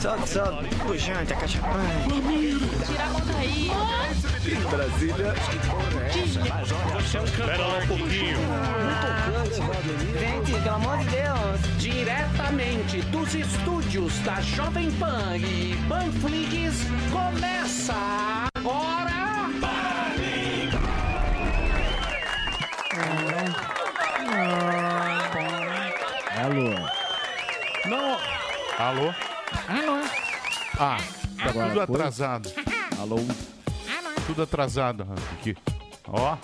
Só, só pujante, a caixa. Tira a conta aí. Brasília. Espera lá um pouquinho. Gente, pelo amor de Deus. Diretamente dos estúdios da Jovem Pan e Panflix, começa agora... Alô. Não. Alô? Ah, tá Agora tudo foi? atrasado. Alô. Tudo atrasado aqui. Ó,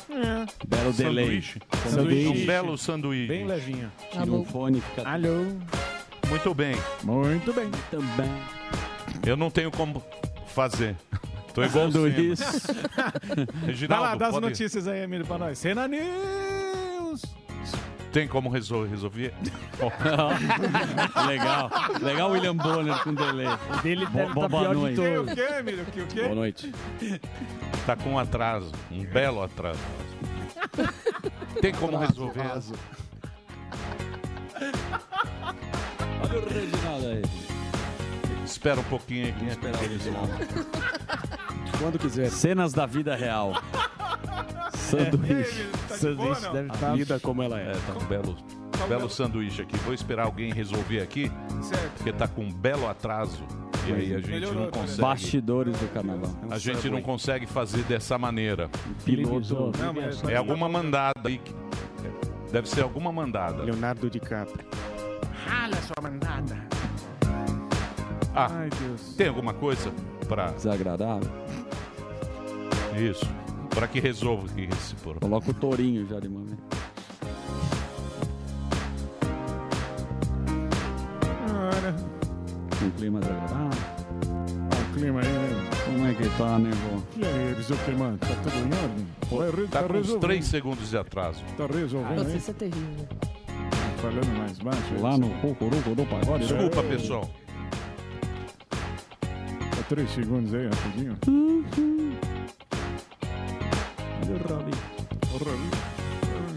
Belo delay. sanduíche. Sanduíche. Um belo sanduíche. Bem levinho. Tira o um fone. Fica... Alô. Muito bem. Muito bem. Também. Eu não tenho como fazer. Tô igual o Sanduíche. Senna. Vai Reginaldo, lá, dá as pode- notícias aí, Emílio, pra nós. Cena News. Tem como resol- resolver? Ó, Legal. Legal o William Bonner com delay. Dele deve Bo- tá boa pior que noite. Que o quê, Emílio? Que o Boa quê? noite. tá com um atraso. Um belo atraso. Tem como resolver? Olha o Reginaldo aí. Espera um pouquinho aqui. Esperar o Reginaldo. Quando quiser. Cenas da vida real. E aí, Sanduíche. Emílio, tá de boa, Sanduíche não? deve A estar. vida como ela É, Tá um belo, belo sanduíche aqui. Vou esperar alguém resolver aqui, Certo. porque tá com um belo atraso. E aí a gente né? Melhorou, não consegue. Bastidores do carnaval. A gente não consegue fazer dessa maneira. Piloto. Não, mas- É alguma mandada aí. que- Deve ser alguma mandada. Leonardo DiCaprio. Ah, Ai, Deus. tem alguma coisa para Desagradável. isso? Para que resolva que esse por. Coloca o tourinho já de mano. Um clima Ah, desagradável. tá um O clima aí, né? Como é que tá, nego? E aí, Bizuca, irmã? Tá tudo em ordem? Vai, re- Tá com uns resolvendo. 3 segundos de atraso. Tá resolvendo, hein? Notícia terrível. Falando mais baixo. aí, Lá no você- Cocoruco do Pagode. Desculpa, pessoal. Tá três segundos aí, rapidinho.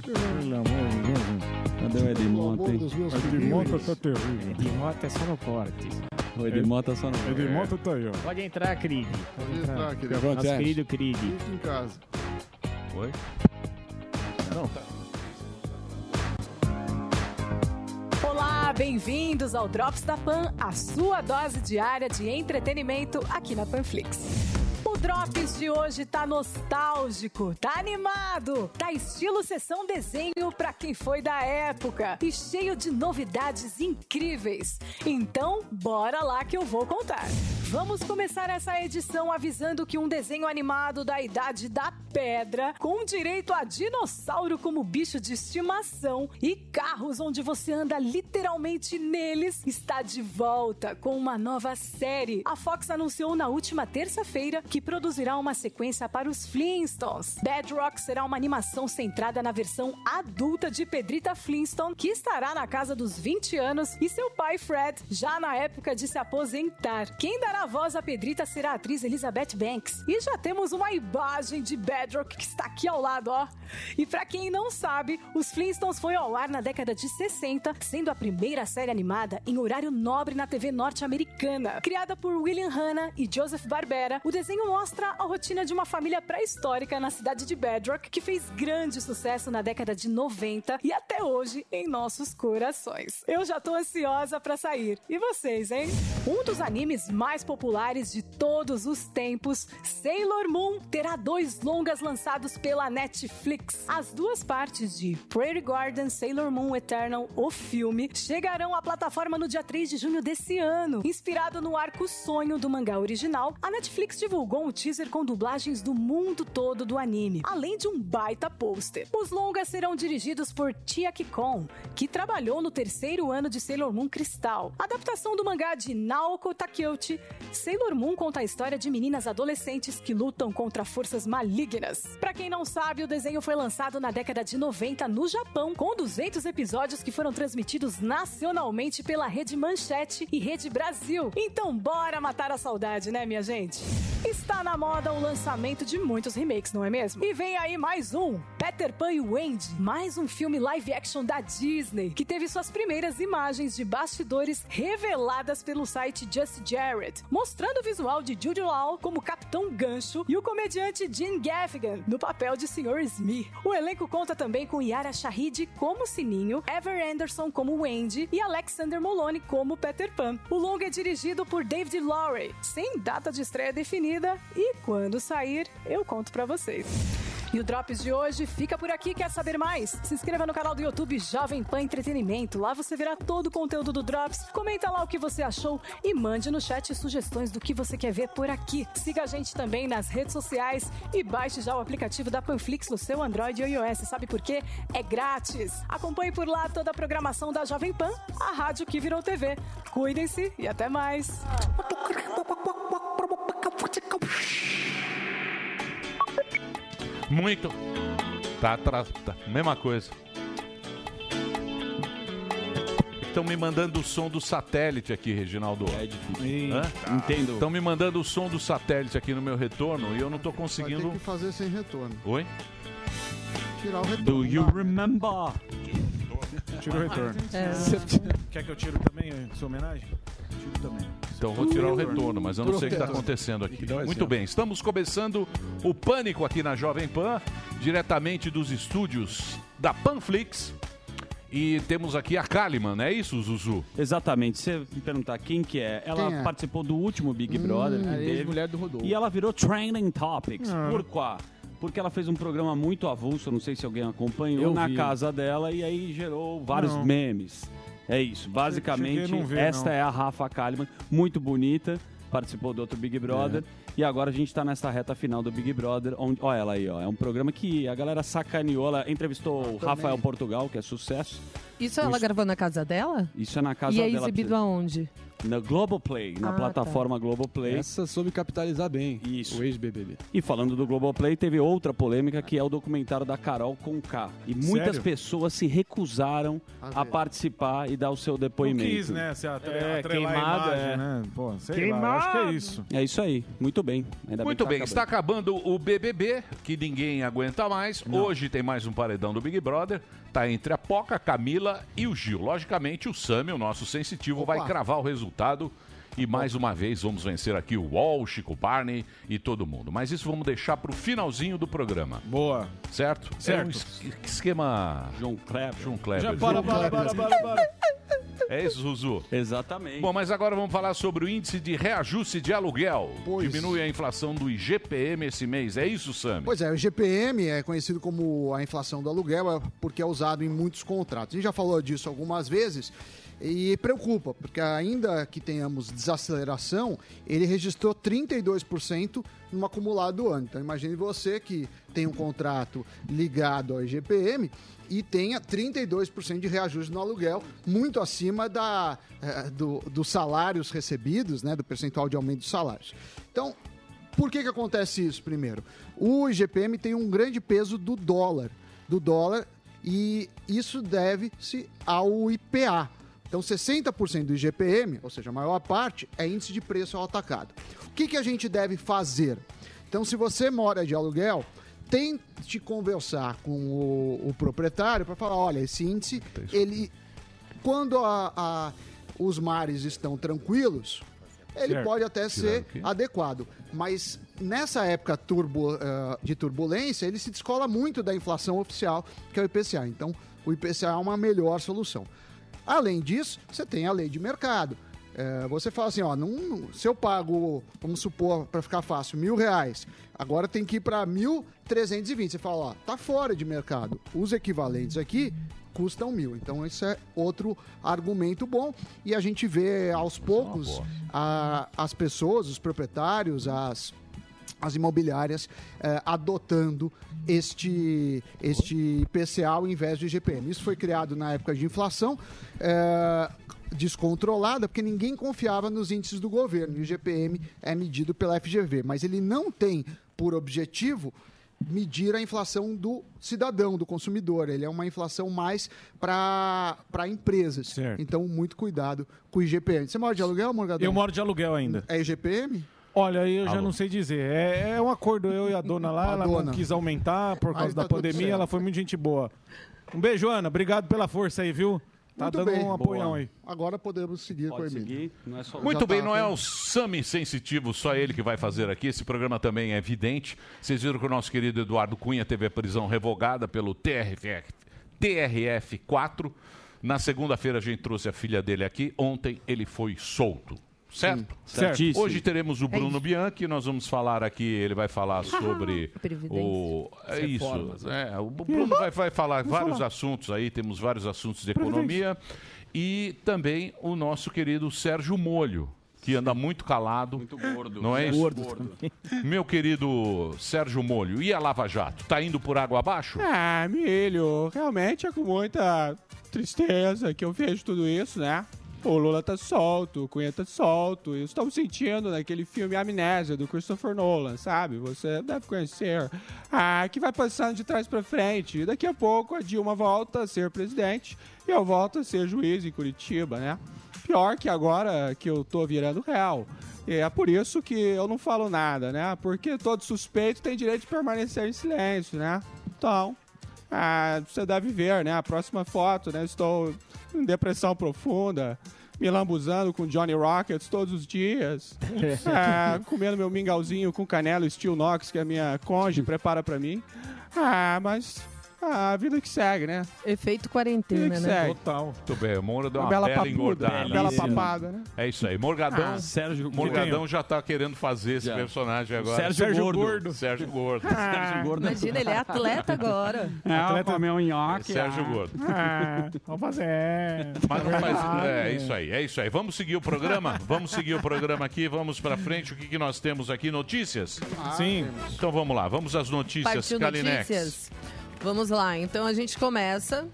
Pelo amor de Deus, gente. Cadê o Edmota, hein? A Edmota tá terrível. De moto é só no porte. O Edmota só não. Edmota tá aí, ó. Pode entrar, Creed. Tá, querido. Levante Nosso essa. querido Creed. Fique em casa. Oi? Olá, bem-vindos ao Drops da Pan, a sua dose diária de entretenimento aqui na Panflix. O Drops de hoje tá nostálgico, tá animado, tá estilo sessão desenho pra quem foi da época e cheio de novidades incríveis. Então, bora lá que eu vou contar. Vamos começar essa edição avisando que um desenho animado da Idade da Pedra, com direito a dinossauro como bicho de estimação e carros onde você anda literalmente neles, está de volta com uma nova série. A Fox anunciou na última terça-feira que produzirá uma sequência para os Flintstones. Bedrock será uma animação centrada na versão adulta de Pedrita Flintstone, que estará na casa dos 20 anos, e seu pai Fred, já na época de se aposentar. Quem dará voz à Pedrita será a atriz Elizabeth Banks. E já temos uma imagem de Bedrock que está aqui ao lado, ó. E pra quem não sabe, os Flintstones foi ao ar na década de 60, sendo a primeira série animada em horário nobre na TV norte-americana. Criada por William Hanna e Joseph Barbera, o desenho mostra a rotina de uma família pré-histórica na cidade de Bedrock, que fez grande sucesso na década de 90 e até hoje em nossos corações. Eu já tô ansiosa pra sair. E vocês, hein? Um dos animes mais populares de todos os tempos, Sailor Moon, terá dois longas lançados pela Netflix. As duas partes de Prairie Garden Sailor Moon Eternal, o filme, chegarão à plataforma no dia 3 de junho desse ano. Inspirado no arco sonho do mangá original, a Netflix divulgou um teaser com dublagens do mundo todo do anime, além de um baita pôster. Os longas serão dirigidos por Chiaki Kon, que trabalhou no terceiro ano de Sailor Moon Crystal, adaptação do mangá de Naoko Takeuchi, Sailor Moon conta a história de meninas adolescentes que lutam contra forças malignas. Pra quem não sabe, o desenho foi lançado na década de 90 no Japão, com 200 episódios que foram transmitidos nacionalmente pela Rede Manchete e Rede Brasil. Então bora matar a saudade, né, minha gente? Está na moda o lançamento de muitos remakes, não é mesmo? E vem aí mais um, Peter Pan e Wendy, mais um filme live action da Disney, que teve suas primeiras imagens de bastidores reveladas pelo site Just Jared, mostrando o visual de Jude Law como Capitão Gancho e o comediante Gene Gaffigan no papel de Sr. Smith. O elenco conta também com Yara Shahid como Sininho, Ever Anderson como Wendy e Alexander Moloney como Peter Pan. O longa é dirigido por David Lowry, sem data de estreia definida e quando sair, eu conto pra vocês. E o Drops de hoje fica por aqui. Quer saber mais? Se inscreva no canal do YouTube Jovem Pan Entretenimento. Lá você verá todo o conteúdo do Drops. Comenta lá o que você achou e mande no chat sugestões do que você quer ver por aqui. Siga a gente também nas redes sociais e baixe já o aplicativo da Panflix no seu Android ou iOS. Sabe por quê? É grátis. Acompanhe por lá toda a programação da Jovem Pan, a rádio que virou TV. Cuidem-se e até mais. Muito. Tá atrás. Tá. Mesma coisa. Estão me mandando o som do satélite aqui, Reginaldo. É difícil. Entendo. Estão me mandando o som do satélite aqui no meu retorno e eu não tô Vai ter conseguindo. que fazer sem retorno. Oi? Tirar o retorno. Do you remember? tá. Tira o retorno. É. Ah, Quer que eu tiro também em sua homenagem? Tiro também. Então vou tirar o retorno, mas eu não sei o que está acontecendo Tem que aqui. Então, assim, dar um Muito exemplo. bem, estamos começando o Pânico aqui na Jovem Pan, diretamente dos estúdios da Panflix. E temos aqui a Kaliman, não é isso, Zuzu? Exatamente. Se você me perguntar quem que é, ela Quem é? participou do último Big Brother Hum. que A teve. ex-mulher do Rodolfo. E ela virou Trending Topics. Ah. Por quê? Porque ela fez um programa muito avulso, não sei se alguém acompanhou, Eu na vi. casa dela e aí gerou vários Não. memes. É isso. Basicamente, Cheguei a não ver, esta não. é a Rafa Kalimann, muito bonita, participou do outro É. Big Brother. E agora a gente tá nessa reta final do Big Brother, onde. Ó, ela aí, ó. É um programa que a galera sacaneou. Ela Ah, entrevistou o também. Rafael Portugal, que é sucesso. Isso ela gravou na casa dela? Isso é na casa e é dela. exibido aonde? Na Globoplay, na Ah, plataforma Globoplay. Essa soube capitalizar bem. Isso. O ex-BBB. E falando do Globoplay, teve outra polêmica que é o documentário da Carol Conká. E muitas Sério? pessoas se recusaram a, participar e dar o seu depoimento. Não quis, né? Se atre- É, atrelar queimada, a imagem, é. né? Pô, sei lá, Queimada! acho que é isso. É isso aí. Muito bem. Ainda Muito bem, que está tá acabando o BBB, que ninguém aguenta mais. Hoje tem mais um paredão do Big Brother. Tá entre a Poca, Camila e o Gil. Logicamente, o Sami, o nosso sensitivo, vai cravar o resultado. E mais uma vez vamos vencer aqui o Wall, Chico Barney e todo mundo. Mas isso vamos deixar pro finalzinho do programa. Boa. Certo? Certo. É um es- esquema... João Kleber. João Kleber. Já para, João para, Kleber. para, para, para. É isso, Zuzu? Exatamente. Bom, mas agora vamos falar sobre o índice de reajuste de aluguel. Diminui a inflação do IGPM esse mês. É isso, Sam? Pois é, o GPM é conhecido como a inflação do aluguel é porque é usado em muitos contratos. A gente já falou disso algumas vezes e preocupa, porque ainda que tenhamos desaceleração, ele registrou 32% no acumulado do ano. Então imagine você que tem um contrato ligado ao IGPM e tenha 32% de reajuste no aluguel, muito acima da, eh, do, dos salários recebidos, né, do percentual de aumento dos salários. Então, por que, que acontece isso, primeiro? O IGPM tem um grande peso do dólar, do dólar, e isso deve-se ao IPA. Então, 60% do IGPM, ou seja, a maior parte, é índice de preço ao atacado. O que, que a gente deve fazer? Então, se você mora de aluguel, tente conversar com o, o proprietário para falar, olha, esse índice, ele, quando a- a- os mares estão tranquilos, ele Certo. pode até Tirando ser o quê? adequado. Mas nessa época turbo, eh, de turbulência, ele se descola muito da inflação oficial, que é o IPCA. Então, o IPCA é uma melhor solução. Além disso, você tem a lei de mercado. Eh, você fala assim, ó, não, se eu pago, vamos supor, para ficar fácil, mil reais, agora tem que ir para 1.320. Você fala, ó, tá fora de mercado. Os equivalentes aqui custam mil. Então, esse é outro argumento bom. E a gente vê aos poucos a- as pessoas, os proprietários, as as imobiliárias eh, adotando este, este IPCA ao invés do IGPM. Isso foi criado na época de inflação. eh, descontrolada, porque ninguém confiava nos índices do governo. E o IGPM é medido pela FGV, mas ele não tem por objetivo medir a inflação do cidadão, do consumidor. Ele é uma inflação mais para empresas. Então, muito cuidado com o IGPM. Você mora de aluguel, Morgador? Eu moro de aluguel ainda. É IGPM? Olha, aí eu já Alô. não sei dizer. É, é um acordo, eu e a dona lá, A ela dona. não quis aumentar por Aí causa tá da tudo pandemia, certo. ela foi muito gente boa. Um beijo, Ana. Obrigado pela força aí, viu? Tá Muito dando bem. um apoião Boa. aí. Agora podemos seguir com o Emílio. Muito tá, bem, não é o Sami Sensitivo, só ele que vai fazer aqui. Esse programa também é evidente. Vocês viram que o nosso querido Eduardo Cunha teve a prisão revogada pelo TRF, TRF4. Na segunda-feira a gente trouxe a filha dele aqui. Ontem ele foi solto. Certo? certíssimo. Hoje É teremos o Bruno Bianchi, nós vamos falar aqui, ele vai Ah, falar sobre Previdência. o. É Reformas, Ah, né? isso. É, o Bruno vai, vai falar Vamos vários falar. assuntos aí, temos vários assuntos de economia. E também o nosso querido Sérgio Molho, que anda muito calado. Muito gordo. Não é isso? Gordo também. Meu querido Sérgio Molho, e a Lava Jato? Tá indo por água abaixo? Ah, milho, realmente é com muita tristeza que eu vejo tudo isso, né? O Lula tá solto, o Cunha tá solto. E estamos sentindo naquele filme Amnésia, do Christopher Nolan, sabe? Você deve conhecer. Ah, que vai passando de trás pra frente. E daqui a pouco a Dilma volta a ser presidente e eu volto a ser juiz em Curitiba, né? Pior que agora que eu tô virando réu. E é por isso que eu não falo nada, né? Porque todo suspeito tem direito de permanecer em silêncio, né? Então, ah, você deve ver, né? A próxima foto, né? Estou em depressão profunda, me lambuzando com Johnny Rockets todos os dias. Ah, comendo meu mingauzinho com canela Steel Knox, que a minha conge prepara pra mim. Ah, mas ah, a vida que segue, né? Efeito quarentena, Vida que né? segue. Muito bem, o Moura deu uma, Uma bela bela papuda, engordada. uma bela papada, né? É isso aí. Morgadão, Ah, Sérgio Morgadão Gordo. já tá querendo fazer esse personagem agora. Sérgio Sérgio Gordo. Sérgio Gordo. Sérgio Gordo. Imagina, ele é atleta agora. É, atleta meu nhoque. Sérgio ah. Gordo. vamos fazer. é Mas, mas, é isso aí, é isso aí. Vamos seguir o programa? Vamos seguir o programa aqui, vamos pra frente. O que, que nós temos aqui? Notícias? Ah, Sim. Então vamos lá, vamos às notícias, Partiu Kalinex. notícias. Vamos lá, então a gente começa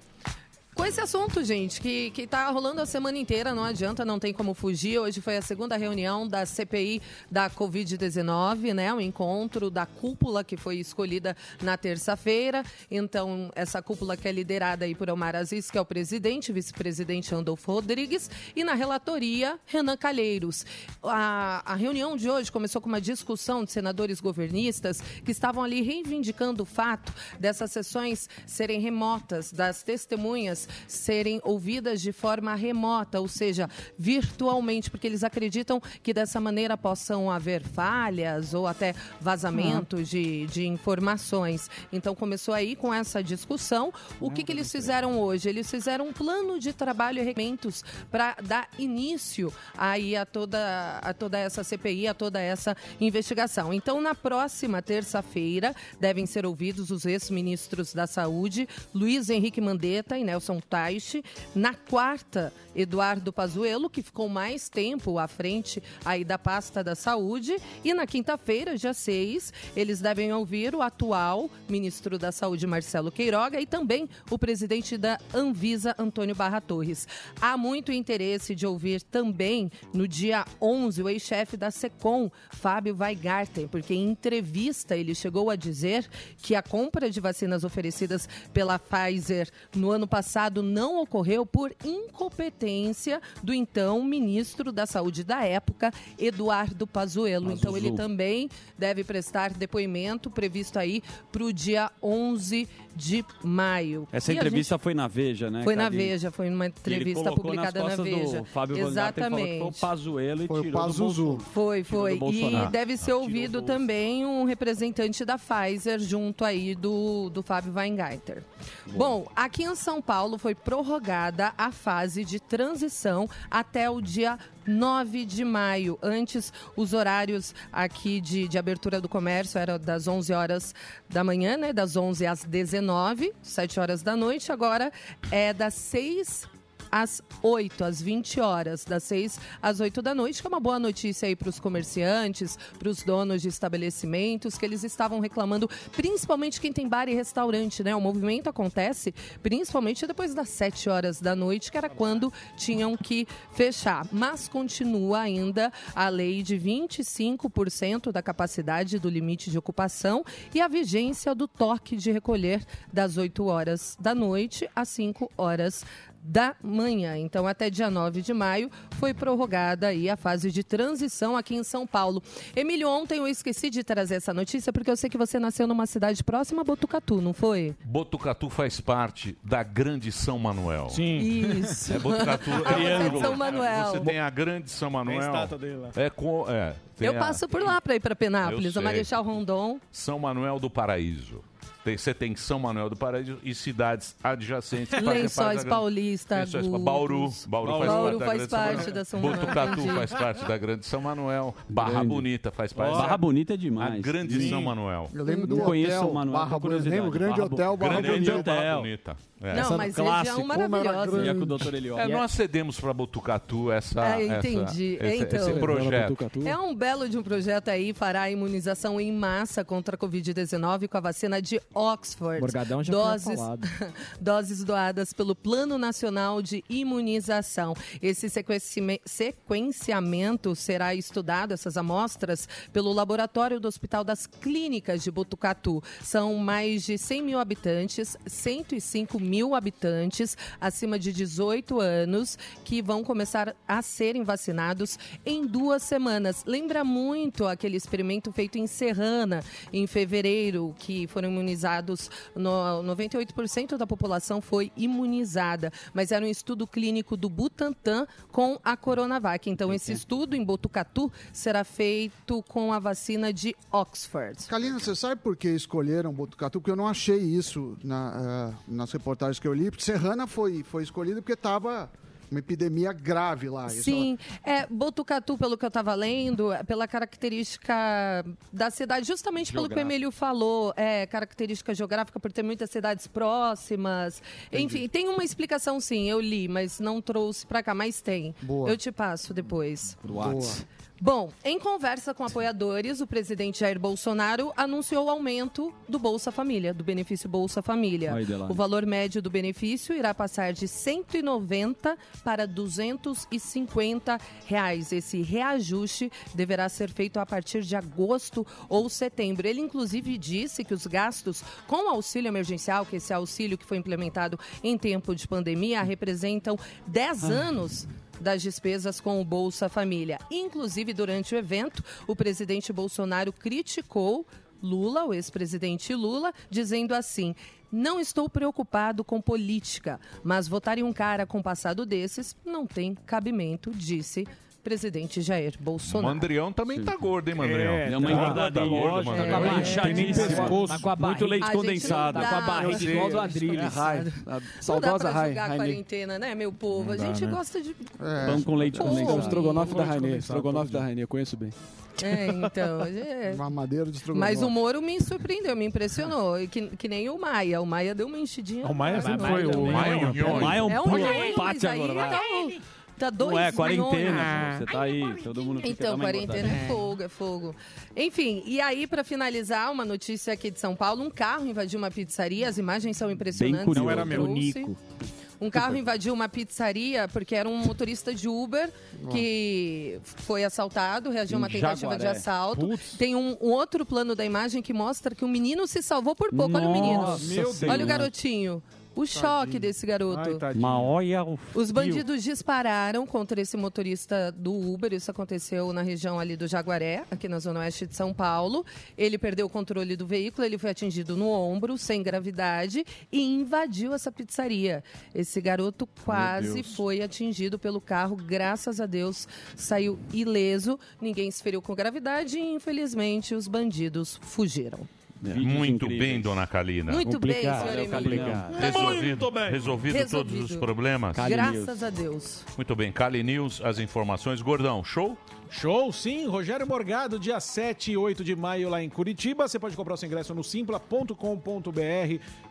com esse assunto, gente, que, que tá rolando a semana inteira, não adianta, não tem como fugir. Hoje foi a segunda reunião da CPI da Covid-19, né? O encontro da cúpula que foi escolhida na terça-feira. Então, essa cúpula que é liderada aí por Omar Aziz, que é o presidente, vice-presidente Andolfo Rodrigues, e na relatoria, Renan Calheiros. A, a reunião de hoje começou com uma discussão de senadores governistas que estavam ali reivindicando o fato dessas sessões serem remotas, das testemunhas serem ouvidas de forma remota, ou seja, virtualmente, porque eles acreditam que dessa maneira possam haver falhas ou até vazamentos de, de informações. Então começou aí com essa discussão. O que, que eles fizeram hoje? Eles fizeram um plano de trabalho e requerimentos para dar início aí a toda, a toda essa CPI, a toda essa investigação. Então, na próxima terça-feira, devem ser ouvidos os ex-ministros da Saúde, Luiz Henrique Mandetta e Nelson Taixe. Na quarta, Eduardo Pazuello, que ficou mais tempo à frente aí da pasta da Saúde. E na quinta-feira, dia 6, eles devem ouvir o atual ministro da Saúde, Marcelo Queiroga, e também o presidente da Anvisa, Antônio Barra Torres. Há muito interesse de ouvir também, no dia 11, o ex-chefe da SECOM, Fábio Weigarten, porque em entrevista ele chegou a dizer que a compra de vacinas oferecidas pela Pfizer no ano passado não ocorreu por incompetência do então ministro da Saúde da época, Eduardo Pazuello. Então ele Pazuzu. também também deve prestar depoimento previsto aí para o dia 11 de maio. Essa E a entrevista foi na Veja, né? gente- foi na Cadê? Veja, foi numa entrevista colocou nas publicada na costas do Veja. Fábio Van Garten, falou que Exatamente. foi o Pazuello e tirou Pazuzu. do bolso. Foi, foi. Tirou do E Bolsonaro. deve ser ouvido também um representante da Pfizer junto aí do, do Fábio Weingarten. Bom. aqui em São Paulo foi prorrogada a fase de transição até o dia 9 de maio. Antes, os horários aqui de, de abertura do comércio eram das 11 horas da manhã, né? Das 11 às 19, 7 horas da noite. Agora é das 6 às 8, às 20 horas, das 6 às 8 da noite, que é uma boa notícia aí para os comerciantes, para os donos de estabelecimentos, que eles estavam reclamando, principalmente quem tem bar e restaurante, né? O movimento acontece principalmente depois das 7 horas da noite, que era quando tinham que fechar. Mas continua ainda a lei de 25% da capacidade do limite de ocupação e a vigência do toque de recolher das 8 horas da noite às 5 horas da manhã. Então, até dia 9 de maio foi prorrogada aí a fase de transição aqui em São Paulo. Emílio, ontem eu esqueci de trazer essa notícia porque eu sei que você nasceu numa cidade próxima a Botucatu, não foi? Botucatu faz parte da Grande São Manuel. Sim. Isso. É Botucatu. A triângulo. São Manuel. Você tem a Grande São Manuel. Tem a estátua dele lá. É com, é, tem eu a passo por lá para ir para Penápolis, Eu a sei. Marechal Rondon. São Manuel do Paraíso. Tem- Você tem São Manuel do Paraíso e cidades adjacentes. que fazem parte da Lençóis Grande- Paulista, Lençóis Pa- Gutos. é, tipo, Bauru. Bauru, Bauru faz faz parte, da Grande parte da São São Manuel, Manuel. Botucatu entendi. faz parte da Grande São Manuel. Barra Grande. Bonita faz parte. Ó, da- Barra Bonita é demais. A Grande Sim. São Manuel. Eu lembro do Não conheço hotel, São Manuel, Barra tô Bonita. curiosidade. Lembro, Grande Barra Hotel, Barra Grande Bonita. Barra Hotel. Bonita. Não, Essa mas região clássico. maravilhosa. Como era E é com o grande. Dr. Eliol. É, nós cedemos para Botucatu essa, É, essa- entendi. esse, Então. esse projeto. É um belo de um projeto aí, fará a imunização em massa contra a Covid-19 com a vacina de Oxford. Borgadão já tinha doses, falado. doses doadas pelo Plano Nacional de Imunização. Esse sequencime- sequenciamento será estudado, essas amostras, pelo laboratório do Hospital das Clínicas de Botucatu. São mais de 100 mil habitantes, 105 mil habitantes acima de 18 anos que vão começar a serem vacinados em duas semanas. Lembra muito aquele experimento feito em Serrana, em fevereiro, que foram imunizados, no- 98% da população foi imunizada, mas era um estudo clínico do Butantan com a Coronavac. Então, esse estudo em Botucatu será feito com a vacina de Oxford. Kalina, você sabe por que escolheram Botucatu? Porque eu não achei isso na, ah, nas reportagens que eu li. Serrana foi, foi escolhida porque estava uma epidemia grave lá. Isso Sim, é, Botucatu, pelo que eu estava lendo, é pela característica da cidade, justamente pelo que o Geográfica. Emílio falou, é, característica geográfica, por ter muitas cidades próximas. Enfim, tem uma explicação sim, eu li, mas não trouxe para cá, mas tem. Boa. Eu te passo depois. Boa. Whats. Bom, em conversa com apoiadores, o presidente Jair Bolsonaro anunciou o aumento do Bolsa Família, do benefício Bolsa Família. Aí, Delane. O valor médio do benefício irá passar de 190 para 250 reais. Esse reajuste deverá ser feito a partir de agosto ou setembro. Ele, inclusive, disse que os gastos com o auxílio emergencial, que esse auxílio que foi implementado em tempo de pandemia, representam 10 anos das despesas com o Bolsa Família. Inclusive, durante o evento, o presidente Bolsonaro criticou Lula, o ex-presidente Lula, dizendo assim: não estou preocupado com política, mas votar em um cara com passado desses não tem cabimento, disse presidente Jair Bolsonaro. Mandrião também tá gordo, hein, Mandrião? É, Minha mãe tá. engordadinha, lógico, tá com a barriga Tem nem inchadíssima. pescoço. Tá com a barriga- Muito leite A gente não condensado. dá- Tá com a barriga Eu sei, igual eu do sei. Adriles. É, Rai. A Não dá pra Saudosa Rai. julgar a Rainê. quarentena, né, meu povo? A Não dá, gente né? gosta de. É, Pão com leite Pão condensado. com estrogonofe Pão com da leite Rainê. condensado, Estrogonofe todo da Rainê, eu conheço bem. É, então. é. Mamadeira de estrogonofe. Mas o Moro me surpreendeu, me impressionou. E Que, que nem o Maia. O Maia deu uma enchidinha. O Maia Mas sempre foi o Maia é um nhonho. Maia é um É um puta nhonho, mas empate aí agora, vai. tá um- Tá dois Não é, nhonhos. quarentena. pô, Você tá aí, todo mundo fica Então, dando uma engordada. quarentena é fogo, é fogo. Enfim, e aí, pra finalizar, uma notícia aqui de São Paulo: um carro invadiu uma pizzaria, as imagens são impressionantes. Bem curioso. eu Não era meu. trouxe. Nico. Um carro invadiu uma pizzaria porque era um motorista de Uber que foi assaltado, reagiu a uma Em tentativa de Jaguaré. assalto. Tem um, um outro plano da imagem que mostra que o menino se salvou por pouco. Olha o menino. Nossa Meu Senhora. Olha o garotinho. O choque desse garoto. Uma olha o Os fio. bandidos dispararam contra esse motorista do Uber. Isso aconteceu na região ali do Jaguaré, aqui na zona oeste de São Paulo. Ele perdeu o controle do veículo, ele foi atingido no ombro, sem gravidade, e invadiu essa pizzaria. Esse garoto quase Deus. foi atingido pelo carro, graças a Deus saiu ileso. Ninguém se feriu com gravidade e, infelizmente, os bandidos fugiram. É. Muito bem, dona Kalina. Muito Complicado, bem, senhor Emílio. complicado. Resolvido, Muito bem. resolvido todos Resolvido. os problemas. Graças a Deus. Muito bem, Kali News, as informações. Gordão, show? Show, sim. Rogério Morgado, dia 7 e 8 de maio lá em Curitiba. Você pode comprar o seu ingresso no simpla.com.br.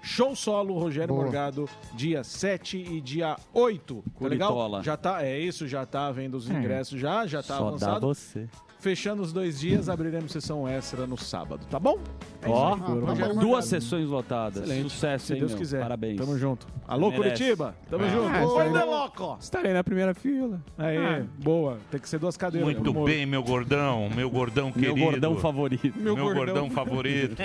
Show solo, Rogério Boa. Morgado, dia 7 e dia 8. Tá legal? Curitola. Já tá, é isso, já tá vendo os É. ingressos já, já tá Só dá avançado. você. Fechando os dois dias, abriremos sessão extra no sábado, tá bom? É Ó, isso aí. Rogério duas Morgado. sessões lotadas. Excelente. Sucesso, Se hein, Deus meu? quiser. Parabéns. Tamo junto. Alô, Merece. Curitiba? Tamo É. junto. Ah, Oi, tá estarei- Deloco! Estarei na primeira fila. Aí, Ah. boa. Tem que ser duas cadeiras. Muito Moro. bem, meu gordão, meu gordão Meu querido. gordão favorito. Meu, Meu gordão, gordão. favorito.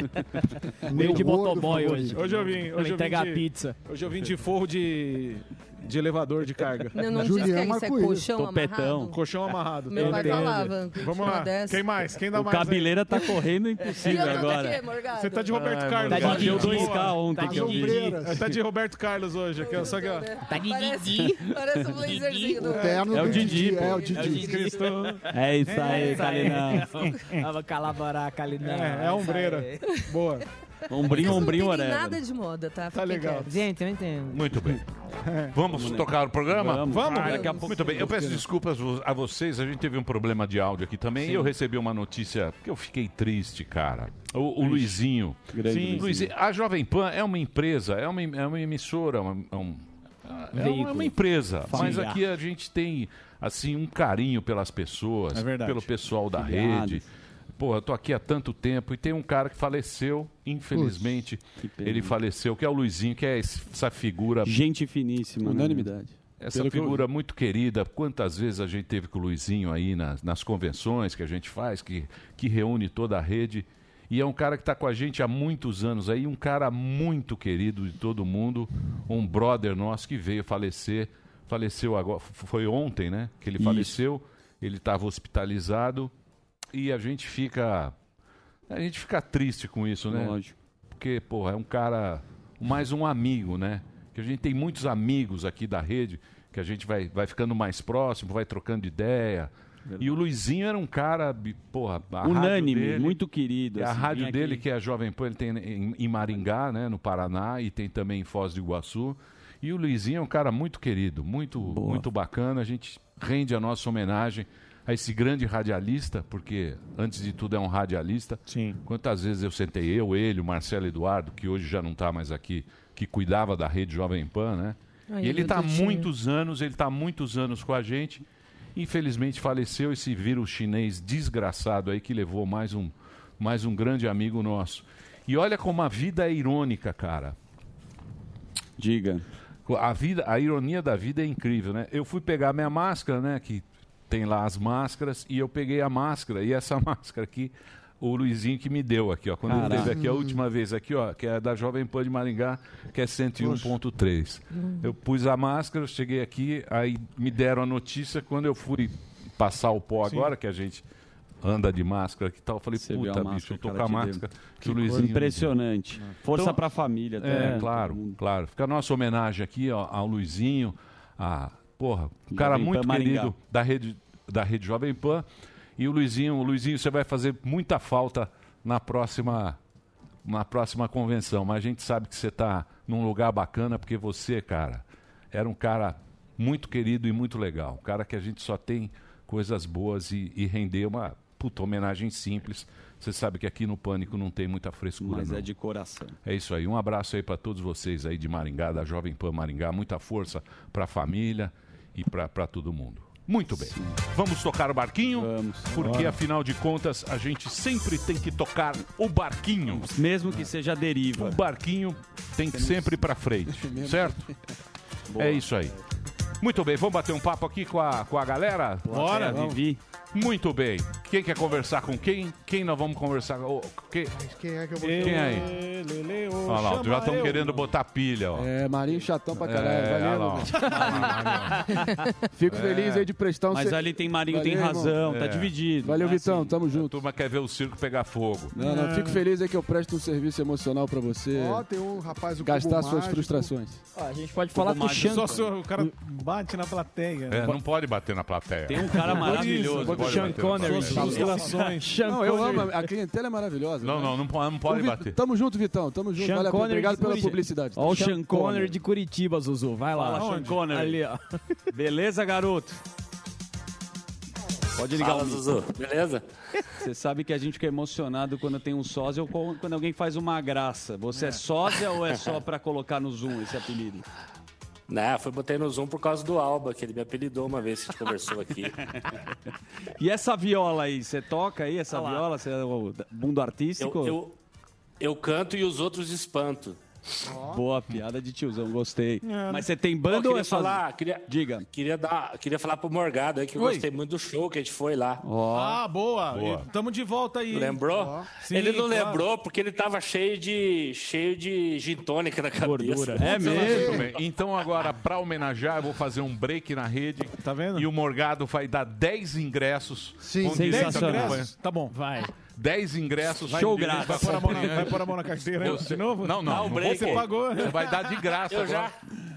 Meu de gordo motoboy favorito. hoje. Hoje eu vim. Pra Hoje eu vim entregar de, a pizza. Hoje eu vim de forro de, de elevador de carga. Não, não diz que é isso, é Marcoíris. colchão Topetão. amarrado? Colchão amarrado. Meu pai Entendo. falava, Vamos uma lá. dessa. Quem mais? Quem dá O mais? aí? Cabileira tá correndo impossível E eu tô agora. aqui, Você tá de Roberto Carlos. Morgado. Bateu hoje. 2K Boa. ontem, Tá que eu vi. ombreiras. Tá de Roberto Carlos hoje. Aqui, ó, só que, ó. Tá de Didi. Parece um blazerzinho do... terno É o do Didi, Didi, pô. é o Didi. Cristo. É isso aí, Calinão. Tava calabará, Ah, Calinão. É, é ombreira. Boa. Ombrinho, ombrinho, Não tem um orelha. nada de moda, tá? Fiquem quietos. Gente, eu entendo. Muito bem. Vamos né? tocar o programa? Vamos. Vamos. Daqui a pouco- Muito bem. Eu peço desculpas vo- a vocês. A gente teve um problema de áudio aqui também. Sim. E eu recebi uma notícia que eu fiquei triste, cara. O, o Luizinho. Grande Sim, Luizinho. Luizinho. A Jovem Pan é uma empresa, é uma, em- é uma emissora, uma- é um- é uma, é Veículo. uma empresa. Mas Familiar. aqui a gente tem, assim, um carinho pelas pessoas, É verdade. pelo pessoal da Filiados. rede. Pô, eu tô aqui há tanto tempo e tem um cara que faleceu, infelizmente. ele faleceu, que é o Luizinho, que é esse- essa figura Gente finíssima. né? Unanimidade. Essa Pelo que eu figura muito querida, quantas vezes a gente teve com o Luizinho aí nas, nas convenções que a gente faz, que, que reúne toda a rede. E é um cara que está com a gente há muitos anos aí, um cara muito querido de todo mundo, um brother nosso que veio falecer. Faleceu agora, f- foi ontem, né? Que ele faleceu, ele estava hospitalizado e a gente fica. A gente fica triste com isso, né? Lógico. Porque, porra, é um cara. Mais um amigo, né? Que a gente tem muitos amigos aqui da rede, que a gente vai, vai ficando mais próximo, vai trocando de ideia. E o Luizinho era um cara, bi- porra, a rádio Unânime, dele- muito querido, A assim, rádio vinha dele, aqui. que é a Jovem Pan, ele tem em, em Maringá, né, no Paraná, e tem também em Foz do Iguaçu. E o Luizinho é um cara muito querido, muito, muito bacana. A gente rende a nossa homenagem a esse grande radialista, porque antes de tudo é um radialista. Sim. Quantas vezes eu sentei, eu, ele, o Marcelo Eduardo, que hoje já não está mais aqui, que cuidava da rede Jovem Pan, né? Ai, e ele meu está Deus. muito muitos anos, ele está há muitos anos com a gente. Infelizmente faleceu esse vírus chinês desgraçado aí que levou mais um, mais um grande amigo nosso. E olha como a vida é irônica, cara. Diga. A, vida, a ironia da vida é incrível, né? Eu fui pegar minha máscara, né? Que tem lá as máscaras, e eu peguei a máscara, e essa máscara aqui, o Luizinho que me deu aqui, ó. Quando ele Caraca. esteve aqui a última vez aqui, ó, que é da Jovem Pan de Maringá, que é 101.3. Eu pus a máscara, eu cheguei aqui, aí me deram a notícia quando eu fui passar o pó Sim. agora, que a gente anda de máscara que tal, eu falei, Você viu a puta, bicho, máscara, eu tô cara, com a te deu. máscara. Que coisa impressionante. Força pra família, tá? É, É, claro, claro. Fica a nossa homenagem aqui ó, ao Luizinho, a, porra, um cara Jovem muito Pan Maringá. querido da rede, da rede Jovem Pan. E o Luizinho, o Luizinho, você vai fazer muita falta na próxima na próxima convenção, mas a gente sabe que você está num lugar bacana porque você, cara, era um cara muito querido e muito legal, um cara que a gente só tem coisas boas e, e render uma puta homenagem simples. Você sabe que aqui no Pânico não tem muita frescura, Mas não. é de coração. É isso aí. Um abraço aí para todos vocês aí de Maringá, da Jovem Pan Maringá. Muita força para a família e para todo mundo. Muito bem. Vamos tocar o barquinho? Vamos. Porque, Bora. afinal de contas, a gente sempre tem que tocar o barquinho. Mesmo que seja deriva. O barquinho tem que sempre para frente, certo? É isso aí. Muito bem, vamos bater um papo aqui com a, com a galera? Bora. Vamos. Vivi. Muito bem. Quem quer conversar com quem? Quem nós vamos conversar? com quem? Quem é que eu vou Quem aí? Olha lá, já estão querendo botar pilha, ó. É, Marinho chatão pra caralho. É, olha Valeu, lá, ó. meu. Fico É. feliz aí de prestar um Mas ser- ali tem Marinho, Valeu, tem irmão. razão, tá É. dividido. Valeu, É Vitão, tamo A junto. turma quer ver o circo pegar fogo. Não, não, fico feliz aí que eu presto um serviço emocional pra você. Ó, tem um rapaz, o gastar Cubo suas Mágico. frustrações. Ó, a gente pode falar com o Xanca. Só se o cara bate na plateia. É, não pode bater na plateia. Tem um cara maravilhoso. Pode bater Sean na Connery. plateia. Suas frustrações. Sean Não, eu Connery. amo. A clientela é maravilhosa. Não, não, não pode, não pode Ô, Vit- bater. Tamo junto, Vitão. Tamo junto. Sean Valeu, Connery obrigado de pela Curitiba. publicidade. Ó, o Sean, Connery. de Curitiba, Zuzu. Vai lá. Fala, Sean Onde? Connery. Ali, ó. Beleza, garoto? Pode ligar Fala, o micro. Zuzu. Beleza? Você sabe que a gente fica emocionado quando tem um sósia ou co- quando alguém faz uma graça. Você é, sósia ou é só pra colocar no Zoom esse apelido? Né, foi botei no Zoom por causa do Alba, que ele me apelidou uma vez que a gente conversou aqui. E essa viola aí, você toca aí essa viola? Você é o da- mundo Eu, artístico? eu, eu canto e os outros espanto. Boa piada de tiozão, gostei. É. Mas você tem banda Pô, ou queria é só... falar, Ah, queria, Diga. Queria, dar, queria falar pro Morgado aí que eu Oi. gostei muito do show que a gente foi lá. Ah, boa. Boa. E Tamo de volta aí. hein? Lembrou? Ó. ele Sim, não claro. lembrou porque ele tava cheio de cheio de gin tônica na cabeça. É Muito bem. Então agora, para homenagear, eu vou fazer um break na rede. Tá vendo? E o Morgado vai dar 10 ingressos. Sim, com sim. direito à 10 ingressos? campanha. Tá bom. Vai. 10 ingressos. Vai com de- direito Vai à pôr a mão na, campanha. vai pôr a mão na carteira aí, de novo? Não, não. não break. você pagou. né? Você vai dar de graça Eu agora.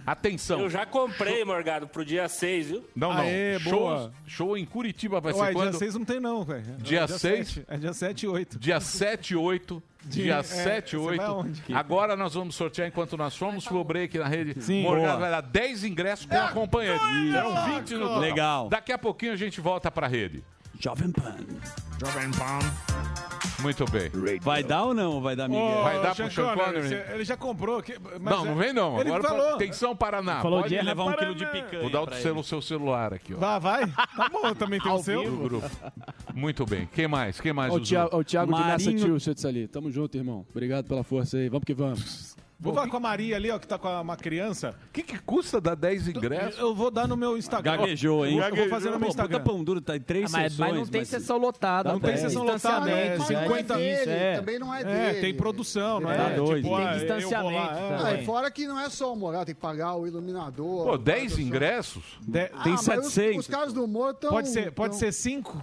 Atenção. Eu já comprei, Morgado, pro dia 6, viu? Não, não. Aê, show, boa. show em Curitiba vai Ué, ser quando? dia 6 não tem não, velho. É Dia 6? sete. É dia 7 e 8. Dia 7 e 8. De- Dia é, 7 e você 8. vai aonde? Agora nós vamos sortear enquanto nós formos pro break na rede. Sim. Morgado Boa. vai É dar 10 ingressos com acompanhante. Serão 20 no total. Legal. Daqui a pouquinho a gente volta pra rede. Jovem Pan. Jovem Pan. Muito bem. Vai dar ou não? Vai dar, Miguel? Ô, Vai dar pro Sean Connery? você- Ele já comprou. que- mas não, é- não vem não. Ele Agora falou. atenção Paraná. Falou Pode de erra levar um quilo Paraná. de picanha. Vou dar o pra seu, ele. o seu celular aqui, ó. Vai, vai. Tá bom, eu também tem o seu. Do grupo. Muito bem. Quem mais? Quem mais? Ó, o Zuzu? Thiago, ó, o Thiago de Massachusetts ali. Tamo junto, irmão. Obrigado pela força aí. Vamos que vamos. Vou falar com a Maria ali, ó, que tá com a- uma criança. O que, que custa dar 10 ingressos? Eu vou dar no meu Instagram. Gaguejou, hein? Eu vou- eu vou fazer no meu Instagram. Pô, puta pão duro, tá em três Ah, mas, mas sessões. não tem mas- sessão lotada. Não pô. tem sessão lotada, é Distanciamento, 50 é difícil, dele, é. também não é É, tem produção, não é? Tá doido. Tipo, ah, eu Tem vou lá, distanciamento é. Ah, e fora que não é só o Morgado, tem que pagar o iluminador. Pô, 10 ingressos? Ah, mas os- Os, caras do humor estão. Pode ser, pode ser 5?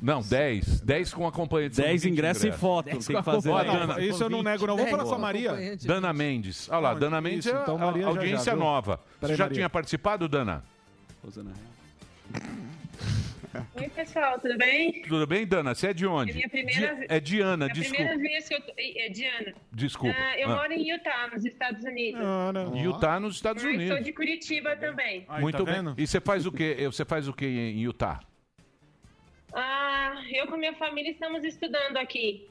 Não, 10. 10 com acompanhante. São 10 20 ingressos e foto, Dez tem que com fazer. Ó, acompanhante. Dana- Isso eu não nego, não. Vou falar com a Maria. Dana Mendes. Olha lá, Não, Dana Mendes isso, é então, a- Maria já, audiência já, viu? nova. Peraí, Você já Maria. tinha participado, Dana? Oi, pessoal, tudo bem? Tudo bem, Dana? Você é de onde? É minha primeira Di- vez. É Diana, É a desculpa. primeira vez que eu tô... É, Diana. Desculpa. Ah, eu Ah. moro em Utah, nos Estados Unidos. Utah, nos Estados Mas Unidos. sou de Curitiba também. Muito bem. E você faz o quê? Você faz o quê em Utah? Ah, eu com minha família estamos estudando aqui.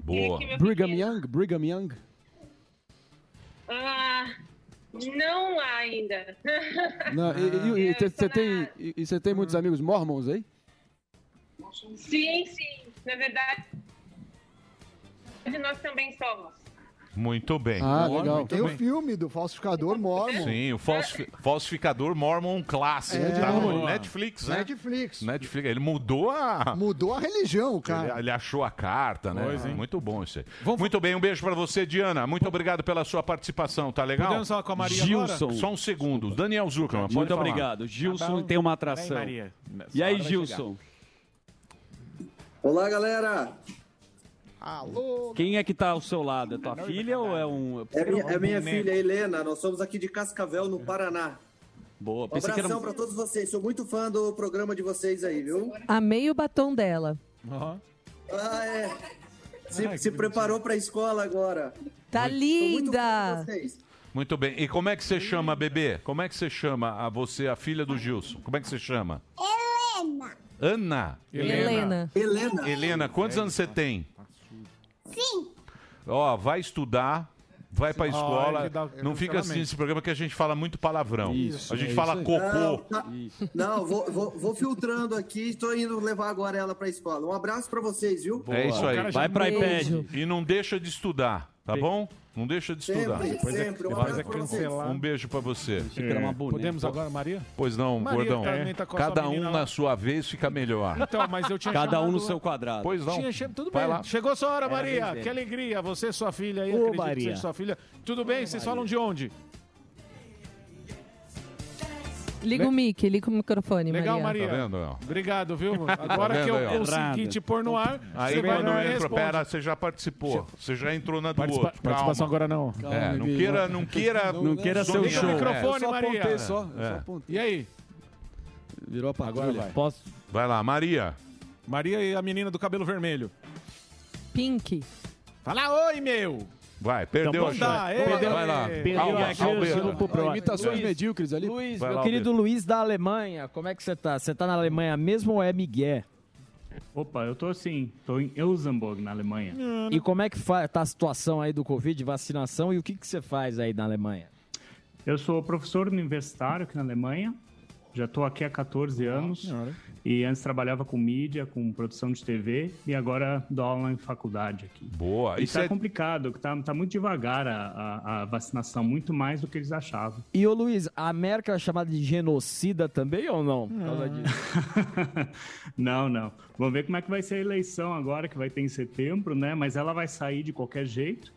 Boa. que meu Brigham Young? Brigham Young? Ah, não lá ainda. Não, e- e- e Eu você estou tem, e- e você tem muitos amigos mormons aí? na- Sim, sim. Na verdade, nós também somos. Muito bem. Ah, Muito legal. Tem o bem. filme do falsificador Mormon. Sim, o falsi- É. falsificador Mormon clássico. É, tá no de boa. Netflix, né? Netflix. Netflix. Ele mudou a. Mudou a religião, cara. Ele, ele achou a carta, né? Pois, hein? Muito bom isso aí. Muito bem, um beijo pra você, Diana. Muito obrigado pela sua participação, tá legal? Podemos falar com a Maria Gilson. agora? Só um segundo. Daniel Zuckerman, pode Muito falar. obrigado. Gilson um Tá bom. tem uma atração. Vem, Maria. E aí, Essa hora vai Gilson? Olá, galera! Alô! Quem é que tá ao seu lado? É tua tá filha ou é um. É minha, é minha né? filha, Helena. Nós somos aqui de Cascavel, no Paraná. Boa, Um pensei que era. abração pra todos vocês. Sou muito fã do programa de vocês aí, viu? Amei o batom dela. Ah, é. Se, se preparou pra escola agora. Tá linda! Muito bem. E como é que você chama, bebê? Como é que você chama a você, a filha do Gilson? Como é que você chama? Helena. Ana. Helena. Helena. Helena, quantos anos você tem? Sim. Ó, vai estudar. Vai pra Ó, escola. ele dá- não fica assim nesse programa que a gente fala muito palavrão. a gente é fala isso aí. Não, cocô. tá- Não, vou, vou- vou filtrando aqui. Estou indo levar agora ela pra escola. Um abraço pra vocês, viu? É isso aí. Vai pra iPad. E não deixa de estudar, tá bom? Não deixa de Sempre, estudar. Depois é- sempre. Um depois abraço é pra vocês. cancelado. Um beijo pra você. era uma bonita. Podemos agora, Maria? Pois não, Maria gordão. também tá com a Cada sua um menina na lá. sua vez fica melhor. Então, mas eu tinha Cada um chamado- no seu quadrado. Pois não. Tinha che- Tudo Vai bem. lá. Chegou a sua hora, Era Maria. vez dele. Que alegria. Você e sua filha aí. Ô, acredito Maria. que seja sua filha. Tudo bem? Vocês falam de onde? Liga o mic, liga o microfone, Legal, Maria. Maria. Tá vendo, ó? Tá Obrigado, viu? Agora vendo que eu aí, ó? consegui Errado. te pôr no ar, Aí você vai quando lá e entra, responde. pera, você já participou. Você já entrou na do Participa- outro. participação agora não. é, Calma, não Bibi, queira, não. não queira. Não- não queira seu dominar. show. É. Microfone, Eu só apontei Maria. só, eu só É. apontei. E aí? Virou a patrulha. Agora vai. Posso? Vai lá, Maria. Maria e a menina do cabelo vermelho. Pink. Fala oi, meu! Vai, perdeu Então, a pode chance. dar, ei, Perdeu, vai ei, lá. ei, Perdeu perdeu Calma, a chance, Alberto. vamos pro próximo. Imitações Luiz, medíocres ali. Luiz, Vai meu lá, querido Luiz da Alemanha, como é que você tá? Você tá na Alemanha mesmo ou é Miguel? Opa, eu tô sim, tô em Elsenburg, na Alemanha. E como é que fa- tá a situação aí do Covid, vacinação e o que, que você faz aí na Alemanha? Eu sou professor universitário aqui na Alemanha, já tô aqui há 14 anos e antes trabalhava com mídia, com produção de TV e agora dou aula em faculdade aqui. Boa. E Isso tá é- complicado, que tá, tá muito devagar a, a- a vacinação, muito mais do que eles achavam. E ô Luiz, a América é chamada de genocida também ou não? Por causa Não. disso. Ah. Não, não. Vamos ver como é que vai ser a eleição agora, que vai ter em setembro, né? Mas ela vai sair de qualquer jeito.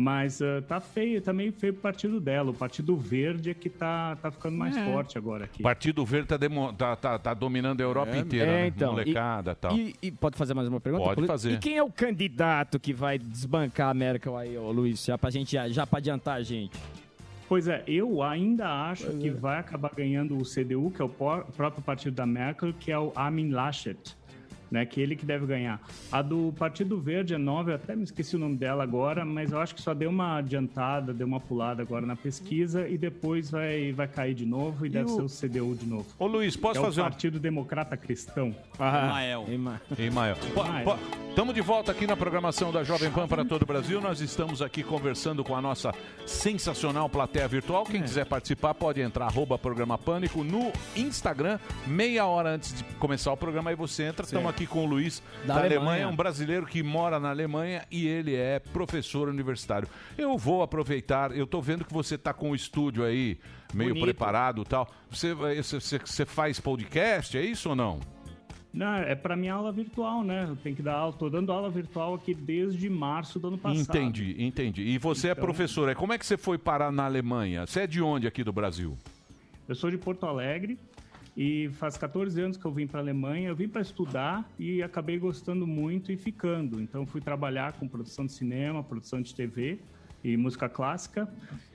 Mas ah, tá feio, tá meio feio o partido dela. O Partido Verde é que tá, tá ficando mais É. forte agora aqui. O Partido Verde tá, demo- tá- tá- tá dominando a Europa inteira, É, né? então. molecada e tal. E, e pode fazer mais uma pergunta? Pode Poli- fazer. E quem é o candidato que vai desbancar a América aí, ô Luiz? Já pra, gente, já pra adiantar a gente. Pois é, eu ainda acho é. que vai acabar ganhando o CDU, que é o por- próprio partido da Merkel, que é o Armin Laschet, né? Que ele que deve ganhar. A do Partido Verde é nova, eu até me esqueci o nome dela agora, mas eu acho que só deu uma adiantada, deu uma pulada agora na pesquisa e depois vai, vai cair de novo e, deve o- ser o CDU de novo. Ô Luiz, posso é fazer o uma Partido Democrata Cristão. Emael. Emael. Estamos de volta aqui na programação da Jovem Pan para todo o Brasil. Nós estamos aqui conversando com a nossa sensacional plateia virtual. Quem quiser participar pode entrar, arroba programa Pânico, no Instagram, meia hora antes de começar o programa. Aí você entra. Estamos aqui com o Luiz da, Da Alemanha. Alemanha. um brasileiro que mora na Alemanha e ele é professor universitário. Eu vou aproveitar, eu estou vendo que você está com o estúdio aí meio Bonito. preparado e tal. Você, você, você faz podcast, é isso ou não? Não, é para minha aula virtual, né? Eu tenho que dar aula, tô dando aula virtual aqui desde março do ano passado. Entendi, entendi. E você é Então- professora. Como é que você foi parar na Alemanha? Você é de onde aqui do Brasil? Eu sou de Porto Alegre e faz 14 anos que eu vim para a Alemanha. Eu vim para estudar e acabei gostando muito e ficando. Então fui trabalhar com produção de cinema, produção de TV e música clássica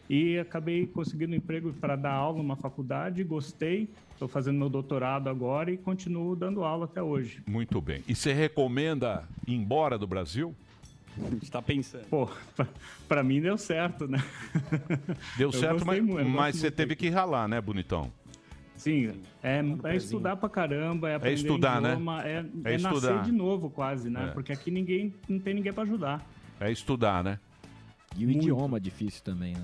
e acabei conseguindo um emprego para dar aula numa faculdade. Gostei, estou fazendo meu doutorado agora e continuo dando aula até hoje. Muito bem. E você recomenda ir embora do Brasil? Está pensando. Pô, para mim deu certo, né? Deu Eu certo, gostei mas, muito, eu gosto mas você muito teve que ralar, né, bonitão? Sim, Tá é, é estudar pra caramba, é aprender estudar, né? idioma, É, É é estudar. nascer de novo quase, né? É. Porque aqui ninguém não tem ninguém pra ajudar. É estudar, né? E o idioma é difícil também, né?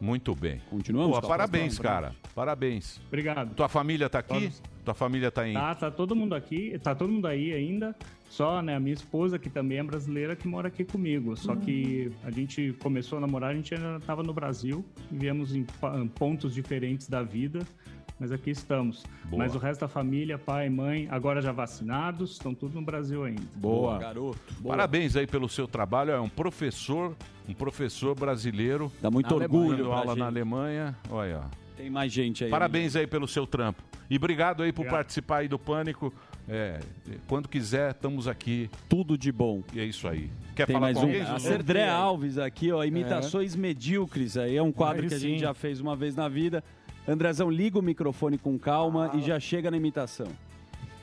Muito bem. Continuamos, Pô, Calma? parabéns, Vamos, cara. Parabéns. Obrigado. Tua família tá aqui? Tua família tá em. Tá, tá todo mundo aqui, tá todo mundo aí ainda. Só, né, a minha esposa, que também é brasileira, que mora aqui comigo. Só que a gente começou a namorar, a gente ainda estava no Brasil, viemos em pa- em pontos diferentes da vida, mas aqui estamos. Boa. Mas o resto da família, pai, mãe, agora já vacinados, estão tudo no Brasil ainda. Boa. garoto. Parabéns aí pelo seu trabalho. É um professor, um professor brasileiro. Tá Dá muito orgulho Dando pra aula gente. na Alemanha. Olha. ó. Tem mais gente aí. né? Parabéns aí pelo seu trampo. E obrigado aí por participar aí do Pânico. É, quando quiser, estamos aqui. Tudo de bom. E é isso aí. Quer Tem falar mais com um. alguém? Zuzu? A André Alves aqui, ó. Imitações medíocres. Aí é um quadro Aí que a sim. gente já fez uma vez na vida. Andrezão, liga o microfone com calma e já chega na imitação.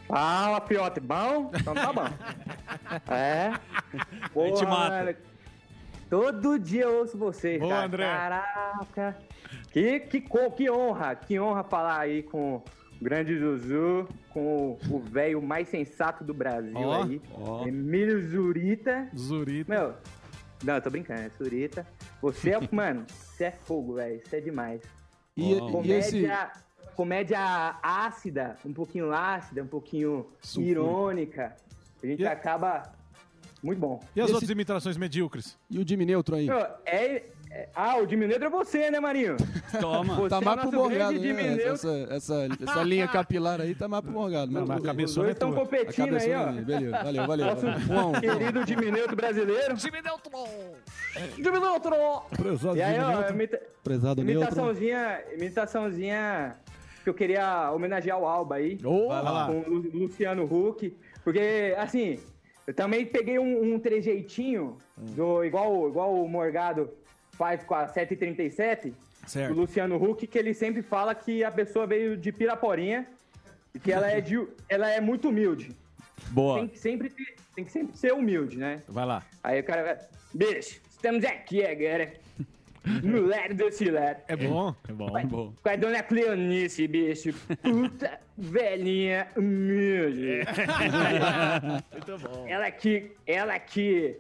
Fala, Piote, bom? Então tá bom. É. Aí te mata. cara. Todo dia eu ouço vocês, Boa, cara. André. Caraca. Que, que, co- que honra, que honra falar aí com o grande Zuzu, com o- o velho mais sensato do Brasil Ó, aí. ó. Emílio Zurita. Zurita. Meu, não, eu tô brincando, é Zurita. Você é, mano, você é fogo, velho. Você é demais. E- e esse- comédia ácida, um pouquinho ácida, um pouquinho irônica. A gente acaba. Muito bom. E as outras imitações medíocres? E o Jimmy Neutron aí? Meu, é- é- Ah, o Dimineutro é você, né, Marinho? tá Você é o mais pro nosso grande Morgado, né? Dimineutro. Essa, essa, essa linha capilar aí tá mais pro Morgado. Mas, tudo bem. Os dois estão competindo aí, ó. é Beleza, valeu, valeu. Nosso valeu. Um a um. querido Dimineutro brasileiro. Dimineutro! Dimineutro! Prezado E aí, é ó, é Dimineutro. imita... Prezado Neutron. imitaçãozinha, imitaçãozinha que eu queria homenagear o Alba aí. Vai lá. Com o Lu- Luciano Huck. Porque, assim, eu também peguei um, um trejeitinho, Hum. do, igual, igual o Morgado faz com a 737. Certo. O Luciano Huck, que ele sempre fala que a pessoa veio de Piraporinha e que ela é, de, ela é muito humilde. Boa. Tem que sempre, ter- tem que sempre ser humilde, né? Vai lá. Aí o cara vai. Bicho, Estamos aqui agora. No lar do Cilar. É bom? É bom, é bom. Com a dona Cleonice, bicho. Puta velhinha humilde. É. Muito bom. Ela que, ela que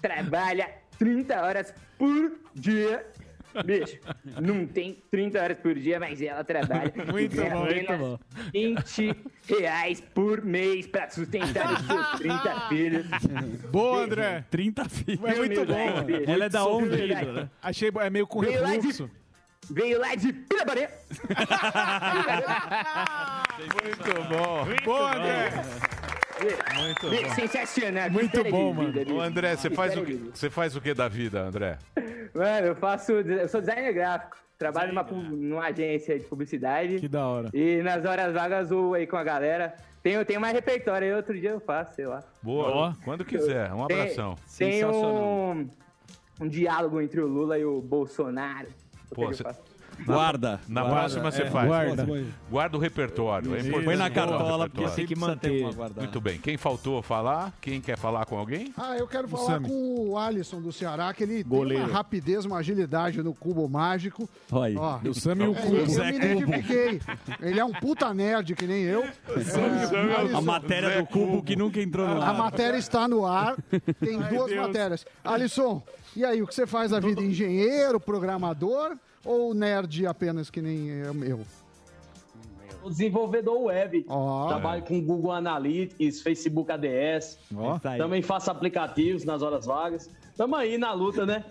trabalha 30 horas por dia. Bicho, não tem 30 horas por dia, mas ela trabalha. e Muito ganha bom, muito apenas bom. 20 reais por mês pra sustentar os seus 30 filhos. Boa, André. 30 filhos. É muito bom. Ela é da Muito onde? sobre- Achei bo- é meio com né? Veio lá de- refluxo. Veio lá de Pirabaré. Muito bom. Boa, André. Muito Bicho, bom. Sensacional. Muito História bom, de vida, mano. bicho. Ô, André, você faz, o História que, de vida. você faz o que da vida, André? Mano, eu faço. Eu sou designer gráfico. Trabalho numa, pub- numa agência de publicidade. Que da hora. E nas horas vagas eu aí com a galera. Tenho, tenho mais repertório, aí outro dia eu faço, sei lá. Boa. Quando quiser. Um Tem- abração. Tem, um, um diálogo entre o Lula e o Bolsonaro. Pô, Outro dia eu cê- faço. Na, Guarda. na Guarda, próxima você é. faz. Guarda. Guarda o repertório. É Isso. importante Põe na guardar o cartola, porque repertório. tem que manter. Muito bem. Quem faltou falar? Quem quer falar com alguém? Ah, eu quero O falar Sami. com o Alisson do Ceará, que ele Goleiro. tem uma rapidez, uma agilidade no cubo mágico. Olha aí. Ó, O Sami e o é, cubo. Eu Zé me Cubo. identifiquei. Ele é um puta nerd, que nem eu. É, A Alisson, matéria do cubo que nunca entrou no A ar. matéria está no ar, tem Ai, duas Deus. matérias. Alisson, e aí, o que você faz da vida? Engenheiro, programador ou nerd apenas que nem eu? eu? Sou desenvolvedor web. Trabalho com Google Analytics, Facebook ADS. Tá aí. Também faço aplicativos nas horas vagas. Tamo aí na luta, né?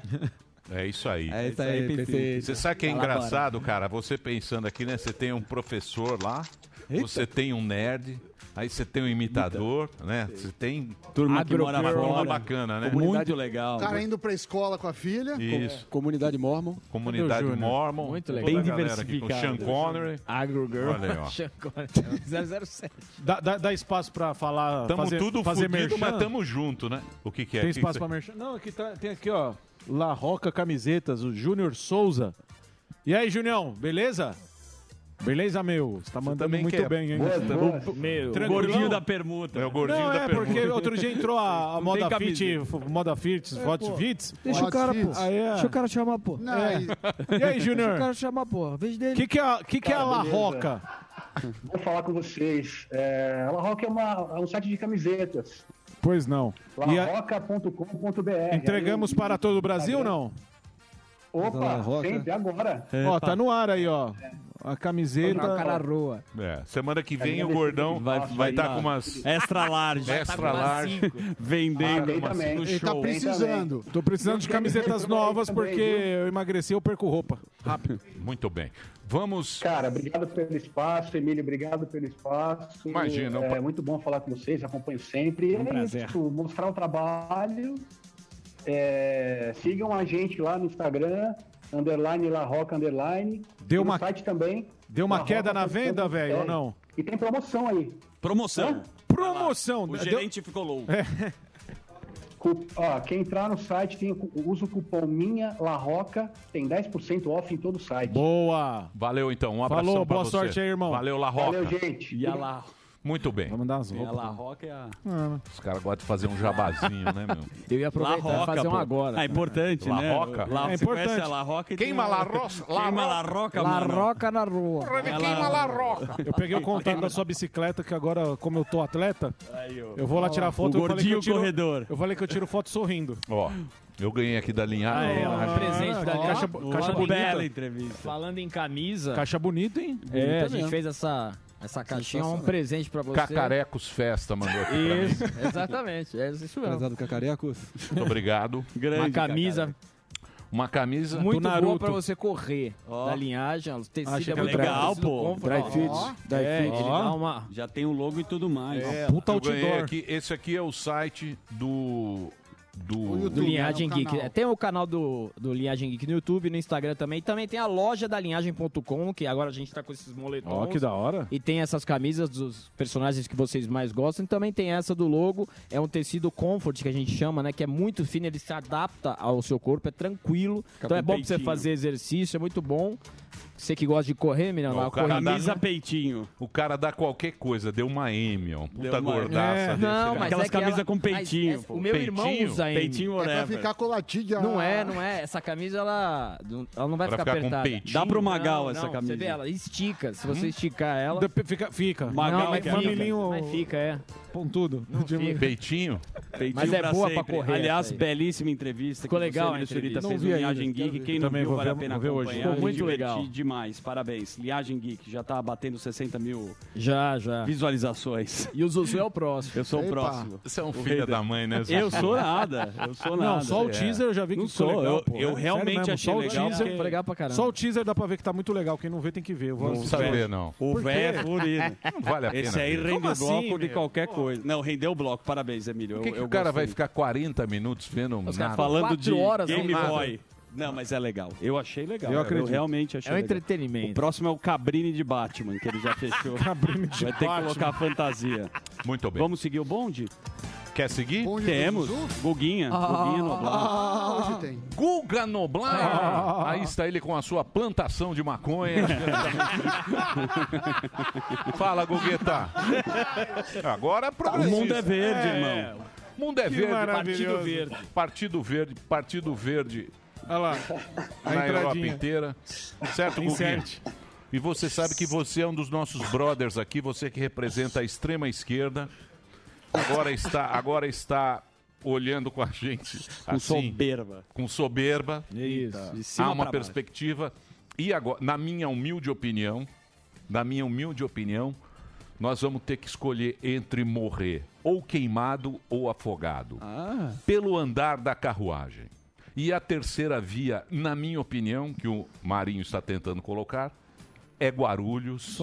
É isso aí. É isso aí, perfeito. Você sabe que é Tá lá fora. engraçado, cara? Você pensando aqui, né? Você tem um professor lá, você tem um nerd, aí você tem um imitador, né? Você tem Turma que mora uma turma fora. bacana, né? Muito legal. O cara indo pra escola com a filha. Isso. Comunidade Mormon. Comunidade Cadê o Júnior? Mormon. Bem Toda a galera aqui diversificado. Com Sean Connery. Agro Girl. Olha aí, ó. Sean Connery. 007. Dá, dá- dá espaço pra falar. Tamo fazer, tudo fazer fudido, merchan? mas tamo junto, né? O que que é? Tem O que que espaço você- pra merchan? Não, aqui tá- tem aqui, ó. La Roca Camisetas, o Júnior Souza. E aí, Junião, beleza? Beleza, meu? Você tá mandando também muito quer. bem, hein? Boa, Você boa. tá- Meu, Tranquilão? gordinho da permuta. É o gordinho Não, da é, pergunta. porque outro dia entrou a, a Não moda tem fit, camiseta. f- moda fit, É, hot pô. fit. Deixa o Hot cara, fit. pô. Aí é. Deixa o cara chamar, pô. Não, É. e- E aí, Júnior? Deixa o cara chamar, pô. A vez dele. O que, que é, a- que que é a La Roca? Vou falar com vocês. É, a La Roca é, uma- é um site de camisetas. É, Pois não. E a- Larroca.com.br. entregamos para todo o Brasil ou não? Opa, La Roca. sempre, agora. Ó, tá no ar aí, ó. A camiseta. O cara roa. É, semana que Tá vem o vendo? gordão vai estar vai tá dar. com umas. Extra large. Vai tá Extra com umas large. cinco. Vendendo Tem umas também. cinco Ele tá show. precisando. Tô precisando de camisetas novas porque eu emagreci, eu perco roupa. Rápido. Muito bem. Vamos. Cara, obrigado pelo espaço, Emílio, obrigado pelo espaço. Imagina, É um- muito bom falar com vocês, acompanho sempre. Um é prazer. isso, mostrar o trabalho. É, sigam a gente lá no Instagram, underline La Roca, underline. Deu E no uma- site também. Deu uma larroca.com.br. queda na venda, velho, ou não? é. E tem promoção aí. Promoção. Promoção. O Deu- gerente ficou louco. Cu- ó, quem entrar no site tem o cu- usa o cupom Minha Larroca, tem 10% off em todo o site. Boa! Valeu então, um abração Falou, pra boa você. sorte aí, irmão. Valeu, La Roca. Valeu, gente. E a La- Muito bem. Vamos dar umas Tem a La Roca e é a... Ah, Os caras gostam de fazer um jabazinho, né, meu? Eu ia aproveitar e fazer um agora. É importante, né? La Roca? La- É você conhece importante. a La Roca e Queima tem La a- Roça. Queima La Roca, La mano. Roca na rua. Queima La Roca. Eu peguei o contato da sua bicicleta, que agora, como eu tô atleta, eu vou lá tirar foto. O eu falei que gordinho eu tiro- corredor. Eu falei que eu tiro foto sorrindo. Ó, eu ganhei aqui da linhagem. Ah, é, presente da Caixa- linhagem. caixa bonita. Tipo, Bela entrevista. Falando em camisa. Caixa bonita, hein? É, Bonita a gente mesmo. fez essa, essa caixinha, um Sensacional. presente pra você. Cacarecos Festa mandou aqui pra mim. Isso, exatamente. É isso mesmo. Casado com Cacarecos. Muito obrigado. Grande Uma camisa. Uma camisa Muito boa pra você correr. Da linhagem, o tecido Achei é que muito era legal, tecido pô. confortável. Dry fit, Ó. dry É, fit. ele Ó. dá uma... Já tem o logo e tudo mais. É, Eu ganhei aqui. Esse aqui é o site do. Do, do né? Linhagem Geek. né? Tem o é um canal do, do Linhagem Geek no YouTube, no Instagram também. Também tem a loja da linhagem.com, que agora a gente tá com esses moletons. Ó, que da hora. E tem essas camisas dos personagens que vocês mais gostam. E também tem essa do logo. É um tecido comfort, que a gente chama, né? Que é muito fino, ele se adapta ao seu corpo, é tranquilo. Fica então é com bom pra você peitinho. fazer exercício, é muito bom. Você que gosta de correr, menino, Ó, lá, o cara corre- dá- peitinho. O cara dá qualquer coisa, deu uma M, ó. um Puta uma M. gordaça. É. desse, Não, cara. mas Aquelas é que camisas ela- com peitinho, mas é- pô. o meu irmão usa M. Peitinho É pra whatever. ficar coladinha. Não é, não é. Essa camisa, ela, ela não vai Pra ficar, um ficar com apertada. peitinho? Dá pro Magal essa não, camisa. Você vê, ela estica. Se você Hum? esticar ela... Dep- Fica. fica. não, mas fica, mas fica, é. Pontudo. um- fica. Peitinho. Peitinho Mas é pra boa pra sempre. correr Aliás, essa aí. belíssima entrevista. Ficou que legal você, a Maurício Lita, entrevista. fez Não no vi Viagem ainda, quero Geek. ver. Quem não Também viu, vou vale a ver- pena vou ver hoje. acompanhar. Ficou Me muito diverti legal. demais. Parabéns. Viagem Geek já tá batendo 60 mil Já, já. visualizações. E o Zuzu é o próximo. Eu sou o Epa. próximo. Você é um O filho rei da mãe, né, Zuzu? Eu sou nada. Eu sou Ah, Não, nada. só o É. teaser eu já vi que não ficou sou. legal, eu, pô. eu É realmente sério mesmo, achei só o legal. teaser- porque- Só o teaser dá pra ver que tá muito legal. Quem não vê tem que ver. Eu vou Não assistir. saber, não. um O Por véio quê? é furido. Não vale a pena. Esse aí Como rendeu o assim, bloco de meu? qualquer coisa. Não, rendeu o bloco. Parabéns, Emílio. Por que, eu, que eu o cara vai gostei. ficar 40 minutos vendo Os nada? caras falando de Game Nada. Boy. Não, mas é legal. Eu achei legal. Eu acredito. realmente achei É um legal. entretenimento. O próximo é o Cabrini de Batman, que ele já fechou. Cabrini de Vai ter que colocar a fantasia. Muito bem. Vamos seguir o bonde? Quer seguir? Temos. Guguinha. Ah, Guguinha Noblar. hoje tem. Guga Noblar! Ah. Aí está ele com a sua plantação de maconha. Fala, Gugueta. Agora é progressista. O mundo é verde, irmão. O mundo é Que verde. maravilhoso. Partido Verde. Partido Verde. Partido Verde. Olha lá. A na Europa entradinha. inteira. Certo, Guguinha? Insert. E você sabe que você é um dos nossos brothers aqui, você que representa a extrema esquerda. Agora está, agora está olhando com a gente Com assim, soberba. Com soberba. Isso, de cima Há uma pra baixo. perspectiva. E agora, na minha humilde opinião, na minha humilde opinião, nós vamos ter que escolher entre morrer ou queimado ou afogado. Ah. Pelo andar da carruagem. E a terceira via, na minha opinião, que o Marinho está tentando colocar, é Guarulhos.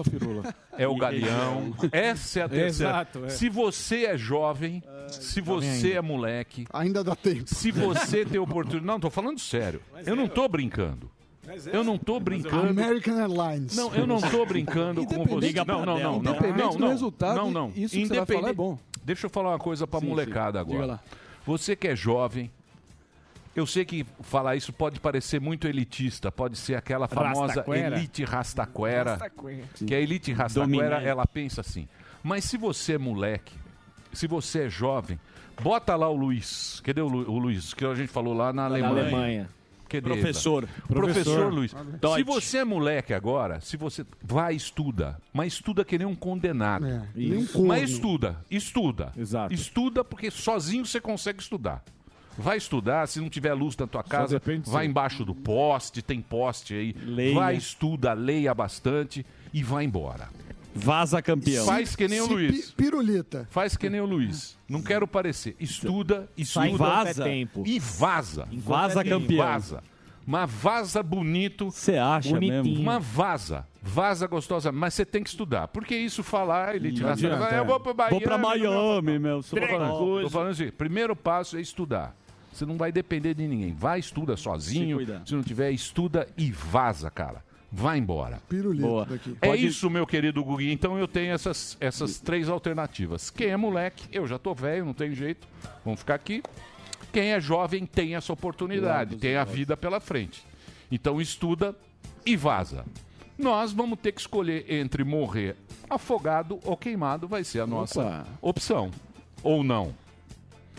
É o E Galeão. região. Essa é a terceira. Exato, é. Se você é jovem, Ah, se você ainda. é moleque, Ainda dá tempo. se você tem oportunidade. Não, tô falando sério. Eu não tô brincando. Eu não tô brincando. American Airlines. Não, eu não tô brincando com você. Independente- Não, não, não. não. Independente não, do não. resultado, não, não. isso que você vai falar é bom. Deixa eu falar uma coisa pra Sim, molecada sim. agora. Diga lá. Você que é jovem, eu sei que falar isso pode parecer muito elitista, pode ser aquela famosa Rastaquera. elite rastaquera, Rastaquera. que a elite rastaquera, Dominante. ela pensa assim. Mas se você é moleque, se você é jovem, bota lá o Luiz. Cadê o, Lu- o Luiz? Que a gente falou lá na Alemanha. Alemanha. Cadê Professor. ele? Professor. Professor. Luiz. Deutsch. Se você é moleque agora, se você vai estuda, mas estuda que nem um condenado. É, nem um Isso. corno. mas estuda, estuda. Exato. Estuda porque sozinho você consegue estudar. Vai estudar, se não tiver luz na tua casa, depende de vai você. embaixo do poste, tem poste aí. Vai, estuda, leia bastante e vai embora. Vaza campeão. Faz que nem o Se Luiz. pi- Pirulita. Faz que nem o Luiz. Não quero parecer. Estuda, estuda. Sai enquanto é tempo. E vaza. Enquanto Vaza é tempo. campeão. Vaza. Uma vaza bonito. Você acha Bonitinho. mesmo? Uma vaza. Vaza gostosa. Mas você tem que estudar. Porque isso falar, ele te Não rasga. adianta, Ah, Eu é. vou pra Bahia. Vou pra Miami, meu. Sou Tô falando, tranquilo. tô falando assim. Primeiro passo é estudar. Você não vai depender de ninguém. Vai, estuda sozinho. Se cuidar. Se não tiver, estuda e vaza, cara. Vai embora. Pirulito Boa. daqui. É isso, meu querido Guguinho. Então eu tenho essas, essas três alternativas. Quem é moleque, eu já tô velho, não tem jeito, vamos ficar aqui. Quem é jovem tem essa oportunidade, tem a vida pela frente. Então estuda e vaza. Nós vamos ter que escolher entre morrer afogado ou queimado, vai ser a nossa opção. Ou não.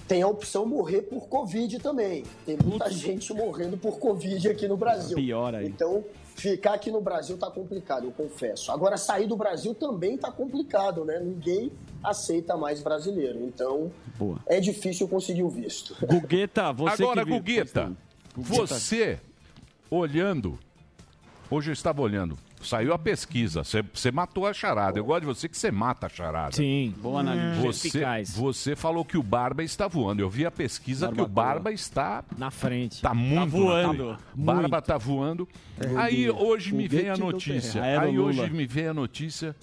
Tem a opção morrer por Covid também. Tem muita gente morrendo por Covid aqui no Brasil. Pior aí. Então, ficar aqui no Brasil tá complicado, eu confesso. Agora, sair do Brasil também tá complicado, né? Ninguém aceita mais brasileiro. Então, Boa. é difícil conseguir o visto. Gugueta, você Agora, que viu- Gugueta, você olhando. Hoje eu estava olhando. Saiu a pesquisa. Você você matou a charada. Eu gosto de você que você mata a charada. Hum. Sim. Boa análise. Você, você falou que o Barba está voando. Eu vi a pesquisa que o Barba está. Na frente. Tá muito voando. na frente. Barba tá voando. É, Aí Rodrigo. hoje me vem a Foguete do notícia. terra. Aero Aí Lula. hoje me vem a notícia.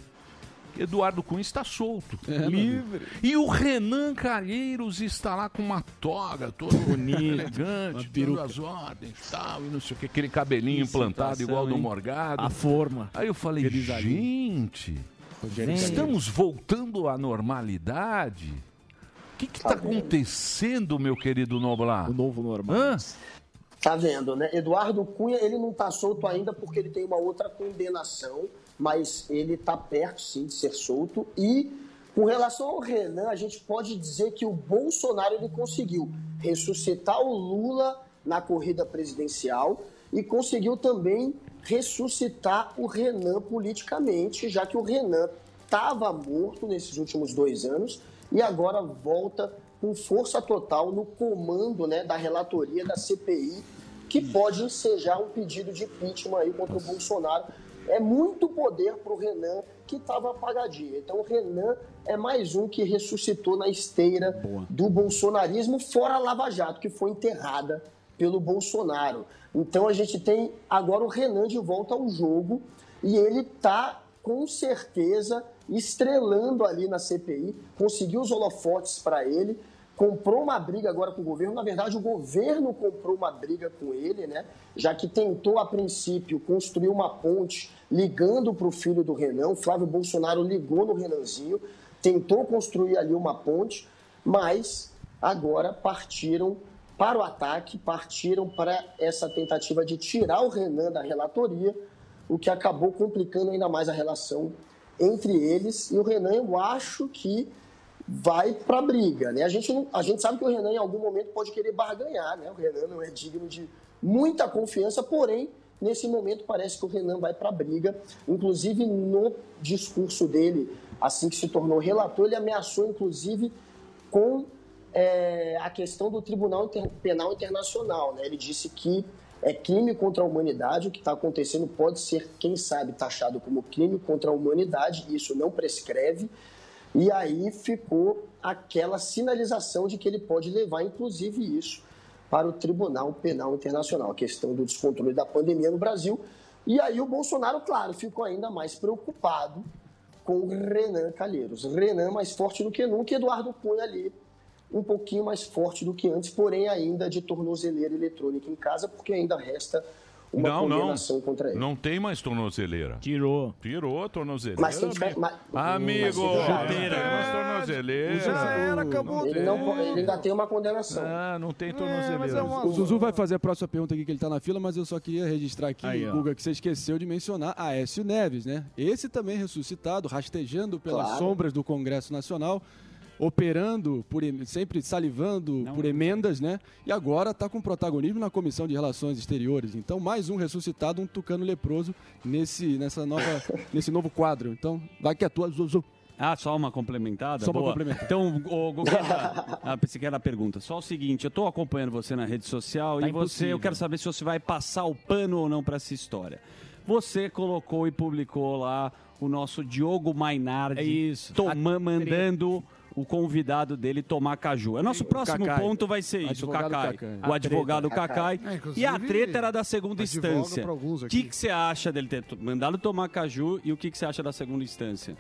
que Eduardo Cunha está solto, É, livre. E o Renan Calheiros está lá com uma toga, todo Bonito. elegante, dando peruca. as ordens, tal, e não sei o que, aquele cabelinho implantado igual do hein? Morgado. A forma. Aí eu falei, gente, Rogério estamos voltando à normalidade? O que está acontecendo, meu tá querido Noblar? O novo normal. Hã? Tá vendo, né? Eduardo Cunha, ele não tá solto ainda porque ele tem uma outra condenação, mas ele tá perto, sim, de ser solto. E com relação ao Renan, a gente pode dizer que o Bolsonaro ele conseguiu ressuscitar o Lula na corrida presidencial e conseguiu também ressuscitar o Renan politicamente, já que o Renan estava morto nesses últimos dois anos e agora volta com força total no comando né, da relatoria da CPI, que pode ensejar um pedido de impeachment aí contra o Bolsonaro. É muito poder para o Renan, que estava apagadinho. Então, o Renan é mais um que ressuscitou na esteira do bolsonarismo, fora a Lava Jato, que foi enterrada pelo Bolsonaro. Então, a gente tem agora o Renan de volta ao jogo e ele tá está, com certeza, estrelando ali na CPI, conseguiu os holofotes para ele, comprou uma briga agora com o governo. Na verdade, o governo comprou uma briga com ele, né? Já que tentou, a princípio, construir uma ponte ligando para o filho do Renan. O Flávio Bolsonaro ligou no Renanzinho, tentou construir ali uma ponte, mas agora partiram para o ataque, partiram para essa tentativa de tirar o Renan da relatoria, o que acabou complicando ainda mais a relação entre eles e o Renan eu acho que vai para briga, né? A gente não, a gente sabe que o Renan em algum momento pode querer barganhar, né? O Renan não é digno de muita confiança, porém nesse momento parece que o Renan vai para briga, inclusive no discurso dele assim que se tornou relator ele ameaçou inclusive com é, a questão do Tribunal Inter- Penal Internacional, né? Ele disse que é crime contra a humanidade. O que está acontecendo pode ser, quem sabe, taxado como crime contra a humanidade, e isso não prescreve. E aí ficou aquela sinalização de que ele pode levar, inclusive, isso para o Tribunal Penal Internacional, a questão do descontrole da pandemia no Brasil. E aí o Bolsonaro, claro, ficou ainda mais preocupado com o Renan Calheiros. Renan mais forte do que nunca, e Eduardo Cunha ali um pouquinho mais forte do que antes, porém ainda de tornozeleira eletrônica em casa, porque ainda resta uma não, não. condenação contra ele. Não tem mais tornozeleira. Tirou. Tirou a tornozeleira. Mas tem que- mas- Amigo, mas- já tem mais tornozeleira. Ele, não po- ele ainda tem uma condenação. Ah, não tem tornozeleira. O Zuzu vai fazer a próxima pergunta aqui que ele tá na fila, mas eu só queria registrar aqui, Aí, ó. Guga, que você esqueceu de mencionar Aécio Neves, né? Esse também ressuscitado, rastejando pelas Claro. sombras do Congresso Nacional, operando, por, em- sempre salivando é. por emendas, né? E agora está com protagonismo na Comissão de Relações Exteriores. Então, mais um ressuscitado, um tucano leproso nesse, nessa nova, nesse novo quadro. Então, vai que atua, Zuzu. Ah, só uma complementada? Só pra Boa. complementar. Então, o Gugueta, ah, pensei que era a pergunta. Só o seguinte, eu tô acompanhando você na rede social Tá e você, impossível. eu quero saber se você vai passar o pano ou não pra essa história. Você colocou e publicou lá o nosso Diogo Mainardi É isso. toma- mandando o convidado dele tomar caju. O nosso próximo Cacai. ponto vai ser isso, o Advogado Cacai. Cacai. O A advogado treta. Cacai. Cacai. É, inclusive, e a treta era da segunda advoga instância. pra alguns O que que você acha dele ter to- mandado tomar caju e o que que você acha da segunda instância?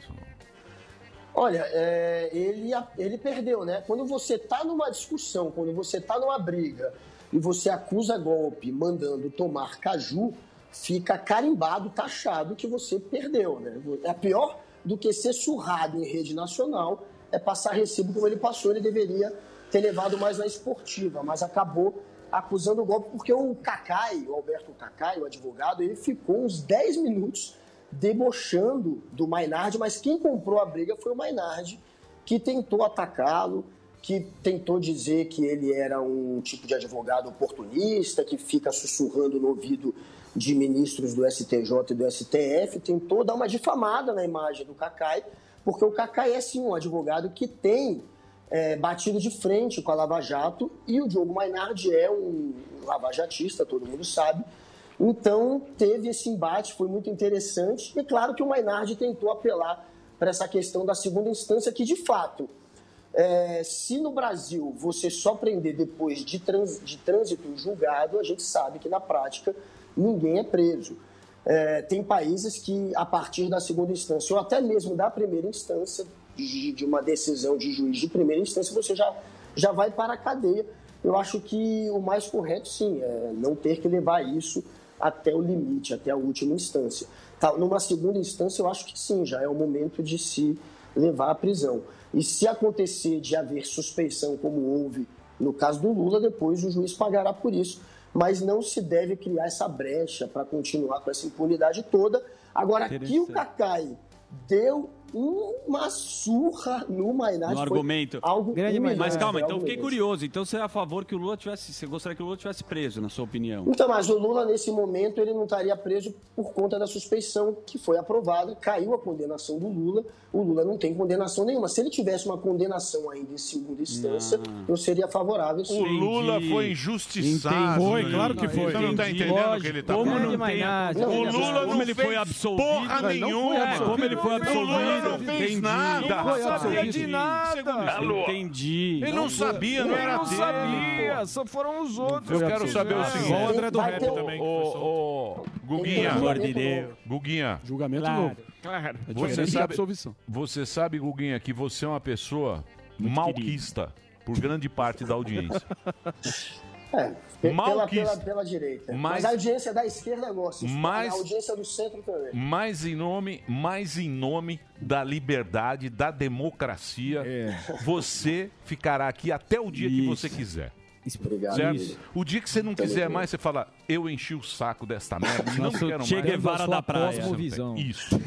Olha, é, ele, ele perdeu, né? Quando você tá numa discussão, quando você tá numa briga e você acusa golpe mandando tomar caju, fica carimbado, taxado que você perdeu, né? É pior do que ser surrado em rede nacional, é passar recibo como ele passou, ele deveria ter levado mais na esportiva, mas acabou acusando o golpe porque o Cacai, o Alberto Cacai, o advogado, ele ficou uns 10 minutos debochando do Mainardi, mas quem comprou a briga foi o Mainardi, que tentou atacá-lo, que tentou dizer que ele era um tipo de advogado oportunista, que fica sussurrando no ouvido de ministros do STJ e do STF, tentou dar uma difamada na imagem do Cacai, porque o Cacai é sim um advogado que tem é, batido de frente com a Lava Jato e o Diogo Mainardi é um lavajatista, todo mundo sabe. Então teve esse embate, foi muito interessante e claro que o Mainardi tentou apelar para essa questão da segunda instância que de fato é, se no Brasil você só prender depois de, trans- de trânsito em julgado, a gente sabe que na prática ninguém é preso. É, tem países que, a partir da segunda instância, ou até mesmo da primeira instância, de, de uma decisão de juiz de primeira instância, você já, já vai para a cadeia. Eu acho que o mais correto, sim, é não ter que levar isso até o limite, até a última instância. Tá, numa segunda instância, eu acho que sim, já é o momento de se levar à prisão. E se acontecer de haver suspeição, como houve no caso do Lula, depois o juiz pagará por isso. mas não se deve criar essa brecha para continuar com essa impunidade toda. Agora, aqui o Interessante. Kakai deu uma surra no Mainardi. No foi argumento. Algo humilhante, Mas calma, então eu algo fiquei humilhante. curioso. Então você é a favor que o Lula tivesse. Você gostaria que o Lula tivesse preso, na sua opinião? Então, mas o Lula, nesse momento, ele não estaria preso por conta da suspeição que foi aprovada, caiu a condenação do Lula, o Lula não tem condenação nenhuma. Se ele tivesse uma condenação ainda em segunda instância, eu seria favorável. sim. O Lula foi injustiçado. Entendi. Foi, né? claro que foi. Você não tá Entendi. entendendo o que Lógico. ele tá Como falando? não tem- O Lula não Como ele fez foi absolvido. porra Não foi nenhuma. absolvido. Como ele foi absolvido. O Lula não fez Entendi. nada. Não foi sabia de absolvido. nada. Alô. Entendi. Ele não Não- sabia, não Ele era não dele. sabia, só foram os Eu quero saber o seguinte. Igual o André É do Vai Rap ter o- também, que foi O, o, Guguinha. Pelo amor de Deus. Guguinha. Julgamento Claro, novo. claro. É Você diferente de sabe, absolvição. você sabe, Guguinha, que você é uma pessoa malquista por grande parte da audiência. É, Pe- Pela, malquista. pela, pela direita. Mas... Mas- a audiência é da esquerda gosta. Mas- A audiência é do centro também. Mas em nome, mas em nome da liberdade, da democracia, É. você ficará aqui até o dia que você quiser. Obrigado. Certo? Isso. O dia que você não Então, Também quiser bem. mais, você fala, eu enchi o saco desta merda, não Nosso quero Che mais. Guevara da praia. Isso.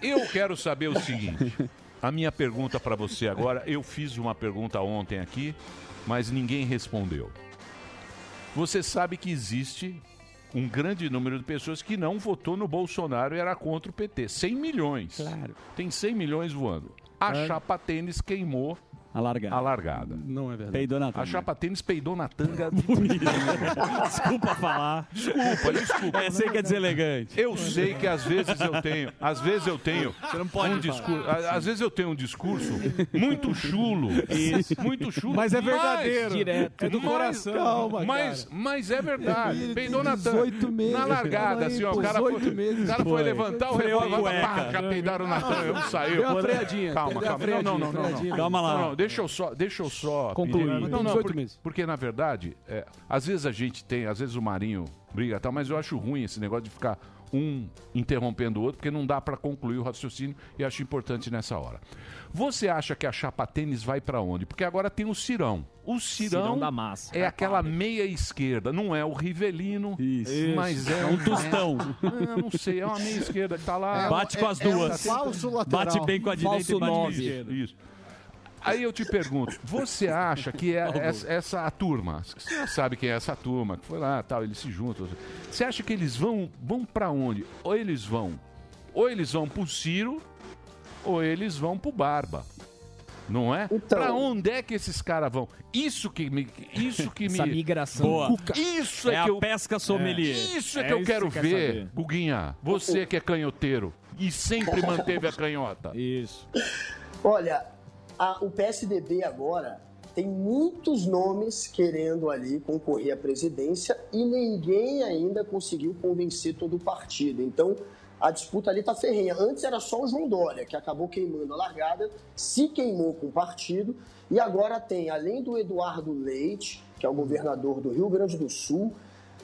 Eu quero saber o seguinte. A minha pergunta para você agora, eu fiz uma pergunta ontem aqui, mas ninguém respondeu. Você sabe que existe um grande número de pessoas que não votou no Bolsonaro e era contra o PT. 100 milhões. Claro. Tem 100 milhões voando. A É. chapa tênis queimou A largada. a largada. Não é verdade. Peidou na A tanga. chapa tênis peidou na tanga. Desculpa falar. Desculpa, desculpa. É, sei que é deselegante. Eu sei que às vezes eu tenho, às vezes eu tenho Você não pode um falar. discurso, a- às vezes eu tenho um discurso muito chulo, Isso. muito chulo, Mas é verdadeiro. Direto. É do mas- coração. Calma, mas, cara. mas é verdade. Ele Peidou tem na 18 tanga, meses. na largada, Calma aí, assim, ó, pô, o cara foi, 18 meses o cara foi foi. levantar o Freou a revólver, cueca. pá, já peidaram na tanga, não saiu. Deu uma freadinha, Calma, deu uma calma. Não, não, não, freadinha, não, freadinha. não. Calma lá. Não, não, deixa eu só, deixa eu só Concluir. pedir- Não, não, Tem 18 porque- meses. porque, na verdade, é, às vezes a gente tem, às vezes o Marinho briga e tal, mas eu acho ruim esse negócio de ficar um interrompendo o outro, porque não dá pra concluir o raciocínio e acho importante nessa hora. Você acha que a chapa tênis vai pra onde? Porque agora tem o Cirão. O Cirão, Cirão da massa. é aquela meia esquerda, não é o Rivelino, mas é É um tostão. É, eu não sei, é uma meia esquerda que tá lá. Bate com as duas. Bate bem com a direita Falso e bate com a nove. esquerda. Isso. Aí eu te pergunto, você acha que é essa, essa turma, você já sabe quem é essa turma, que foi lá, tal, eles se juntam. Você acha que eles vão, vão para onde? Ou eles vão, ou eles vão pro Ciro, ou eles vão pro Barba. Não é? pra onde é que esses caras vão? Isso que me isso que me Essa migração. Boa. Cuca. Isso é, É que a eu pesca sommelier. Isso é, É que eu isso que quero quer ver, saber. Guguinha. Você que é canhoteiro e sempre manteve a canhota. Isso. Olha, a- o PSDB agora tem muitos nomes querendo ali concorrer à presidência e ninguém ainda conseguiu convencer todo o partido. Então, a disputa ali está ferrenha. Antes era só o João Dória, que acabou queimando a largada, se queimou com o partido, e agora tem, além do Eduardo Leite, que é o governador do Rio Grande do Sul,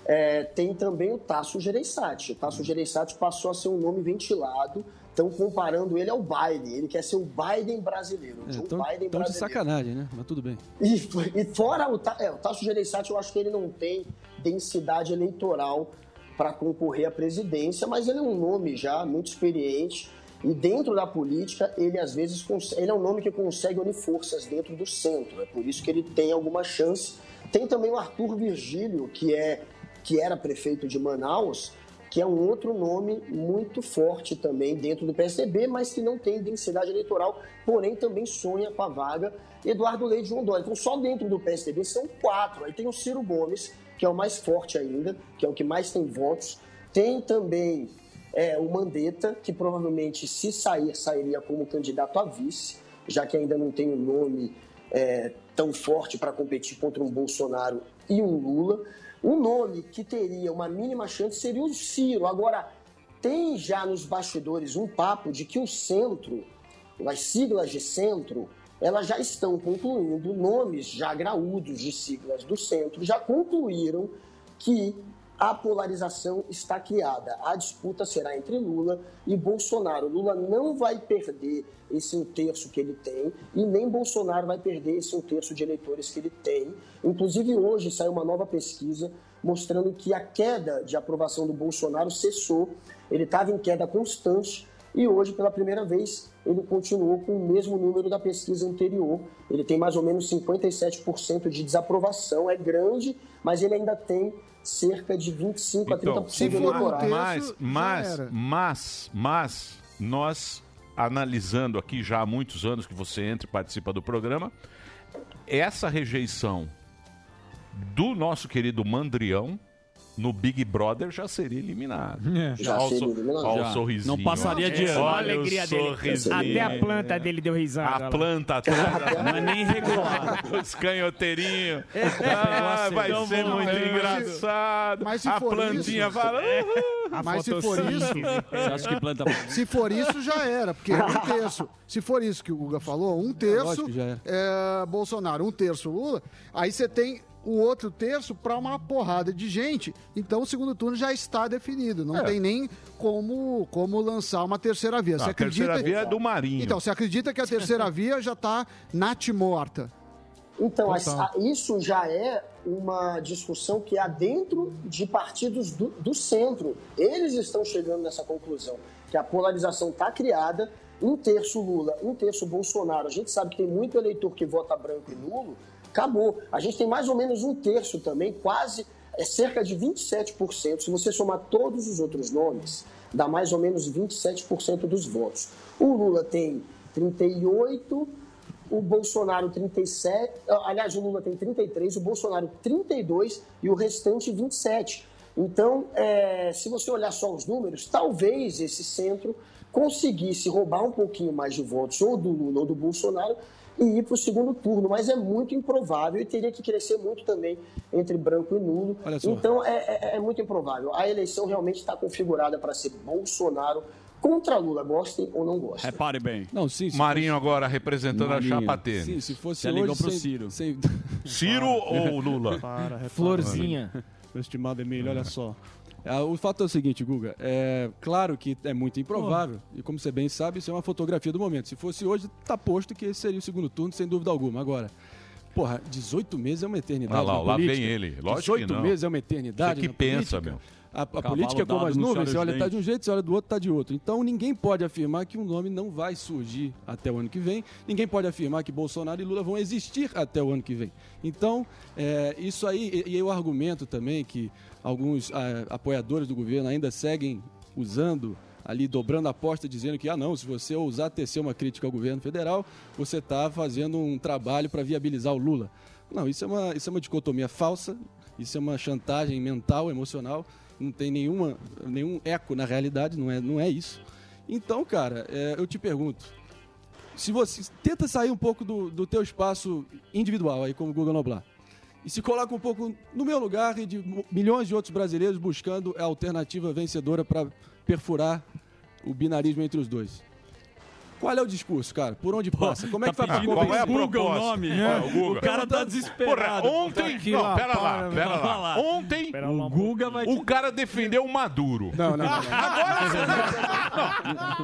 é, tem também o Tasso Gereissati. O Tasso Gereissati passou a ser um nome ventilado. Estão comparando ele ao Biden. Ele quer ser o Biden brasileiro. o Joe Estão Biden É, de brasileiro. sacanagem, né? Mas tudo bem. E, f- e fora o, Ta- é, o Tasso Gereissati, eu acho que ele não tem densidade eleitoral para concorrer à presidência, mas ele é um nome já muito experiente. E dentro da política, ele às vezes cons- ele é um nome que consegue unir forças dentro do centro. É por isso que ele tem alguma chance. Tem também o Arthur Virgílio, que é que era prefeito de Manaus, que é um outro nome muito forte também dentro do PSDB, mas que não tem densidade eleitoral, porém também sonha com a vaga Eduardo Leite e João Dória. Então só dentro do PSDB são quatro. Aí tem o Ciro Gomes, que é o mais forte ainda, que é o que mais tem votos. Tem também é, o Mandetta, que provavelmente se sair, sairia como candidato a vice, já que ainda não tem um nome é, tão forte para competir contra um Bolsonaro e um Lula. O nome que teria uma mínima chance seria o Ciro. Agora, tem já nos bastidores um papo de que o centro, as siglas de centro, elas já estão concluindo, nomes já graúdos de siglas do centro já concluíram que a polarização está criada. A disputa será entre Lula e Bolsonaro. Lula não vai perder esse um terço que ele tem e nem Bolsonaro vai perder esse um terço de eleitores que ele tem. Inclusive, hoje saiu uma nova pesquisa mostrando que a queda de aprovação do Bolsonaro cessou. Ele estava em queda constante e hoje, pela primeira vez, ele continuou com o mesmo número da pesquisa anterior. Ele tem mais ou menos 57% de desaprovação, é grande, mas ele ainda tem cerca de 25% Então, Então, a 30% de eleitorado. mas, mas, mas, mas, nós analisando aqui já há muitos anos que você entra e participa do programa, essa rejeição do nosso querido Mandrião no Big Brother já seria eliminado. Já Olha o seria so- eliminado. olha o Já. sorrisinho. Não É. passaria ó. de ano. É, Olha Olha a alegria o dele. sorrisinho. Até a planta dele deu risada. olha A lá. planta toda. Não é nem regular. Os canhoteirinhos. É, Ah, assim, vai então ser vamos muito ver. engraçado. Mas É, se a for plantinha isso- fala. A Mas se for isso- Eu acho que planta. Se for isso, já era, porque um terço. Se for isso que o Guga É, falou, um terço lógico que já era. é, Bolsonaro, um terço Lula, aí você tem o outro terço para uma porrada de gente. Então o segundo turno já está definido. Não É. tem nem como, como lançar uma terceira via. Não, Você a terceira acredita- via é do Marinho. Então, você acredita que a terceira via já tá está natimorta? Então, Total. a- a- isso já é uma discussão que há dentro de partidos do, do centro. Eles estão chegando nessa conclusão, que a polarização está criada, um terço Lula, um terço Bolsonaro. A gente sabe que tem muito eleitor que vota branco e nulo, acabou. A gente tem mais ou menos um terço também, quase, é cerca de 27%. Se você somar todos os outros nomes, dá mais ou menos 27% dos votos. O Lula tem 38%, o Bolsonaro 37, ah, aliás, o Lula tem 33, o Bolsonaro 32 e o restante 27. Então, eh, se você olhar só os números, talvez esse centro conseguisse roubar um pouquinho mais de votos ou do Lula ou do Bolsonaro e ir para o segundo turno, mas é muito improvável e teria que crescer muito também entre branco e nulo. só. Então, é, é- é muito improvável. A eleição realmente está configurada para ser Bolsonaro contra Lula, gostem ou não gostem. É Repare bem. Não, sim, Marinho agora representando a Marinho. chapa tênis. Sim, se fosse Já hoje, ligou pro sem- Ciro. sem- né? Ciro ou Lula? Para, repara. Florzinha. Meu estimado Emílio, olha só. Ah, O fato é o seguinte, Guga. É claro que é muito improvável. E como você bem sabe, isso é uma fotografia do momento. Se fosse hoje, tá posto que esse seria o segundo turno, sem dúvida alguma. Agora, porra, 18 meses é uma eternidade. Olha lá, na lá política. vem ele. Lógico que 18 não. meses é uma eternidade. Você que na política. pensa, meu. A, a Cavalo política é como dado as não nuvens, chora você os olha, tá dentes. de um jeito, você olha do outro, tá de outro. Então ninguém pode afirmar que um nome não vai surgir até o ano que vem. Ninguém pode afirmar que Bolsonaro e Lula vão existir até o ano que vem. Então, é, isso aí, e, e o argumento também que alguns ah, apoiadores do governo ainda seguem usando ali dobrando a aposta dizendo que ah não, se você ousar tecer uma crítica ao governo federal, você está fazendo um trabalho para viabilizar o Lula. Não, isso é uma isso é uma dicotomia falsa, isso é uma chantagem mental, emocional, não tem nenhuma nenhum eco na realidade, não é não é isso. Então, cara, é, eu te pergunto, se você tenta sair um pouco do, do teu espaço individual aí como Google Noblar e se coloca um pouco no meu lugar e de mo- milhões de outros brasileiros buscando a alternativa vencedora para perfurar o binarismo entre os dois. Qual é o discurso, cara? Por onde passa? Como é que tá vai pra pedindo pra convencer? Google o nome? É, o Google. Tá Porra, ontem. não, pera lá, pera lá. Ontem. o Guga vai. O cara defendeu o Maduro. Não, não.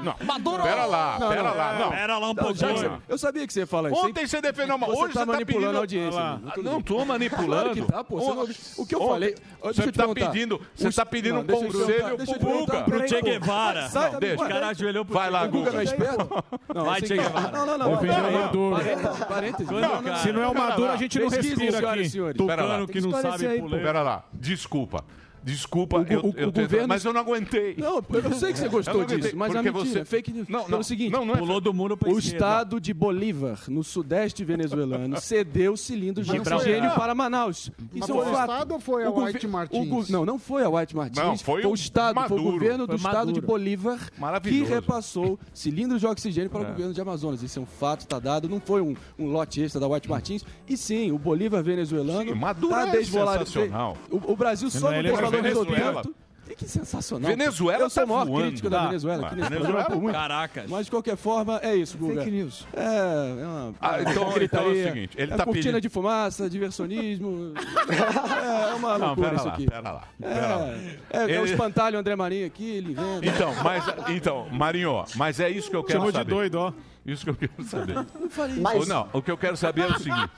Não. Maduro! Pera lá, Não, pera não, lá. é. Não. Pera lá um pouquinho. Eu sabia que você ia falar isso. Ontem você defendeu uma. Você Hoje tá você tá manipulando pedindo- a audiência, Ah, amigo, tudo Não bem. tô Claro manipulando. que tá, pô, você não ouviu. O que eu Ontem- falei- Ó, deixa Você eu te tá perguntar. pedindo, você Os- tá pedindo Não, um deixa eu te conselho perguntar, deixa pro eu te perguntar. Guga. Peraí, pô. Sai, tá Não, me deixa. guardando. Vai lá, O Guga não é esperto? Não, Vai, assim Che que- Guevara. Não, não, não. Defendeu Não, o não, Maduro. parênteses, Parênteses. Quando, cara? Se não é o Pera Maduro, lá. a gente não Pesquisem, respira senhoras aqui. e senhores. Tucano Pera lá. que não Esclarece sabe aí, pular. pô. Pera lá, desculpa. Desculpa, O- eu, o- eu o tento- governo- mas eu não aguentei. Não, eu sei que você Eu gostou não aguentei, disso, mas é porque mentira, você- é fake news. Não, Pelo não, seguinte, não, não é- Pulou do muro pra O esquerda. estado de Bolívar, no sudeste venezuelano, cedeu cilindros de Mas não foi- oxigênio Ah. para Manaus. Mas foi o estado ou foi a gover- White o Martins? go- Não, não foi a White Martins. Não, foi um um o o estado, foi o Maduro. governo do Foi estado de Maduro. Bolívar que Maravilhoso. repassou cilindros de oxigênio para É. o governo de Amazonas. Isso é um fato, está dado. Não foi um, um lote extra da White Martins. E sim, o Bolívar venezuelano Maduro tá é desvolarizado. sensacional. O, o Brasil só Não, não ele é desvalorizou Venezuela. tanto. E que sensacional. Venezuela Eu sou tá o maior voando. crítico da Tá. Venezuela. Tá. aqui nesse Venezuela? programa, é por muito. Caracas. Mas, de qualquer forma, é isso, Guga. Fake news. É, é uma... Ah, então- então é o gritaria, seguinte, ele é tá cortina pedindo- de fumaça, diversionismo. é, é uma Não, loucura pera isso lá, aqui. pera lá, pera lá. É, é, é o Ele- espantalho André Marinho aqui, ele inventa. Então, mas, então, Marinho, mas é isso que eu quero Chamou de saber. doido, ó. Isso que eu quero saber. Não falei Ou isso. não, o que eu quero saber é o seguinte.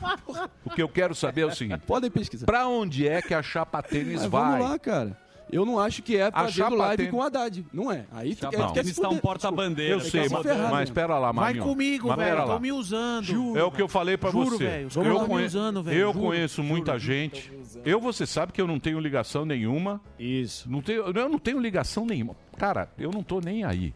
O que eu quero saber é o seguinte. Podem pesquisar. Pra onde é que a chapa tênis Mas vai? Vamos lá, cara. Eu não acho que é fazendo chapa live tem- com o Haddad. Não é. Aí tem Não. que Precisa dar um porta-bandeira. Eu sei, mas, mas pera lá, Marinho. Mas pera lá. usando. é o que eu falei pra Juro, você. velho, os eu caras tão me conhe- usando, velho, eu juro. conheço muita gente. Eu, você sabe que eu não tenho ligação nenhuma. Isso. Não tenho, eu não tenho ligação nenhuma. Cara, eu não tô nem aí.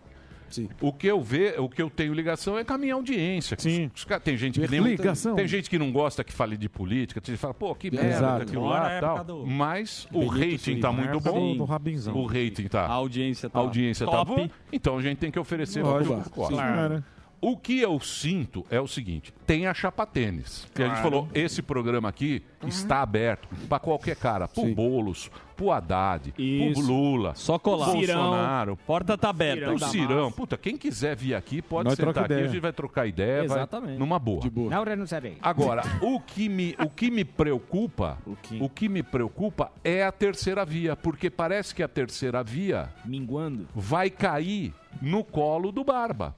O que eu ve, o que eu tenho ligação é com a minha audiência. Sim. tem gente que nem Ligação. tem gente que não gosta que fale de política, tem gente que fala, pô, que merda Exato. aquilo Agora lá, é a tal. época do- Mas o Benito rating Sullivan. tá É a muito época bom. do- do Rabinzão. O rating tá. A audiência tá A audiência tá top. boa. Então a gente tem que oferecer Lógico. o que eu Sim, gosto. cara. O que eu sinto é o seguinte: tem a chapa tênis. Que a gente Claro. falou, esse programa aqui está aberto para qualquer cara, pro Boulos, pro Haddad, pro Lula, Só colar. pro Cirão. Bolsonaro. Porta tá aberta. Pro Da Cirão, massa. puta, quem quiser vir aqui pode Nós troca sentar aqui, ideia. a gente vai trocar ideia, vai- Exatamente. numa boa. Na hora eu não sabia. Agora, o que me, o que me preocupa, o que... me preocupa é a terceira via, porque parece que a terceira via minguando vai cair no colo do Barba.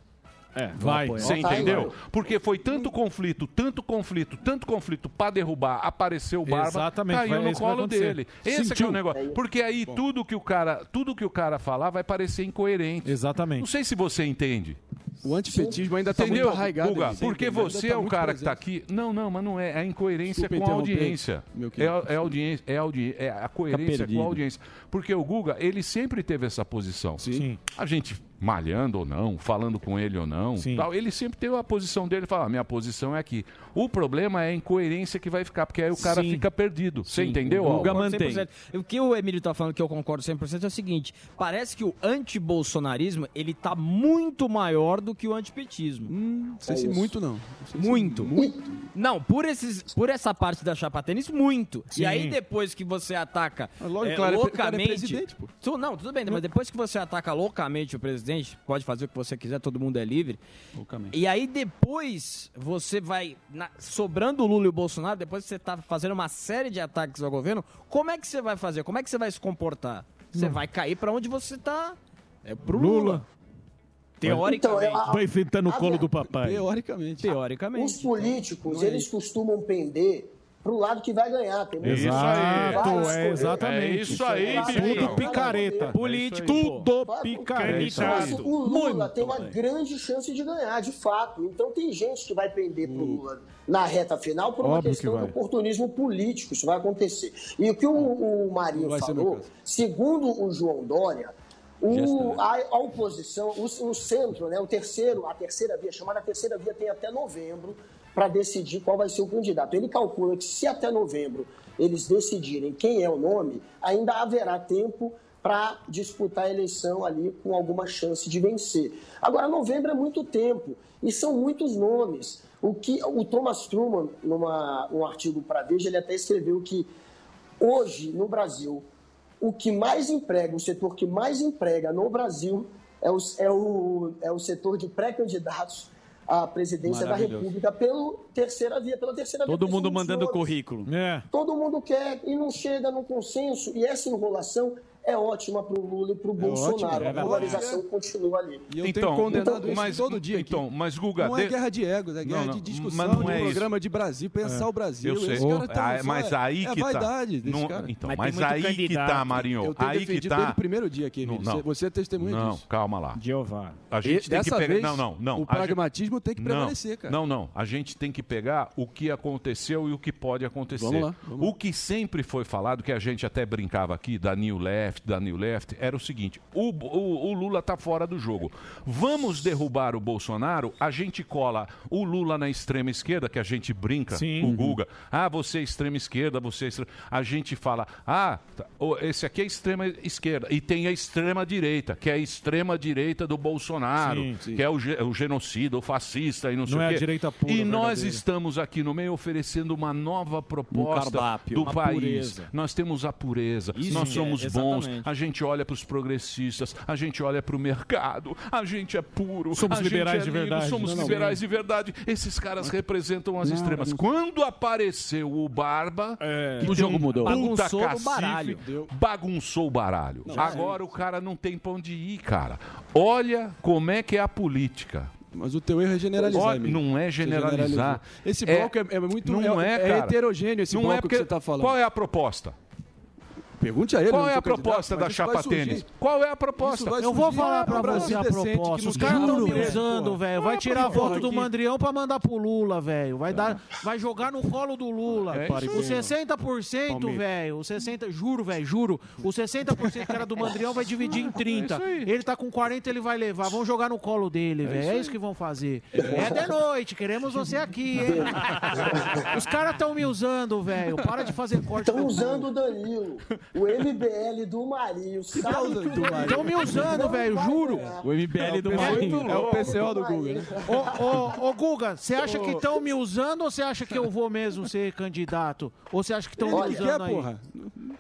É, vai. Você entendeu? Porque foi tanto conflito, tanto conflito, tanto conflito pra derrubar, apareceu o Barba, Exatamente, caiu vai- é no isso que vai colo acontecer. dele. Esse que é Sentiu. o negócio. Porque aí tudo que o cara, tudo que o cara falar vai parecer incoerente. Exatamente. Não sei se você entende. O antipetismo ainda tá Entendeu, muito arraigado. Guga? ali. Porque Ainda você tá é o muito cara que tá presente. aqui. Não, não, mas não é. É a incoerência Desculpa com a interromper, audiência. meu É, querido. a- é a audiência, é a, audi- é a coerência com perdido. a audiência. Porque o Guga, ele sempre teve essa posição. Sim. A gente malhando ou não, falando com ele ou não, tal, ele sempre teve a posição dele, fala, "Ah, minha posição é aqui. O problema é a incoerência que vai ficar, porque aí o cara Sim. fica perdido. Você entendeu? O Guga Alba? mantém. O que o Emílio tá falando que eu concordo 100% é o seguinte, parece que o antibolsonarismo, ele tá muito maior do que o antipetismo. não sei se muito Hum, não. Muito. Não, por, esses, por essa parte da chapa tênis, muito. E Sim. aí depois que você ataca lógico, é, claro, é pre- o cara é loucamente... presidente, pô. Tu- não, tudo bem, né, mas depois que você ataca loucamente o presidente, pode fazer o que você quiser, todo mundo é livre. E aí depois você vai na- sobrando o Lula e o Bolsonaro, depois que você tá fazendo uma série de ataques ao governo, como é que você vai fazer? Como é que você vai se comportar? Você vai cair pra onde você tá. É pro Lula. Teoricamente. Então, eu- Vai sentar no colo do papai. Teoricamente. Teoricamente. Os políticos, eles costumam pender pro lado que vai ganhar, entendeu? Isso aí. Várias Exato, é coisas. exatamente. É isso aí, É bichão. Tudo picareta. Político. Tudo Claro, picareta. Mas o Lula tem uma grande chance de ganhar, de fato. Então tem gente que vai prender pro Lula na reta final por uma Óbvio que questão de vai. oportunismo político. Isso vai acontecer. E o que o, o Marinho Não vai ser meu falou, caso. segundo o João Dória, o- Gesta, né? a, a oposição, o, o centro, né, o terceiro, a terceira via, chamada terceira via, tem até novembro para decidir qual vai ser o candidato. Ele calcula que se até novembro eles decidirem quem é o nome, ainda haverá tempo para disputar a eleição ali com alguma chance de vencer. Agora, novembro é muito tempo e são muitos nomes. O que o Thomas Truman, numa, um artigo para Veja, ele até escreveu que hoje no Brasil o que mais emprega, o setor que mais emprega no Brasil é o, é o, é o setor de pré-candidatos à presidência da Maravilhoso. República pelo terceira via, pela terceira via. Todo tem mundo muitos mandando nomes. currículo. É. Todo mundo quer e não chega no consenso. E essa enrolação é ótima para o Lula e para o Bolsonaro. ótimo, é a verdade. polarização continua ali. E eu tenho condenado isso todo dia aqui. Então, mas Guga... não é de- guerra de egos, é guerra Não, não, de discussão, mas não de é isso. programa de Brasil, pensar É. o Brasil. Eu sei. Esse cara tá- Ah, mas só é- aí que é vaidade tá. desse Não- cara. então, Mas tem mas muito aí que candidato. tá, Marinho, Eu tenho aí que defendido tá. ele no primeiro dia aqui, Não, Emílio. não. Você- Você é testemunha Não, disso. calma lá. Jeová. A gente E tem que dessa pegar. vez, não, não, não. o A pragmatismo tem que Não, prevalecer, cara. Não, não. A gente tem que pegar o que aconteceu e o que pode acontecer. Vamos lá, vamos lá. O que sempre foi falado, que a gente até brincava aqui, da New Left, da New Left, era o seguinte: o, o- o Lula tá fora do jogo. Vamos derrubar o Bolsonaro, a gente cola o Lula na extrema esquerda, que a gente brinca, Sim. Uhum. o Guga. Ah, você é extrema esquerda, você é extrema... A gente fala, ah, tá, ô, esse aqui é extrema esquerda. E tem a extrema direita, que é a extrema direita do Bolsonaro, Sim, sim. que é o, ge- o genocida, o fascista e não, sei Não o é a quê. direita pura, E nós verdadeira. estamos aqui no meio oferecendo uma nova proposta Um cardápio, do uma país. pureza. Nós temos a pureza, Isso nós que é, somos bons, cristãos, a gente olha para os progressistas, a gente olha para o mercado, a gente é puro, Somos a gente liberais é de livre, verdade. somos Não, não, liberais não. de verdade. Esses caras representam as Não, extremas. não. É. Quando apareceu o Barba, que O tem jogo mudou. puta Bagunçou o cacife, baralho. Bagunçou o baralho. Não, é Agora o cara não tem pra onde ir, cara. Olha como é que é a política. Mas o teu erro é generalizar. Olha, amigo. não é Você generalizar. generalizou. Esse bloco é, é muito não é, cara. heterogêneo, esse Não é bloco porque- que você tá falando. Qual é a proposta? Pergunte a ele. Qual eu não é sou a proposta candidato, da mas isso vai chapa surgir. tênis? Qual é a proposta? Isso vai Eu vou surgir. falar É um pra Brasil você a decente que proposta. não Os caras quer estão me dinheiro, usando, porra. velho. Qual é Vai a tirar a proposta voto do aqui? Mandrião pra mandar pro Lula, velho. Vai, dar, vai jogar no colo do Lula. É isso aí. Os 60%, Palmeiras. velho. Os 60%, juro, velho, juro. Os 60% que era do Mandrião vai dividir em É 30%. ele tá com 40%, ele vai levar. Vão jogar no colo dele, velho. É isso que vão fazer. É de noite, queremos você aqui, hein? Os caras estão me usando, velho. Para É, de fazer corte. Estão usando o Danilo, o MBL do Marinho. Sabe que o Danilo Estão me usando, não velho, vai juro. ganhar. O MBL do Marinho. É o PCO do Google, né? Ô, ô, ô, Guga, você acha que estão me usando ou você acha que eu vou mesmo ser candidato? Ou você acha que estão me Olha, usando aí?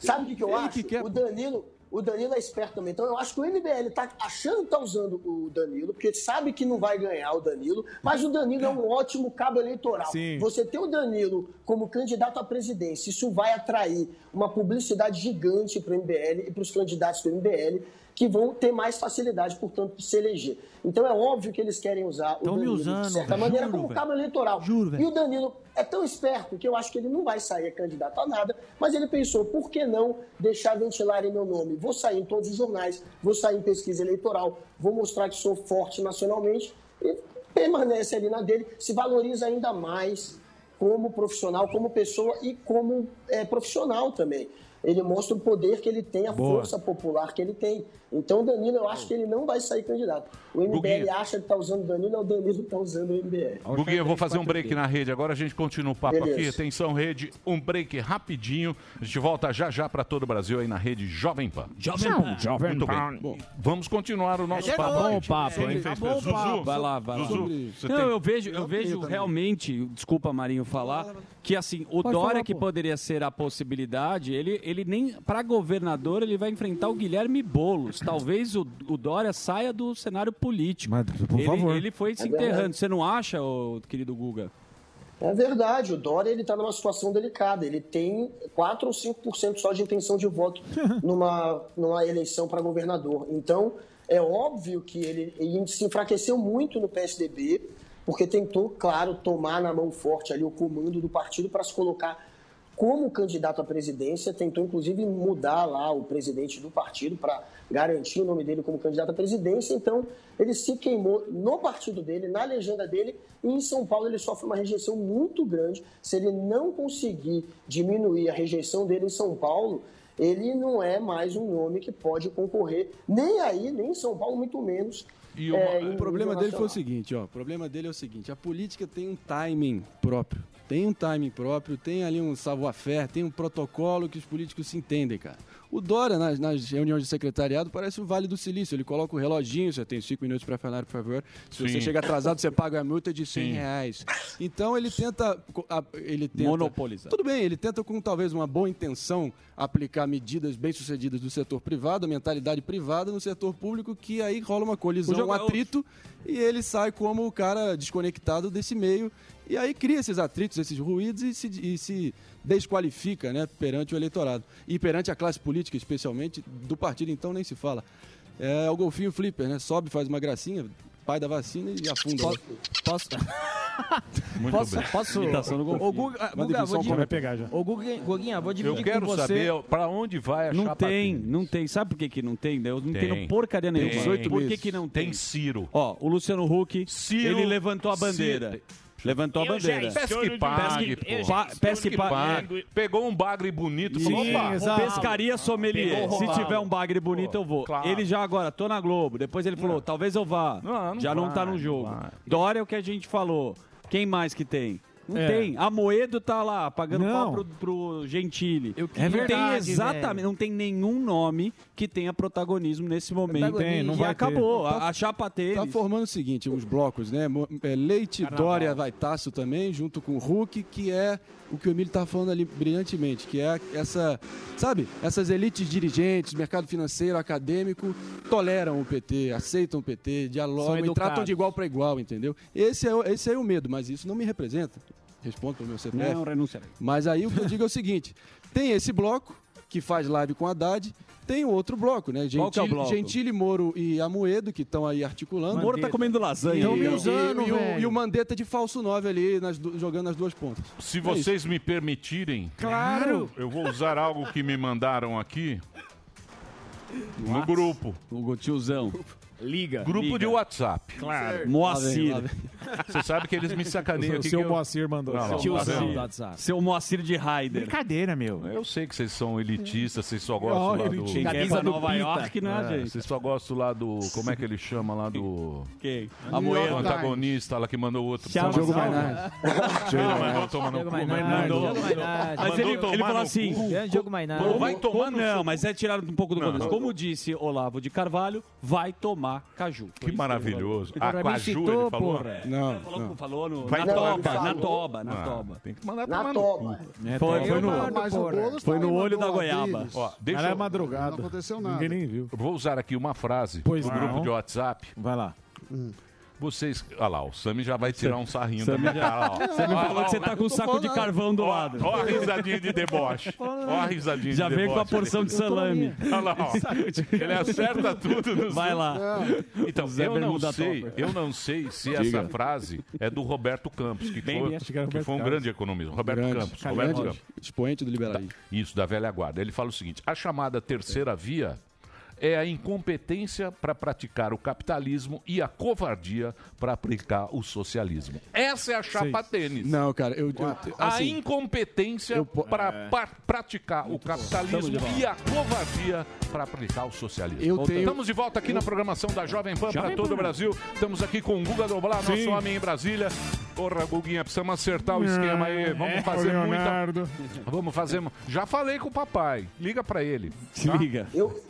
Sabe o que, que eu Ele acho? que é. o Danilo. O Danilo é esperto também. Então, eu acho que o MBL tá achando que tá usando o Danilo, porque sabe que não vai ganhar o Danilo, mas o Danilo é um ótimo cabo eleitoral. Sim. Você ter o Danilo como candidato à presidência, isso vai atrair uma publicidade gigante para o MBL e para os candidatos do MBL, que vão ter mais facilidade, portanto, de se eleger. Então, é óbvio que eles querem usar o Tão me Danilo, usando, de certa velho. maneira, Juro, como velho. cabo eleitoral. Juro, e o Danilo é tão esperto que eu acho que ele não vai sair candidato a nada, mas ele pensou, por que não deixar ventilar em meu nome? Vou sair em todos os jornais, vou sair em pesquisa eleitoral, vou mostrar que sou forte nacionalmente e permanece ali na dele, se valoriza ainda mais como profissional, como pessoa e como eh, profissional também. Ele mostra o poder que ele tem, a Boa. força popular que ele tem. Então, Danilo, eu acho que ele não vai sair candidato. O MBL Guguinho. acha que está usando o Danilo, é o Danilo que está usando o MBL. Guguinho, eu vou fazer um break na rede. Agora a gente continua o papo Beleza. aqui. Atenção, rede. Um break rapidinho. A gente volta já já para todo o Brasil aí na rede Jovem Pan. Jovem Pan. Jovem Muito Pan. bem. Bom, Vamos continuar o nosso É de papo. noite, gente. papo, Sobre- hein? Fez- Tá bom Zuzu, papo. Vai lá, vai lá. Zuzu, você Não, tem- eu vejo, eu vejo realmente, desculpa Marinho falar, que assim, o Pode Dória falar, que pô. poderia ser a possibilidade, ele, ele nem para governador ele vai enfrentar o Guilherme Bolos. Talvez o, o Dória saia do cenário político. Mas, por ele, favor. ele foi se É verdade. enterrando. Você não acha, ô, querido Guga? É verdade, o Dória ele está numa situação delicada. Ele tem 4 ou 5% só de intenção de voto numa, numa eleição para governador. Então, é óbvio que ele, ele se enfraqueceu muito no PSDB, porque tentou, claro, tomar na mão forte ali o comando do partido para se colocar como candidato à presidência, tentou inclusive mudar lá o presidente do partido para garantir o nome dele como candidato à presidência. Então, ele se queimou no partido dele, na legenda dele, e em São Paulo ele sofre uma rejeição muito grande. Se ele não conseguir diminuir a rejeição dele em São Paulo, ele não é mais um nome que pode concorrer, nem aí, nem em São Paulo, muito menos. E uma- é, em o problema nível dele foi o nacional. seguinte, ó. O problema dele é o seguinte: a política tem um timing próprio. Tem um timing próprio, tem ali um savoir-faire, tem um protocolo que os políticos se entendem, cara. O Dória, nas, nas reuniões de secretariado, parece o Vale do Silício. Ele coloca o reloginho, você tem cinco minutos para falar, por favor. Se Sim. você chega atrasado, você paga a multa de 100 reais. Então ele tenta, co- a- ele tenta... Monopolizar. Tudo bem, ele tenta com talvez uma boa intenção aplicar medidas bem-sucedidas do setor privado, a mentalidade privada no setor público, que aí rola uma O colisão, jogo um é outro. atrito, e ele sai como o cara desconectado desse meio. E aí cria esses atritos, esses ruídos e se, e se desqualifica né, perante o eleitorado. E perante a classe política, especialmente, do partido então nem se fala. É o golfinho flipper, né? Sobe, faz uma gracinha, pai da vacina e afunda. Posso- posso- Muito posso, bem. Posso? Imitação do golfinho. Ô, Guga, ah, Uma Guga, definição vou como um vai dividir. pegar já. Ô, Guga- Guguinha, vou dividir Eu quero com você. saber para onde vai a Não chapa tem, não tem. Sabe por que, que não tem? né? Eu não Tem. tenho porcaria nenhuma. Tem. 18 por que, meses. que não tem? Tem Ciro. Ó, o Luciano Huck, ele levantou a bandeira. Ciro. Levantou a Eu já bandeira. estou no Pesque- pague, pô. pa- pesque- Pesque pa- pague. Pegou um bagre bonito. Sim, falou, opa, exato. pescaria sommelier. Pegou Se roubado. tiver um bagre bonito, eu vou. claro. Ele já agora, tô na Globo. Depois ele falou, talvez eu vá. Não, não já não vai, tá no não jogo. vai. Dória é o que a gente falou. Quem mais que tem? Não É. tem. A Moedo tá lá pagando Não. pau pro, pro Gentili. queria- não tem verdade, exatamente, velho. não tem nenhum nome que tenha protagonismo nesse momento. Protagonismo. Tem, não e vai ter. acabou. Tá- A, a chapa teve. Tá formando o seguinte, os blocos, né? Mo- é, Leite, Dória, vai Tasso também, junto com o Hulk, que é o que o Emílio tá falando ali brilhantemente, que é essa, sabe? Essas elites dirigentes, mercado financeiro, acadêmico, toleram o PT, aceitam o PT, São dialogam e educados. tratam de igual para igual, entendeu? Esse é, o- esse é o medo, mas isso não me representa. Respondo pelo meu CPF. Não, renunciarei. Mas aí o que eu digo é o seguinte, tem esse bloco que faz live com Haddad, tem o outro bloco, né? Qual que é o bloco? Gentili, Moro e Amoedo, que estão aí articulando. Moro tá comendo lasanha. Então, Tão me e- usando, e, e o, velho. e o Mandetta de falso 9 ali, nas du- jogando nas duas pontas. Se É vocês me permitirem, Claro. eu vou usar algo que me mandaram aqui no grupo. O tiozão. Liga. Grupo Liga. de WhatsApp. Claro. Certo. Moacir. Lá vem, lá vem. Você sabe que eles me sacaneiam O aqui. seu que eu- Moacir mandou. Não, não, Seu tá vendo? Moacir. Seu Moacir de Raider. Brincadeira, meu. Eu sei que vocês são elitistas, vocês só gostam Ó, lá do... elitista. Quem quer ir pra Nova York, né, É, gente? Vocês só gostam lá do... Como é que ele chama lá do... Quem? A New York moeda. O Times. antagonista lá que mandou outro. Tchau, Salve, Diogo salve. Maynard. Diogo Não, mas é Maynard. vai tomar no Diogo cu. Maynard. mandou- Diogo Maynard. Mas ele- mandou ele tomar falou no assim, cu. Grande Diogo Maynard. Ou vai tomar no Não, cu. mas é tirar um pouco do Não. contexto. Como disse Olavo de Carvalho, vai tomar caju. Que maravilhoso. Ah, Ah, Caju, ele falou? Não. Falou, falou no, Vai na, tomar toba, no cu. na toba, na Ah, toba. Tem que mandar Na tomar toba. no cu. né? É, Foi- toba. foi no- tá Mas o Boulos foi também no olho mandou da goiaba. é Adriles. Ó, deixa Era eu- madrugada. Não aconteceu nada. Ninguém nem viu. Eu Vou usar aqui uma frase do não. grupo de WhatsApp. Vai lá. Vocês. Olha lá, o Sami já vai tirar um sarrinho da Sami minha já- cara. ó. Sami Ó, falou ó, que você ó, tá com um não tô saco de falando. carvão do Ó, lado. Ó a risadinha de deboche. Ó a risadinha Já de veio deboche. com a porção de ali. salame. Olha lá, ó. Ele acerta tudo nos Vai lá. Então, Zé eu não, Bermuda sei, Topper. eu não sei se Diga. essa frase é do Roberto Campos, que Bem, foi, acho que era que Roberto foi um Campos. grande economista. Roberto Grande. Campos. Grande. Roberto Campos. Expoente do liberalismo. Isso, da velha guarda. Ele fala o seguinte: a chamada terceira via é a incompetência para praticar o capitalismo e a covardia para aplicar o socialismo. Essa é a chapa tênis. Não, cara, eu... eu A assim, incompetência para par- praticar o É. Tamo de capitalismo volta. e a covardia para aplicar o socialismo. Eu tenho- Estamos de volta aqui na programação da Jovem Pan para Jovem todo Pan. o Brasil. Estamos aqui com o Guga Doblar, Sim. nosso homem em Brasília. Porra, Guguinha, precisamos acertar o esquema aí. Vamos É, fazer o muita. Leonardo. Vamos fazer. mu- Já falei com o papai. Liga para ele. tá? Liga. Eu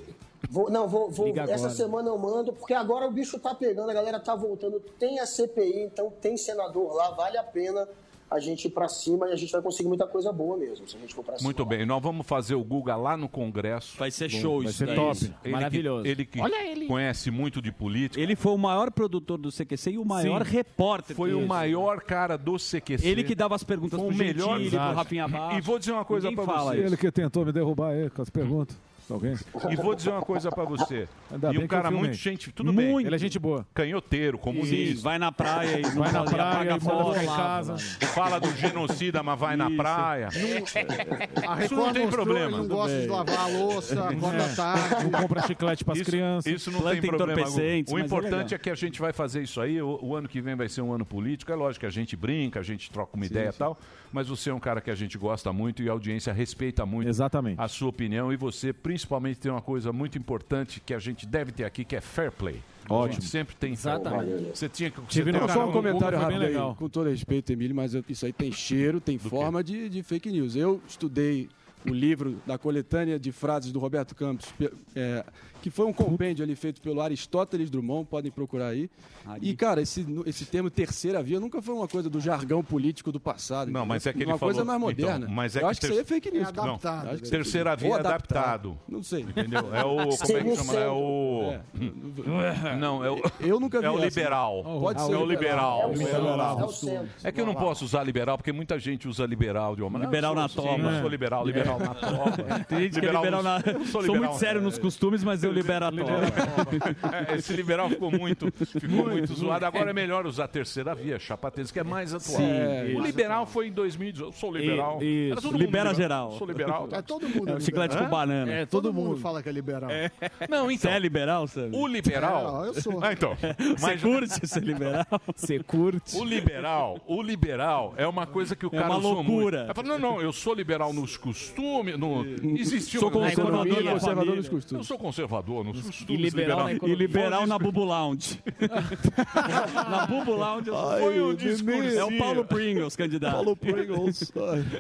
vou, não, vou, vou- Liga essa agora. semana eu mando, porque agora o bicho tá pegando, a galera tá voltando, tem a CPI, então tem senador lá, vale a pena a gente ir pra cima e a gente vai conseguir muita coisa boa mesmo, se a gente for pra cima. Muito bem, nós vamos fazer o Guga lá no Congresso. Vai ser show Vai isso ser daí. top. Isso. Maravilhoso. Que, ele que Olha ele. conhece muito de política. Ele foi o maior produtor do CQC e o maior Sim. repórter. Foi o Isso. maior cara do CQC. Ele que dava as perguntas Foi o pro melhor Gentili, pro Exato. Rafinha Bastos. E vou dizer uma coisa Ninguém pra fala vocês. isso. Ele que tentou me derrubar aí com as perguntas. Alguém? E vou dizer uma coisa pra você. Ainda e bem um que cara eu filmei. muito gente, tudo Muito. bem. Ele é gente boa. Canhoteiro, comunista. Isso, vai na praia e não vai na pode- apaga praia, a foto. manda ficar em casa. Fala do genocida, mas vai na praia. A Isso não Record tem mostrou, problema. ele não gosta de lavar a louça, acorda É. tarde. Isso- Isso não Planta tem problema. algum. entorpecentes, O mas é importante legal. é, que a gente vai fazer isso aí. O, o ano que vem vai ser um ano político. É lógico que a gente brinca, a gente troca uma ideia e tal. Mas você é um cara que a gente gosta muito e a audiência respeita muito Exatamente. a sua opinião. E você, principalmente, tem uma coisa muito importante que a gente deve ter aqui, que é fair play. Ótimo. A gente sempre tem Exatamente. fair play. Você tinha que... você Tive tem- só um comentário rápido aí, com todo respeito, Emílio, mas eu- isso aí tem cheiro, tem forma de, de fake news. Eu estudei o livro da coletânea de frases do Roberto Campos, pe- é, que foi um compêndio ali feito pelo Aristóteles Drummond, podem procurar aí. E, cara, esse, nu- esse termo terceira via nunca foi uma coisa do jargão político do passado. Não, entendeu? mas é que ele Uma falou... coisa mais moderna. Então, mas é eu acho que ter- isso aí é fake news. cara. Não, Eu acho que- terceira via Ou é adaptado. Não sei. Entendeu? É o... Como é que chama? lá? É o... Não, é o... Eu nunca vi É o essa. liberal. Pode ser É o liberal. É o liberal. É o centro. É que eu não posso usar liberal, porque muita gente usa liberal de uma maneira. Liberal Eu na sou- toba. É. Sim, eu sou liberal, liberal na toba. Tem gente que é liberal na... eu não Sou, muito sério nos costumes, mas eu libero a toba. É, Esse liberal ficou muito, ficou muito, zoado. Agora é melhor usar a terceira via, chapateza, que é mais atual. Sim, É, isso. o liberal foi em 2018. Eu sou liberal. E- Era isso. todo mundo Libera liberal. geral. Sou liberal. tá? É todo mundo. É o liberal. chiclete com Hã? banana. É, todo, mundo. fala que é liberal. Não, Você é liberal, Sam? O liberal. É, eu sou. Ah, então. Você curte ser liberal? Você curte? O liberal, o liberal é uma coisa que o É cara uma usou loucura. muito. Ele fala, não, não, eu sou liberal nos costumes, costumes. No... Existiu Sou conservador, Na economia, conservador família. nos costumes. Eu sou conservador nos costumes. E liberal, liberais. e liberal na Bubu Lounge. na Bubu Lounge eu sou- Foi um discursinho. É o Paulo Pringles, candidato. Paulo Pringles.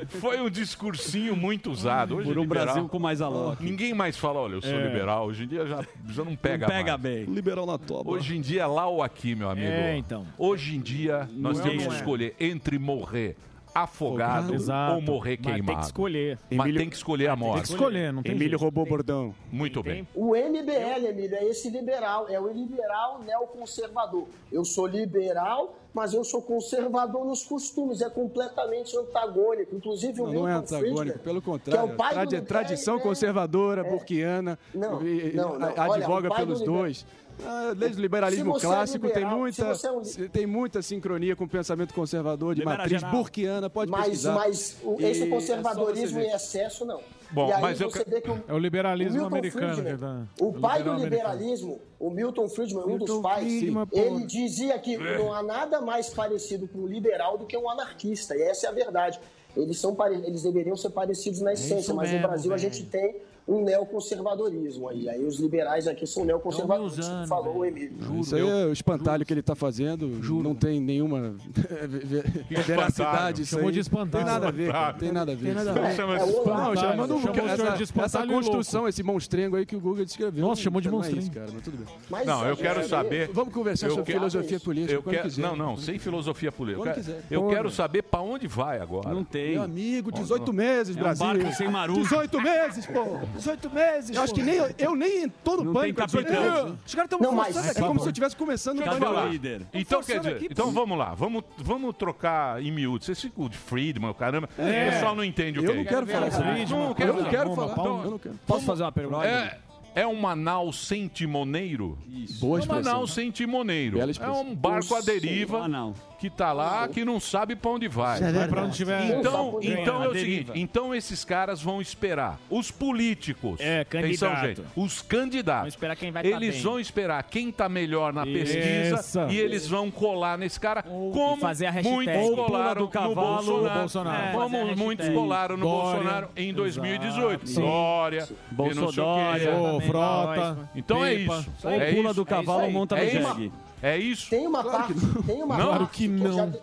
Foi um discursinho muito usado. Hoje é Por um liberal- Brasil com mais alô. Ninguém mais fala, olha, eu sou É. liberal. Hoje em dia já, já não pega Não pega mais. bem. Liberal na toba. Hoje em dia é lá ou aqui, meu amigo. É, então. Hoje em dia nós Não temos é. que escolher entre morrer afogado Exato. ou morrer Mas tem que queimado. escolher. Mas Emílio- tem que escolher a morte. que escolher, não tem Emílio jeito. roubou o bordão. Muito bem. O MBL, Emílio, é esse liberal, é o liberal neoconservador. Eu sou liberal, mas eu sou conservador nos costumes, é completamente antagônico. Inclusive o Não, não é Milton antagônico, Friedman, pelo que é o contrário. pai do tradi- Lutero, tradição né? conservadora, burquiana, Não, e- e- não, não. a- Olha, advoga o pai do pelos liber- dois. Ah, Desde o Se liberalismo você é clássico, liberal, tem, muita, se você é um li- se- tem muita sincronia com o pensamento conservador de Liberal matriz geral. burquiana, pode Mas, pesquisar. mas o- E esse é só conservadorismo assim. você ver. em excesso, não. Bom, e aí mas eu você que- vê que o, É o liberalismo Milton americano, Friedman, verdade. O pai liberal do liberalismo, o Milton Friedman, um dos Milton pais, Friedman, ele porra. dizia que não há nada mais parecido com um liberal do que um anarquista. E essa é a verdade. Eles, são, pare- eles deveriam ser parecidos na essência, isso mas mesmo, no Brasil a gente tem um neoconservadorismo aí. Aí os liberais aqui são neoconservadores, como falou o Emílio. Isso aí é o espantalho que ele está fazendo. Não tem nenhuma ve- ve- Espantalho. veracidade. Isso Chamou aí. de espantalho. Tem nada a ver, cara. Tem nada a ver. É Tem nada a Isso aí. ver. Chama de Não, espantalho. chamando o- Chamou o senhor de essa, essa espantalho e construção, esse monstrengo aí que o Google descreveu. Nossa, chamou de Não é isso, monstrengo. cara, mas tudo bem. não, é é- eu quero saber. Vamos conversar eu sobre quero- filosofia política. Eu quando quero, quiser. não, não, sem filosofia política. Quando Eu quero- quiser. Eu Porra. quero saber pra onde vai agora. Não tem. Meu amigo, 18 meses, É um Brasil. barco sem marujo. 18 meses, pô. 18 meses. Eu acho pô. que nem eu, eu nem tô no Não pânico. tem há 18 capitão. meses. Os caras Não, estão mas- forçando Por aqui como favor. se eu estivesse começando no Cadê pânico. o líder? Então, quer dizer, aqui, pô. então vamos lá, vamos, vamos trocar em miúdos. Esse ficou de Friedman, o caramba. É. O pessoal não entende o que Eu não quero falar sobre isso. Friedman. Não, Eu não quero falar. Então, Eu não quero. Posso fazer uma pergunta? É, é um Manaus sem timoneiro? Isso. Boa um expressão. Manaus sem timoneiro. Bela É expressão. um barco à Nossa, um deriva que tá lá, que não sabe pra onde vai. Isso é Vai pra verdade. onde tiver- um Então, Ganha, então é à o seguinte, deriva. então esses caras vão esperar. Os políticos. É, Atenção, candidato. gente. Os candidatos. Vão esperar quem vai tá Eles bem. vão esperar quem tá melhor na pesquisa Essa. e eles vão colar nesse cara como e fazer a hashtag. muitos Ou pula colaram do no cavalo Bolsonaro, do Bolsonaro. É, fazer a como hashtag. muitos colaram no Dória. Bolsonaro em 2018. Exato. Dória, Sim. e não sei o quê. Bolsodória, Ô, também, Frota. Dória. Então é Pipa. isso. Ou É pula isso. do cavalo É isso ou monta no aí. É isso. jegue. É isso? Tem uma parte, tem uma Não. parte Claro que eu já não. de-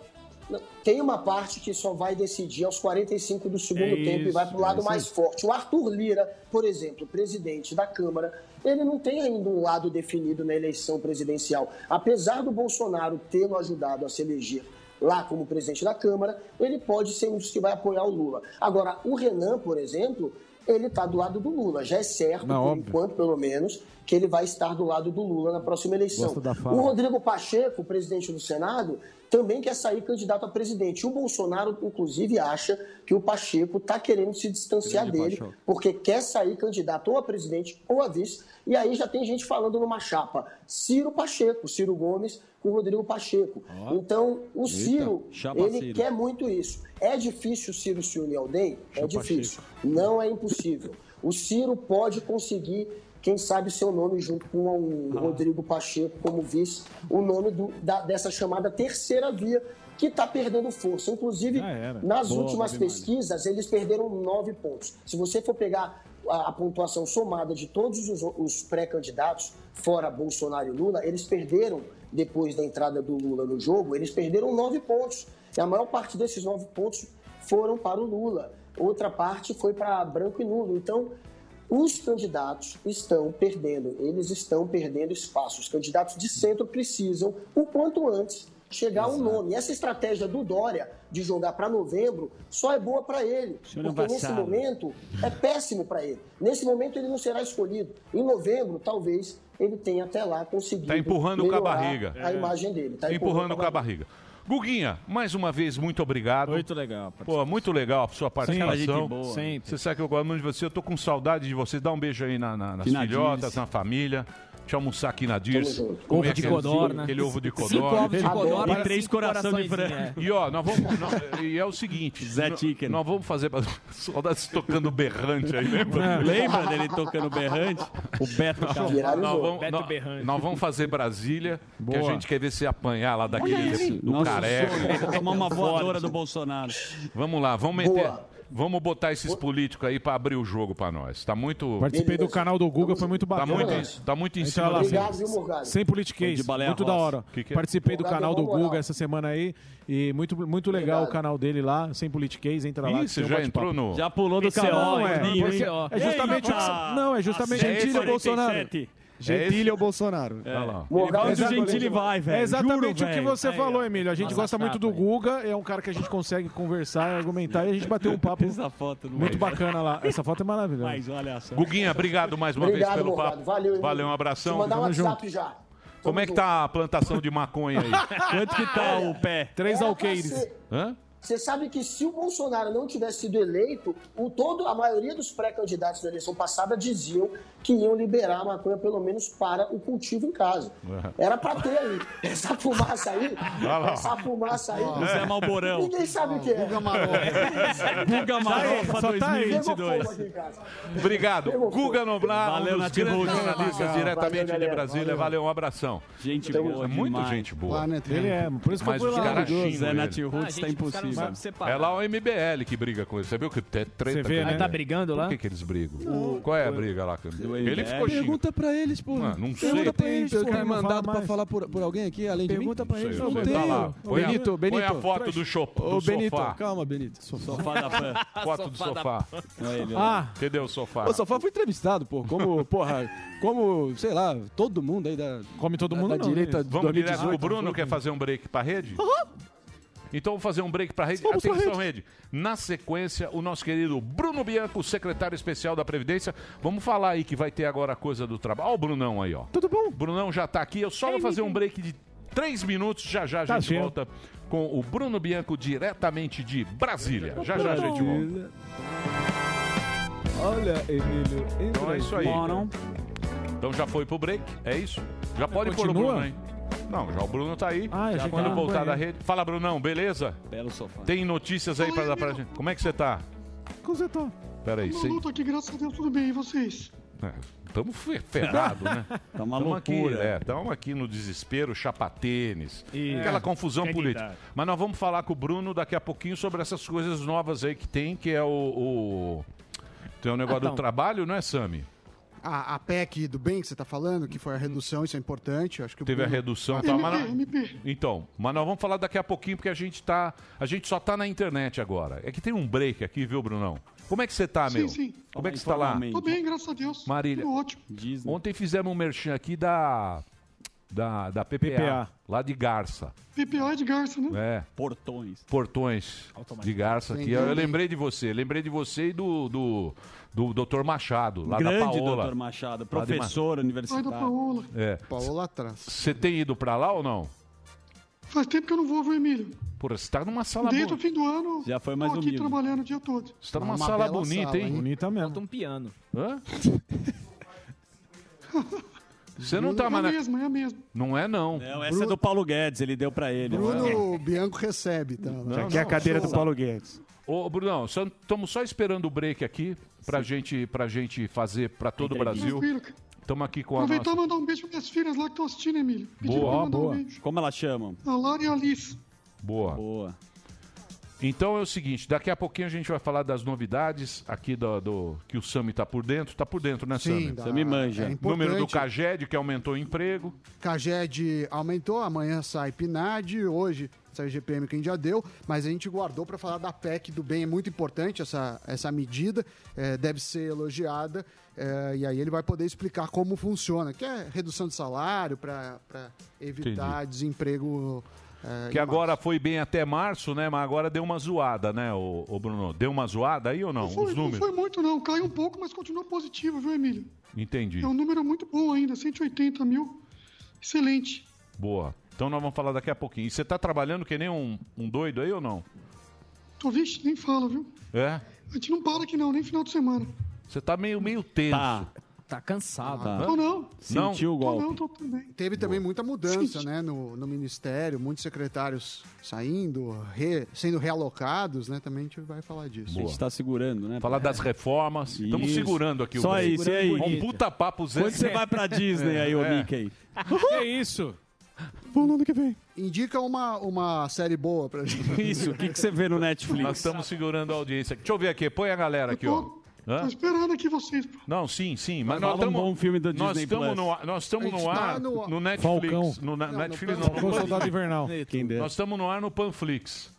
não, Tem uma parte que só vai decidir aos 45 do segundo É tempo e isso, vai para o é lado isso mais aí. forte. O Arthur Lira, por exemplo, presidente da Câmara, ele não tem ainda um lado definido na eleição presidencial. Apesar do Bolsonaro tê-lo ajudado a se eleger lá como presidente da Câmara, ele pode ser um dos que vai apoiar o Lula. Agora, o Renan, por exemplo, ele está do lado do Lula. Já é certo, Não, por óbvio. enquanto, pelo menos, que ele vai estar do lado do Lula na próxima eleição. Gosto da fala. O Rodrigo Pacheco, presidente do Senado, também quer sair candidato a presidente. O Bolsonaro, inclusive, acha que o Pacheco está querendo se distanciar Grande dele, Pacheco. porque quer sair candidato ou a presidente ou a vice. E aí já tem gente falando numa chapa: Ciro Pacheco, Ciro Gomes com Rodrigo Pacheco. Então, o Ciro, chapa ele Ciro. quer muito isso. É difícil o Ciro se unir ao DEM? É difícil. Não é impossível. O Ciro pode conseguir, quem sabe, seu nome junto com o Rodrigo Pacheco como vice, o nome do- da- dessa chamada terceira via, que está perdendo força. Inclusive, nas Boa, últimas Babi Mani. pesquisas, eles perderam nove pontos. Se você for pegar a, a pontuação somada de todos os, os pré-candidatos, fora Bolsonaro e Lula, eles perderam, depois da entrada do Lula no jogo, eles perderam nove pontos. E a maior parte desses nove pontos foram para o Lula. Outra parte foi para branco e nulo. Então, os candidatos estão perdendo, eles estão perdendo espaço. Os candidatos de centro precisam, o quanto antes, chegar ao nome. Essa estratégia do Dória de jogar para novembro só é boa para ele, não porque nesse vassalo. momento é péssimo para ele. Nesse momento ele não será escolhido. Em novembro, talvez ele tenha até lá conseguido. Tá empurrando com a melhorar barriga. É. A imagem dele. Tá empurrando com a barriga. Guguinha, mais uma vez, muito obrigado. Muito legal. Pô, muito legal a sua participação. Sim, gente boa. Sempre. Você sabe que eu gosto muito de você. Eu tô com saudade de você. Dá um beijo aí na, na, nas Que na filhotas, Dirce. na família. Te almoçar aqui na Dirce. é junto. Comer Ovo de aquele- codorna. Aquele ovo de Cinco codorna. ovos de Adoro. codorna é. e três coração de frango. E ó, nós vamos... nós- e é o seguinte. Zé Ticker. Nós vamos fazer... Saudades tocando berrante aí, lembra? Lembra dele tocando berrante? O Beto Nós, Calvo. nós vamos, nós- nós vamos fazer Brasília, que a Boa. gente quer ver se apanhar lá daquele Olha aí. do Nossa, careca. sonho. Tomar uma voadora do Bolsonaro. Vamos lá, vamos meter. Vamos botar esses políticos aí pra abrir o jogo pra nós. Tá muito. Participei do canal do Guga, foi muito Tá bacana. Então muito, em- tá muito em Entra cima lá, do- sem, sem politiquês, De baleia é muito da rosa. hora. Que que é? Participei do Morgado canal é do uma moral. Guga essa semana aí e muito, muito legal o canal dele lá, sem politiquês, entra lá. Ih, que você tem um já bate-papo. entrou no- Já pulou do Esse CO, não é, Gordinho, porque hein? é justamente o que você- não, é justamente Eita! Gentili ou Bolsonaro. 47. é Gentili Gentilha ou Bolsonaro. É. Olha lá. Ele Ele vai- vai- Exatamente. Gentili vai, velho. É exatamente Juro, o que velho. você Aí, falou, ó. Emílio. A gente Nossa gosta muito do capa, Guga, é um cara que a gente consegue conversar, argumentar e a gente bateu um papo Essa foto não muito é. bacana lá. Essa foto é maravilhosa. Mas olha só. Guguinha, obrigado mais uma Obrigado, vez pelo Morgado. papo. Valeu, Emílio. um abração. Vou mandar um Tamo junto. WhatsApp já. Como é que tá a plantação de maconha aí? Quanto que tá o pé? Três Era pra alqueires. ser- Hã? Você sabe que se o Bolsonaro não tivesse sido eleito, o todo, a maioria dos pré-candidatos da eleição passada diziam que iam liberar a maconha, pelo menos, para o cultivo em casa. Era pra ter aí. Essa fumaça aí, Olha lá. essa fumaça aí. O Zé Malborão. Ninguém sabe o que é. Guga Marofa Só tá aí. 2022. Pegou fogo aqui em casa. Obrigado. Guga Noblar, Valeu, um dos Nath grandes Rocha. jornalistas Valeu, diretamente galera. de Brasília. Valeu. Valeu, um abração. Gente Tamo- boa Muito demais. gente boa. Planeta. Ele é, por isso que eu Mas fui os lá. caras Maravilhoso, xingam é, ele. Nath Roots Ah, gente, tá os caras não impossível. sabem separar. É lá o MBL que briga com ele. Você viu que é treta? Você vê, com ele? né? Ah, tá brigando lá? Por que, que eles brigam? Qual é a briga lá? Cândido? é Ele ficou xingando. Pergunta pra eles, pô. Ah, não sei. Pergunta pra Tem eles, gente pô. que Tem não fala mandado pra falar por, por alguém aqui, além Pergunta de pra mim? eles, Não, você não tá tenho. lá. Ô, Põe a- Benito, põe Benito. a foto do cho- do Ô, Benito, sofá. calma, Benito. Sofá da Pan. Foto do Sofá da sofá. Pan. Olha ele lá. Ah. Cadê o sofá? Ô, Sofá foi entrevistado, pô. Como, porra, como, sei lá, todo mundo aí da. Come todo da, da direita né? Vamos direto pro Bruno, quer fazer um break pra rede? Então vamos fazer um break pra rede. Vamos pra Atenção, rede. Na sequência, o nosso querido Bruno Bianco, secretário especial da Previdência. Vamos falar aí que vai ter agora a coisa do trabalho. Ó o Brunão aí, ó. Tudo bom? Brunão já tá aqui. Eu só vou fazer um break de três minutos. Já já a Tá gente certo. volta com o Bruno Bianco diretamente de Brasília. Já já a gente volta. Olha, Emílio, entra Então é isso aí. Moram. Então já foi pro break, é isso? Já pode pôr o Continua? Ah, Bruno aí. Não, já o Bruno tá aí. eu já achei que quando era voltar banheiro. da rede. Fala, Brunão, beleza? Belo sofá. Tem notícias aí pra dar pra gente. Como é que você tá? Como você tá? Pera aí, Não, cê... não, tô aqui, graças a Deus, tudo bem, e vocês? é, tamo fe- ferrado, né? Tá uma Tamo aqui, loucura. é, tamo aqui no desespero, chapatênis, aquela É. confusão Candidato. tá? política. Mas nós vamos falar com o Bruno daqui a pouquinho sobre essas coisas novas aí que tem, que é o... o... Tem o negócio Então. do trabalho, não é, Sami? A, a PEC do bem que você está falando, que foi a redução, isso é importante. Acho que o Teve a Bruno- redução e Ah, tal, MP, mas nós- MP. Então, mas nós vamos falar daqui a pouquinho, porque a gente tá. A gente só tá na internet agora. É que tem um break aqui, viu, Brunão? Como é que você tá, Sim, meu? sim. Como é que você tá lá? Tô bem, graças a Deus. Marília. Tudo ótimo. Ontem fizemos um merchan aqui da. Da, da PPA, PPA. Lá de Garça. PPA de Garça, né? É. Portões. Portões de Garça aqui. Entendi. Eu lembrei de você. Lembrei de você e do. do do Dr. Machado, lá da Grande Paola. doutor Machado, Lá de Ma- professor universitário. Paola. É. Paola atrás. Você tem ido pra lá ou não? Faz tempo que eu não vou, viu, Emílio? Porra, você tá numa sala Desde boa. o fim do ano, Já foi mais um um tô aqui humilde. trabalhando o dia todo. Você tá numa sala bonita, hein? Bonita mesmo. Falta um piano. Hã? Você não tá é mais na... mesmo, é mesmo. Não é, não. Não, essa é do Paulo Guedes, ele deu pra ele. né? Bruno Bianco recebe, tá? é Guedes. Ô, Brunão, estamos só esperando o break aqui pra gente, pra gente fazer pra todo o Brasil. Tranquilo, cara. Estamos aqui com a Aproveitar e nossa... mandar um beijo para minhas filhas lá que estão assistindo, Emílio. Pediram pra Boa, mandar boa. Um beijo. Como elas chamam? A Lara e a Alice. Boa. Boa. Então é o seguinte, daqui a pouquinho a gente vai falar das novidades aqui do, do- que o Sami tá por dentro. Tá por dentro, né, Sim, Sami? dá- Sami manja. é importante. Tá Número do Caged, que aumentou o emprego. Caged aumentou, amanhã sai PNAD, hoje sai GPM que a gente já deu, mas a gente guardou para falar da PEC do bem, é muito importante essa, essa medida, eh, deve ser elogiada, eh, e aí ele vai poder explicar como funciona, que é redução de salário para evitar desemprego. eh, Que em agora foi bem até março, né? Mas agora deu uma zoada, né, ô, ô, Bruno? Deu uma zoada aí ou não? Foi, Então, Os não números? foi muito, não. Caiu um pouco, mas continua positivo, viu, Emílio? Entendi. É um número muito bom ainda, 180 mil. Excelente. Boa. Então nós vamos falar daqui a pouquinho. E você tá trabalhando que nem um, um doido aí ou não? Tô, vixe, nem fala, viu? É? A gente não para aqui não, nem final de semana. Você tá meio, meio tenso. Tá. Tá cansado. Hã? Tô não. Não? Sentiu o Tô golpe. não, tô tudo bem. Teve também muita mudança né, no, no ministério, muitos secretários saindo, re- sendo realocados, né? Também a gente vai falar disso. Boa. A gente tá segurando, né? Falar das reformas. Estamos Isso. segurando aqui Só o isso, e aí? Um puta papo Zé. Quando você vai pra Disney aí, ô É. Mickey? Que isso? Vou no ano que vem. Indica uma, uma série boa pra gente. Isso, o que, que você vê no Netflix? Nós estamos segurando a audiência. aqui. Deixa eu ver aqui, põe a galera aqui, ó. Hã? Tô esperando aqui vocês. pô. Não, sim, sim. Mas Mas nós fala um estamos bom filme da nós Disney estamos Plus. no ar, nós estamos A gente no tá ar no- no, Não, Netflix, Falcão. no na- Não, no Netflix Pan- não, no Falcão Panflix. Soldado Invernal. Quem dera. Nós estamos no ar no Panflix.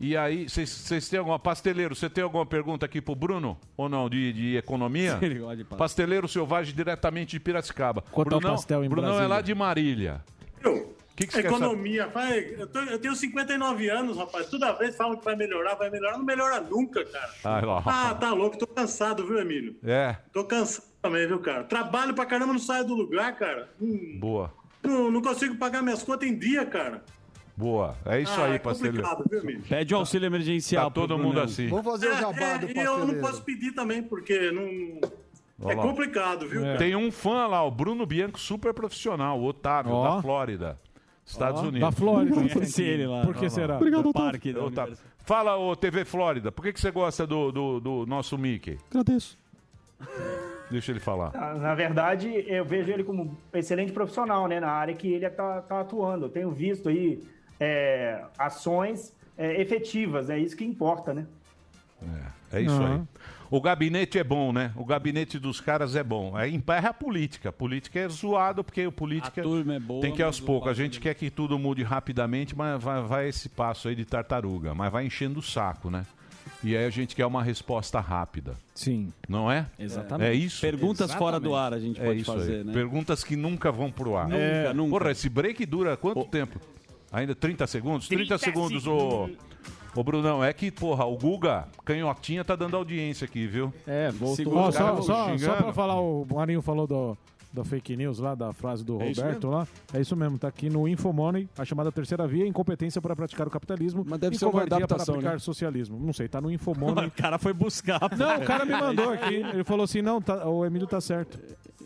E aí, vocês- vocês têm alguma pasteleiro, você tem alguma pergunta aqui pro Bruno ou não de, de economia? Ele gosta de pasta. pasteleiro selvagem diretamente de Piracicaba. Quanto é o Brunão, pastel em Brunão é Brasília? lá de Marília. O que, que você quer saber? Economia, vai, eu, tô- eu tenho 59 anos, rapaz. Toda vez falam que vai melhorar, vai melhorar, não melhora nunca, cara. Ah, lá. Ah, tá louco, tô cansado, viu, Emílio? É, Tô cansado também, viu, cara? Trabalho pra caramba, não saio do lugar, cara. Hum, boa. Não, não consigo pagar minhas contas em dia, cara. Boa. É isso Ah, aí, é pasteleiro. complicado, viu, amigo? Pede o auxílio emergencial. Tá todo pro mundo Brunão. assim. É, é, e eu não posso pedir também, porque não... Olha É lá. complicado, viu, cara? Tem um fã lá, o Bruno Bianco, super profissional, o Otávio, Ó. da Flórida. Estados Ó, Unidos. da Flórida. Conhece ele lá. Por que Olha será? Obrigado, Do Otávio. parque da Universidade. Fala, ô TV Flórida, por que, que você gosta do, do, do nosso Mickey? Agradeço. Deixa ele falar. Na na verdade, eu vejo ele como um excelente profissional né, na área que ele está atuando. Eu tenho visto aí é, ações é, efetivas, é isso que importa, né? É isso Aham. aí. O gabinete é bom, né? O gabinete dos caras é bom. Aí emperra a política. A política é zoado, porque o política é tem que ir aos poucos. A gente quer que tudo mude rapidamente, mas vai, vai esse passo aí de tartaruga. Mas vai enchendo o saco, né? E aí a gente quer uma resposta rápida. Sim. Não é? Exatamente. É isso? Perguntas fora do ar a gente É pode isso aí. fazer, né? Perguntas que nunca vão pro ar. Nunca, É. nunca. Porra, esse break dura quanto tempo? Ainda 30 segundos? 30 30, segundos, ô... Ô, Brunão, é que, porra, o Guga, canhotinha, tá dando audiência aqui, viu? É, Segura Ó, os só, caras só, xingando. só pra falar, o Marinho falou do, da fake news lá, da frase do É isso Roberto mesmo? lá. É isso mesmo, tá aqui no Infomoney, a chamada terceira via, incompetência para praticar o capitalismo Mas deve e ser uma covardia para adaptação, aplicar né? socialismo. Não sei, tá no Infomoney. O cara foi buscar. Não, o cara me mandou aqui. Ele falou assim, não, tá- o Emílio tá certo. Então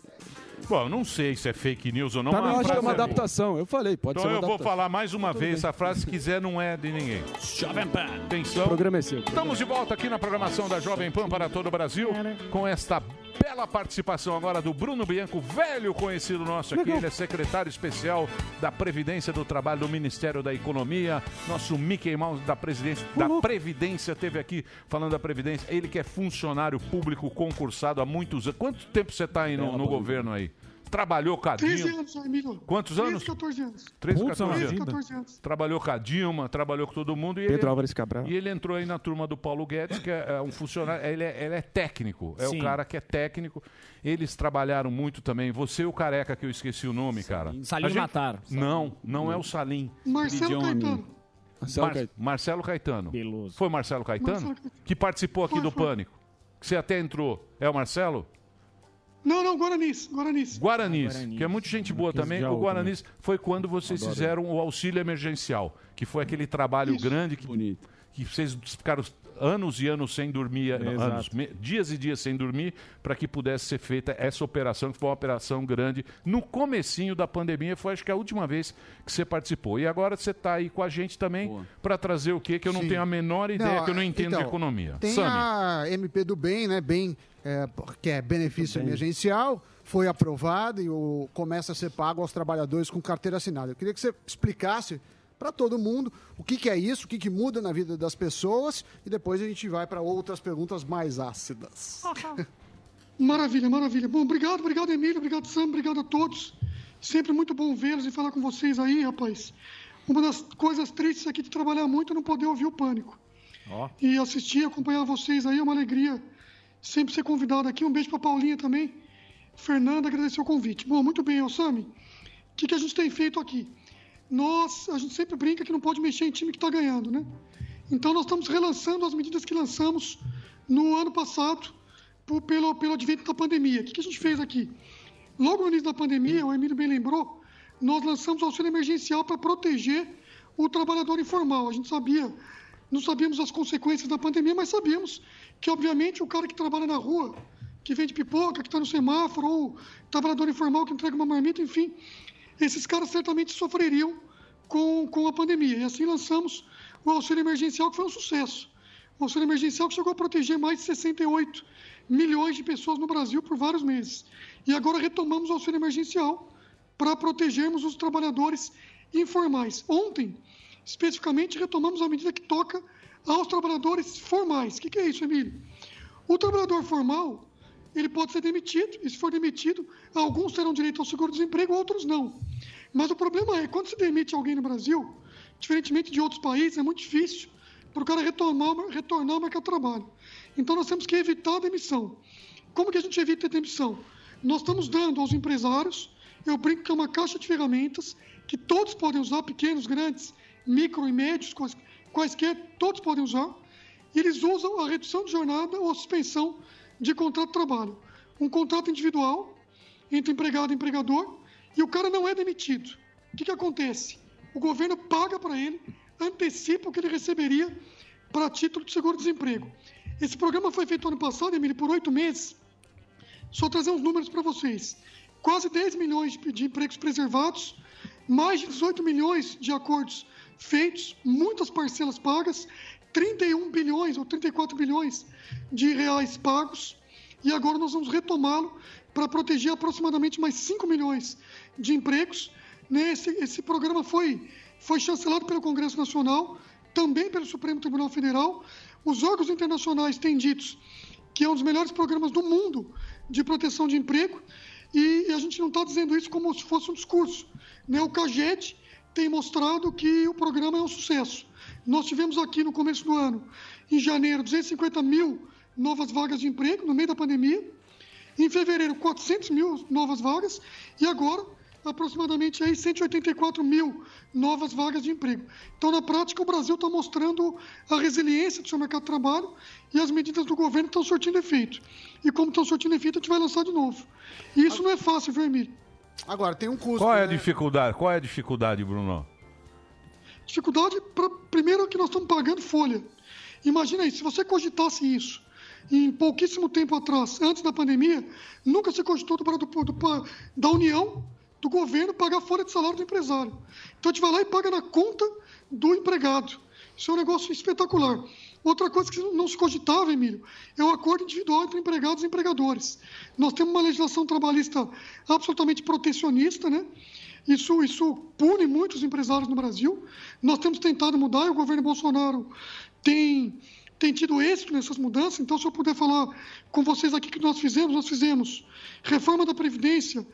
Bom, eu não sei se é fake news ou não. Tá, mas eu acho que é frase uma boa. adaptação. Eu falei, pode então ser uma eu vou adaptação. falar mais uma Tudo vez bem. essa frase, se quiser, não é de ninguém. Jovem Pan. Atenção. O programa é seu. Estamos de volta aqui na programação da Jovem Pan para todo o Brasil, com esta bela participação agora do Bruno Bianco, velho conhecido nosso aqui. Ele é secretário especial da Previdência do Trabalho do Ministério da Economia. Nosso Mickey Mouse da, presidência, da Previdência teve aqui falando da Previdência. Ele que é funcionário público concursado há muitos anos. Quanto tempo você está aí no, no governo aí? Trabalhou, 13 cadinho? anos, seu amigo. Quantos 13, anos? 14 anos. 13, 14 13, anos. 14 anos. Trabalhou com a Dilma, trabalhou com todo mundo. E Pedro ele, Álvares Cabral. E ele entrou aí na turma do Paulo Guedes, que é é um funcionário. Ele é, ele é técnico, é Sim. o cara que é técnico. Eles trabalharam muito também. Você e o careca, que eu esqueci o nome, cara. Salim A Matar. Não, não é o Salim. Marcelo Lidiane. Caetano. Mar- Marcelo Caetano. Foi Marcelo Caetano? Marcelo Caetano. Que participou aqui Foi, do foi. Pânico. Que você até entrou. É o Marcelo? Não, não, Guaranis, Guaranis. Guaranis, que é muito gente boa também. já O ouvi. Guaranis foi quando vocês fizeram o auxílio emergencial, que foi aquele trabalho grande que, que vocês ficaram anos e anos sem dormir, Exato. anos, me- dias e dias sem dormir, para que pudesse ser feita essa operação, que foi uma operação grande no comecinho da pandemia, foi acho que é a última vez que você participou. E agora você está aí com a gente também para trazer o quê? Que eu não Sim. tenho a menor ideia, que eu não entendo então, de economia. Tem Sami. a MP do Bem, né? Bem, é, que é benefício emergencial, foi aprovado e o, começa a ser pago aos trabalhadores com carteira assinada. Eu queria que você explicasse para todo mundo o que, que é isso, o que, que muda na vida das pessoas e depois a gente vai para outras perguntas mais ácidas. Maravilha, maravilha. Bom, obrigado, obrigado, Emílio, obrigado, Sam, obrigado a todos. Sempre muito bom vê-los e falar com vocês aí, rapaz. Uma das coisas tristes aqui de trabalhar muito é não poder ouvir o pânico. Ó. E assistir, acompanhar vocês aí, é uma alegria sempre ser convidado aqui. Um beijo para Paulinha também. Fernanda, agradecer o convite. Bom, muito bem, Osami. O que, que a gente tem feito aqui? Nós, a gente sempre brinca que não pode mexer em time que está ganhando, né? Então, nós estamos relançando as medidas que lançamos no ano passado, por- pelo, pelo advento da pandemia. O que, que a gente fez aqui? Logo no início da pandemia, o Emílio bem lembrou, nós lançamos o auxílio emergencial para proteger o trabalhador informal. A gente sabia, não sabíamos as consequências da pandemia, mas sabíamos que, obviamente, o cara que trabalha na rua, que vende pipoca, que está no semáforo, ou o trabalhador informal que entrega uma marmita, enfim, esses caras certamente sofreriam com, com a pandemia. E assim lançamos o auxílio emergencial, que foi um sucesso. O auxílio emergencial que chegou a proteger mais de 68 milhões de pessoas no Brasil por vários meses. E agora retomamos o auxílio emergencial para protegermos os trabalhadores informais. Ontem, especificamente, retomamos a medida que toca aos trabalhadores formais. O que, que é isso, Emílio? O trabalhador formal, ele pode ser demitido, e se for demitido, alguns terão direito ao seguro-desemprego, outros não. Mas o problema é, quando se demite alguém no Brasil, diferentemente de outros países, é muito difícil para o cara retomar, o mer- retornar ao mercado de trabalho. Então, nós temos que evitar a demissão. Como que a gente evita a demissão? Nós estamos dando aos empresários, eu brinco que é uma caixa de ferramentas que todos podem usar, pequenos, grandes, micro e médios, quais- quaisquer, todos podem usar, e eles usam a redução de jornada ou a suspensão de contrato de trabalho. Um contrato individual entre empregado e empregador e o cara não é demitido. O que, que acontece? O governo paga para ele, antecipa o que ele receberia para título de seguro-desemprego. Esse programa foi feito ano passado, Emílio, por oito meses. Só trazer uns números para vocês. Quase 10 milhões de- de empregos preservados, mais de 18 milhões de acordos feitos, muitas parcelas pagas, 31 bilhões ou 34 bilhões de reais pagos. E agora nós vamos retomá-lo para proteger aproximadamente mais 5 milhões de empregos. né? Esse, esse programa foi, foi chancelado pelo Congresso Nacional, também pelo Supremo Tribunal Federal. Os órgãos internacionais têm dito que é um dos melhores programas do mundo de proteção de emprego, e a gente não está dizendo isso como se fosse um discurso. Né? O CAGED tem mostrado que o programa é um sucesso. Nós tivemos aqui no começo do ano, em janeiro, 250 mil novas vagas de emprego no meio da pandemia, em fevereiro, 400 mil novas vagas e agora aproximadamente aí 184 mil novas vagas de emprego. Então, na prática, o Brasil está mostrando a resiliência do seu mercado de trabalho e as medidas do governo estão surtindo efeito. E como estão surtindo efeito, a gente vai lançar de novo. E isso não é fácil, viu, Emílio? Agora, tem um custo. Qual é a dificuldade? Qual é a dificuldade, Bruno? Dificuldade, pra, primeiro, que nós estamos pagando folha. Imagina aí, se você cogitasse isso em pouquíssimo tempo atrás, antes da pandemia, nunca se cogitou do, Bra- do, do, pa- da União, do governo, pagar folha de salário do empresário. Então a gente vai lá e paga na conta do empregado. Isso é um negócio espetacular. Outra coisa que não se cogitava, Emílio, é o acordo individual entre empregados e empregadores. Nós temos uma legislação trabalhista absolutamente protecionista, né? Isso, isso pune muitos empresários no Brasil. Nós temos tentado mudar e o governo Bolsonaro tem, tem tido êxito nessas mudanças. Então, se eu puder falar com vocês aqui o que nós fizemos, nós fizemos reforma da Previdência,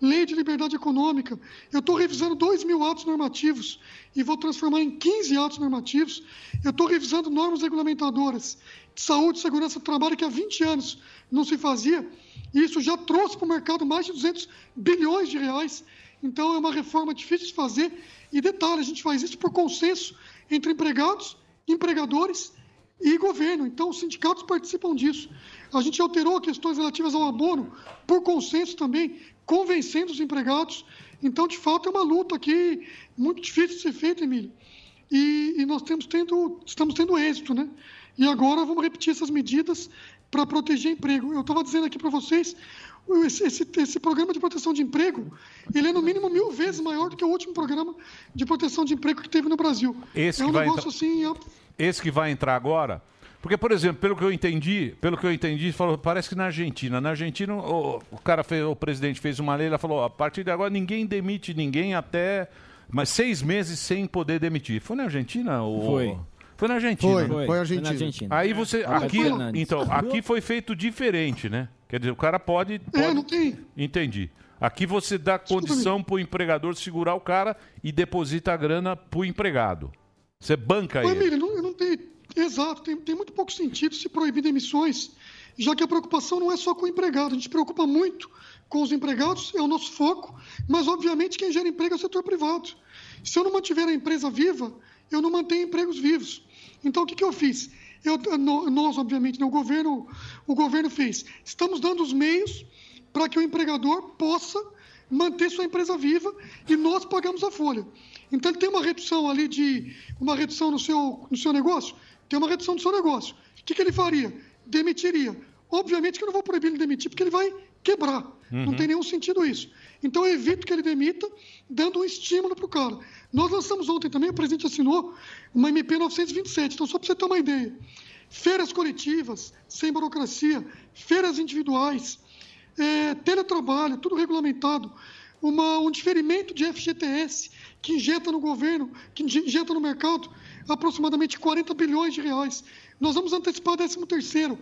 lei de liberdade econômica. Eu estou revisando 2 mil atos normativos e vou transformar em 15 atos normativos. Eu estou revisando normas regulamentadoras de saúde, segurança do trabalho que há 20 anos não se fazia. E isso já trouxe para o mercado mais de 200 bilhões de reais. Então, é uma reforma difícil de fazer. E detalhe, a gente faz isso por consenso entre empregados, empregadores e governo. Então, os sindicatos participam disso. A gente alterou questões relativas ao abono por consenso também, convencendo os empregados. Então, de fato, é uma luta aqui muito difícil de ser feita, Emílio. E, e nós temos tendo, estamos tendo êxito, né? E agora vamos repetir essas medidas para proteger emprego. Eu estava dizendo aqui para vocês, o- esse, esse, esse programa de proteção de emprego, ele é no mínimo mil vezes maior do que o último programa de proteção de emprego que teve no Brasil. Esse é um que vai negócio entrar- assim, é- Esse que vai entrar agora? Porque, por exemplo, pelo que eu entendi, pelo que eu entendi, falou, parece que na Argentina. Na Argentina, o, o cara fez, o presidente fez uma lei, ela falou, a partir de agora ninguém demite ninguém até mas seis meses sem poder demitir. Foi na Argentina? Ou... Foi. Foi na Argentina. Foi, né? foi Foi na Argentina. Argentina. Aí você. Roberto Aqui, Fernandes. então, aqui foi feito diferente, né? Quer dizer, o cara pode. pode... Entendi. Aqui você dá condição pro empregador segurar o cara e deposita a grana pro empregado. Você banca Ô, ele. Emílio, não, não tem. Exato, tem, tem muito pouco sentido se proibir demissões, já que a preocupação não é só com o empregado, a gente preocupa muito com os empregados, é o nosso foco, mas obviamente quem gera emprego é o setor privado. Se eu não mantiver a empresa viva, eu não mantenho empregos vivos. Então o que, que eu fiz? Eu, no- nós, obviamente, né, o, governo, o governo fez. Estamos dando os meios para que o empregador possa manter sua empresa viva e nós pagamos a folha. Então ele tem uma redução ali de uma redução no seu, no seu negócio, tem uma redução do seu negócio. O que, que ele faria? Demitiria. Obviamente que eu não vou proibir ele de demitir, porque ele vai quebrar. Não Uhum. tem nenhum sentido isso. Então eu evito que ele demita, dando um estímulo para o cara. Nós lançamos ontem também, o presidente assinou uma MP 927. Então, só para você ter uma ideia. Feiras coletivas, sem burocracia, feiras individuais, é, teletrabalho, tudo regulamentado, uma, um diferimento de FGTS que injeta no governo, que inje- injeta no mercado aproximadamente 40 bilhões de reais. Nós vamos antecipar 13 terceiro,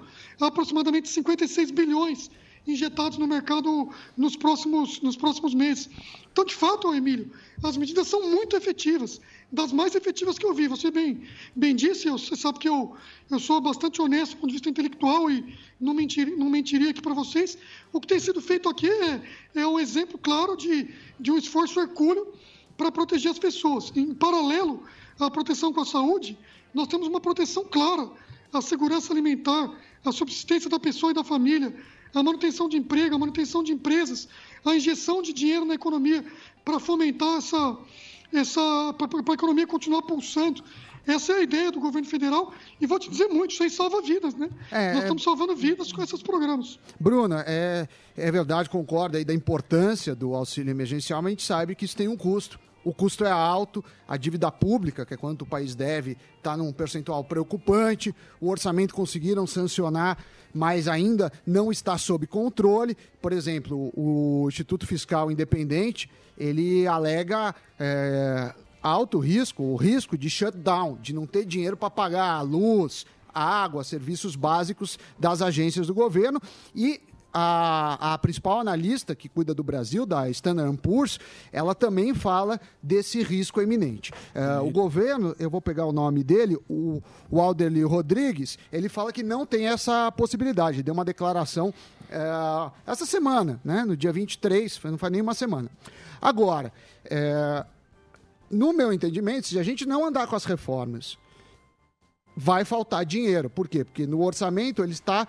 aproximadamente 56 bilhões injetados no mercado nos próximos, nos próximos meses. Então, de fato, Emílio, as medidas são muito efetivas, das mais efetivas que eu vi. Você bem, bem disse, eu- você sabe que eu, eu sou bastante honesto do ponto de vista intelectual e não, mentir, não mentiria aqui para vocês. O que tem sido feito aqui é, é um exemplo claro de, de um esforço hercúleo para proteger as pessoas. Em paralelo à proteção com a saúde, nós temos uma proteção clara à segurança alimentar, à subsistência da pessoa e da família, à manutenção de emprego, à manutenção de empresas, à injeção de dinheiro na economia para fomentar essa, essa para a economia continuar pulsando. Essa é a ideia do governo federal e vou te dizer muito, isso aí salva vidas, né? É, Nós é- estamos salvando vidas com esses programas. Bruna, é, é verdade, concorda aí da importância do auxílio emergencial, mas a gente sabe que isso tem um custo. O custo é alto, a dívida pública, que é quanto o país deve, está num percentual preocupante, o orçamento conseguiram sancionar, mas ainda não está sob controle. Por exemplo, o Instituto Fiscal Independente, ele alega é, alto risco, o risco de shutdown, de não ter dinheiro para pagar a luz, água, serviços básicos das agências do governo e a, a principal analista que cuida do Brasil, da Standard Poor's, ela também fala desse risco iminente. É, o governo, eu vou pegar o nome dele, o, o Alderly Rodrigues, ele fala que não tem essa possibilidade. Deu uma declaração é, essa semana, né? no dia 23, foi- não faz nem uma semana. Agora, é, no meu entendimento, se a gente não andar com as reformas vai faltar dinheiro. Por quê? Porque no orçamento ele está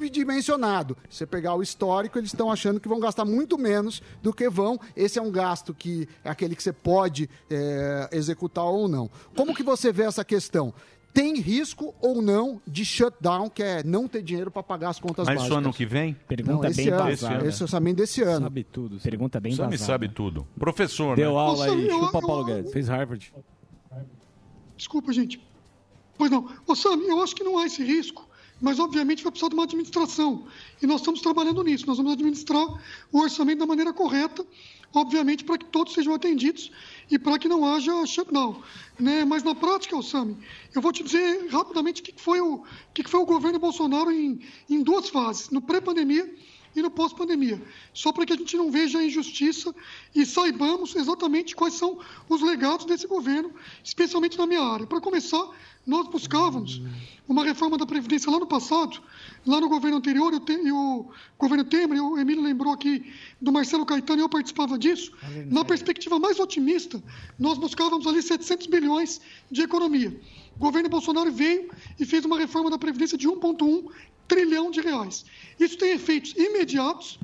subdimensionado. Se você pegar o histórico, eles estão achando que vão gastar muito menos do que vão. Esse é um gasto que é aquele que você pode eh, executar ou não. Como que você vê essa questão? Tem risco ou não de shutdown, que é não ter dinheiro para pagar as contas Mas isso básicas? ano que vem? Não, esse ano, esse orçamento desse ano. né? Sabe tudo. Pergunta bem Sami vazada. sabe tudo. Professor, Deu né? aula aí, Nossa, eu- chupa eu- Paulo Guedes. Fez Harvard. Desculpa, gente. Pois não. Ô, Sam, eu acho que não há esse risco, mas obviamente vai precisar de uma administração. E nós estamos trabalhando nisso. Nós vamos administrar o orçamento da maneira correta, obviamente, para que todos sejam atendidos e para que não haja shutdown. Né? Mas na prática, ô, Sam, eu vou te dizer rapidamente o que que foi o, o que que foi o governo Bolsonaro em, em duas fases, no pré-pandemia e no pós-pandemia, só para que a gente não veja a injustiça e saibamos exatamente quais são os legados desse governo, especialmente na minha área. Para começar, nós buscávamos uma reforma da Previdência lá no passado, lá no governo anterior, eu te- e o governo Temer, o Emílio lembrou aqui do Marcelo Caetano, e eu participava disso. Na perspectiva mais otimista, nós buscávamos ali 700 bilhões de economia. O governo Bolsonaro veio e fez uma reforma da Previdência de 1,1 trilhão de reais. Isso tem efeitos imediatos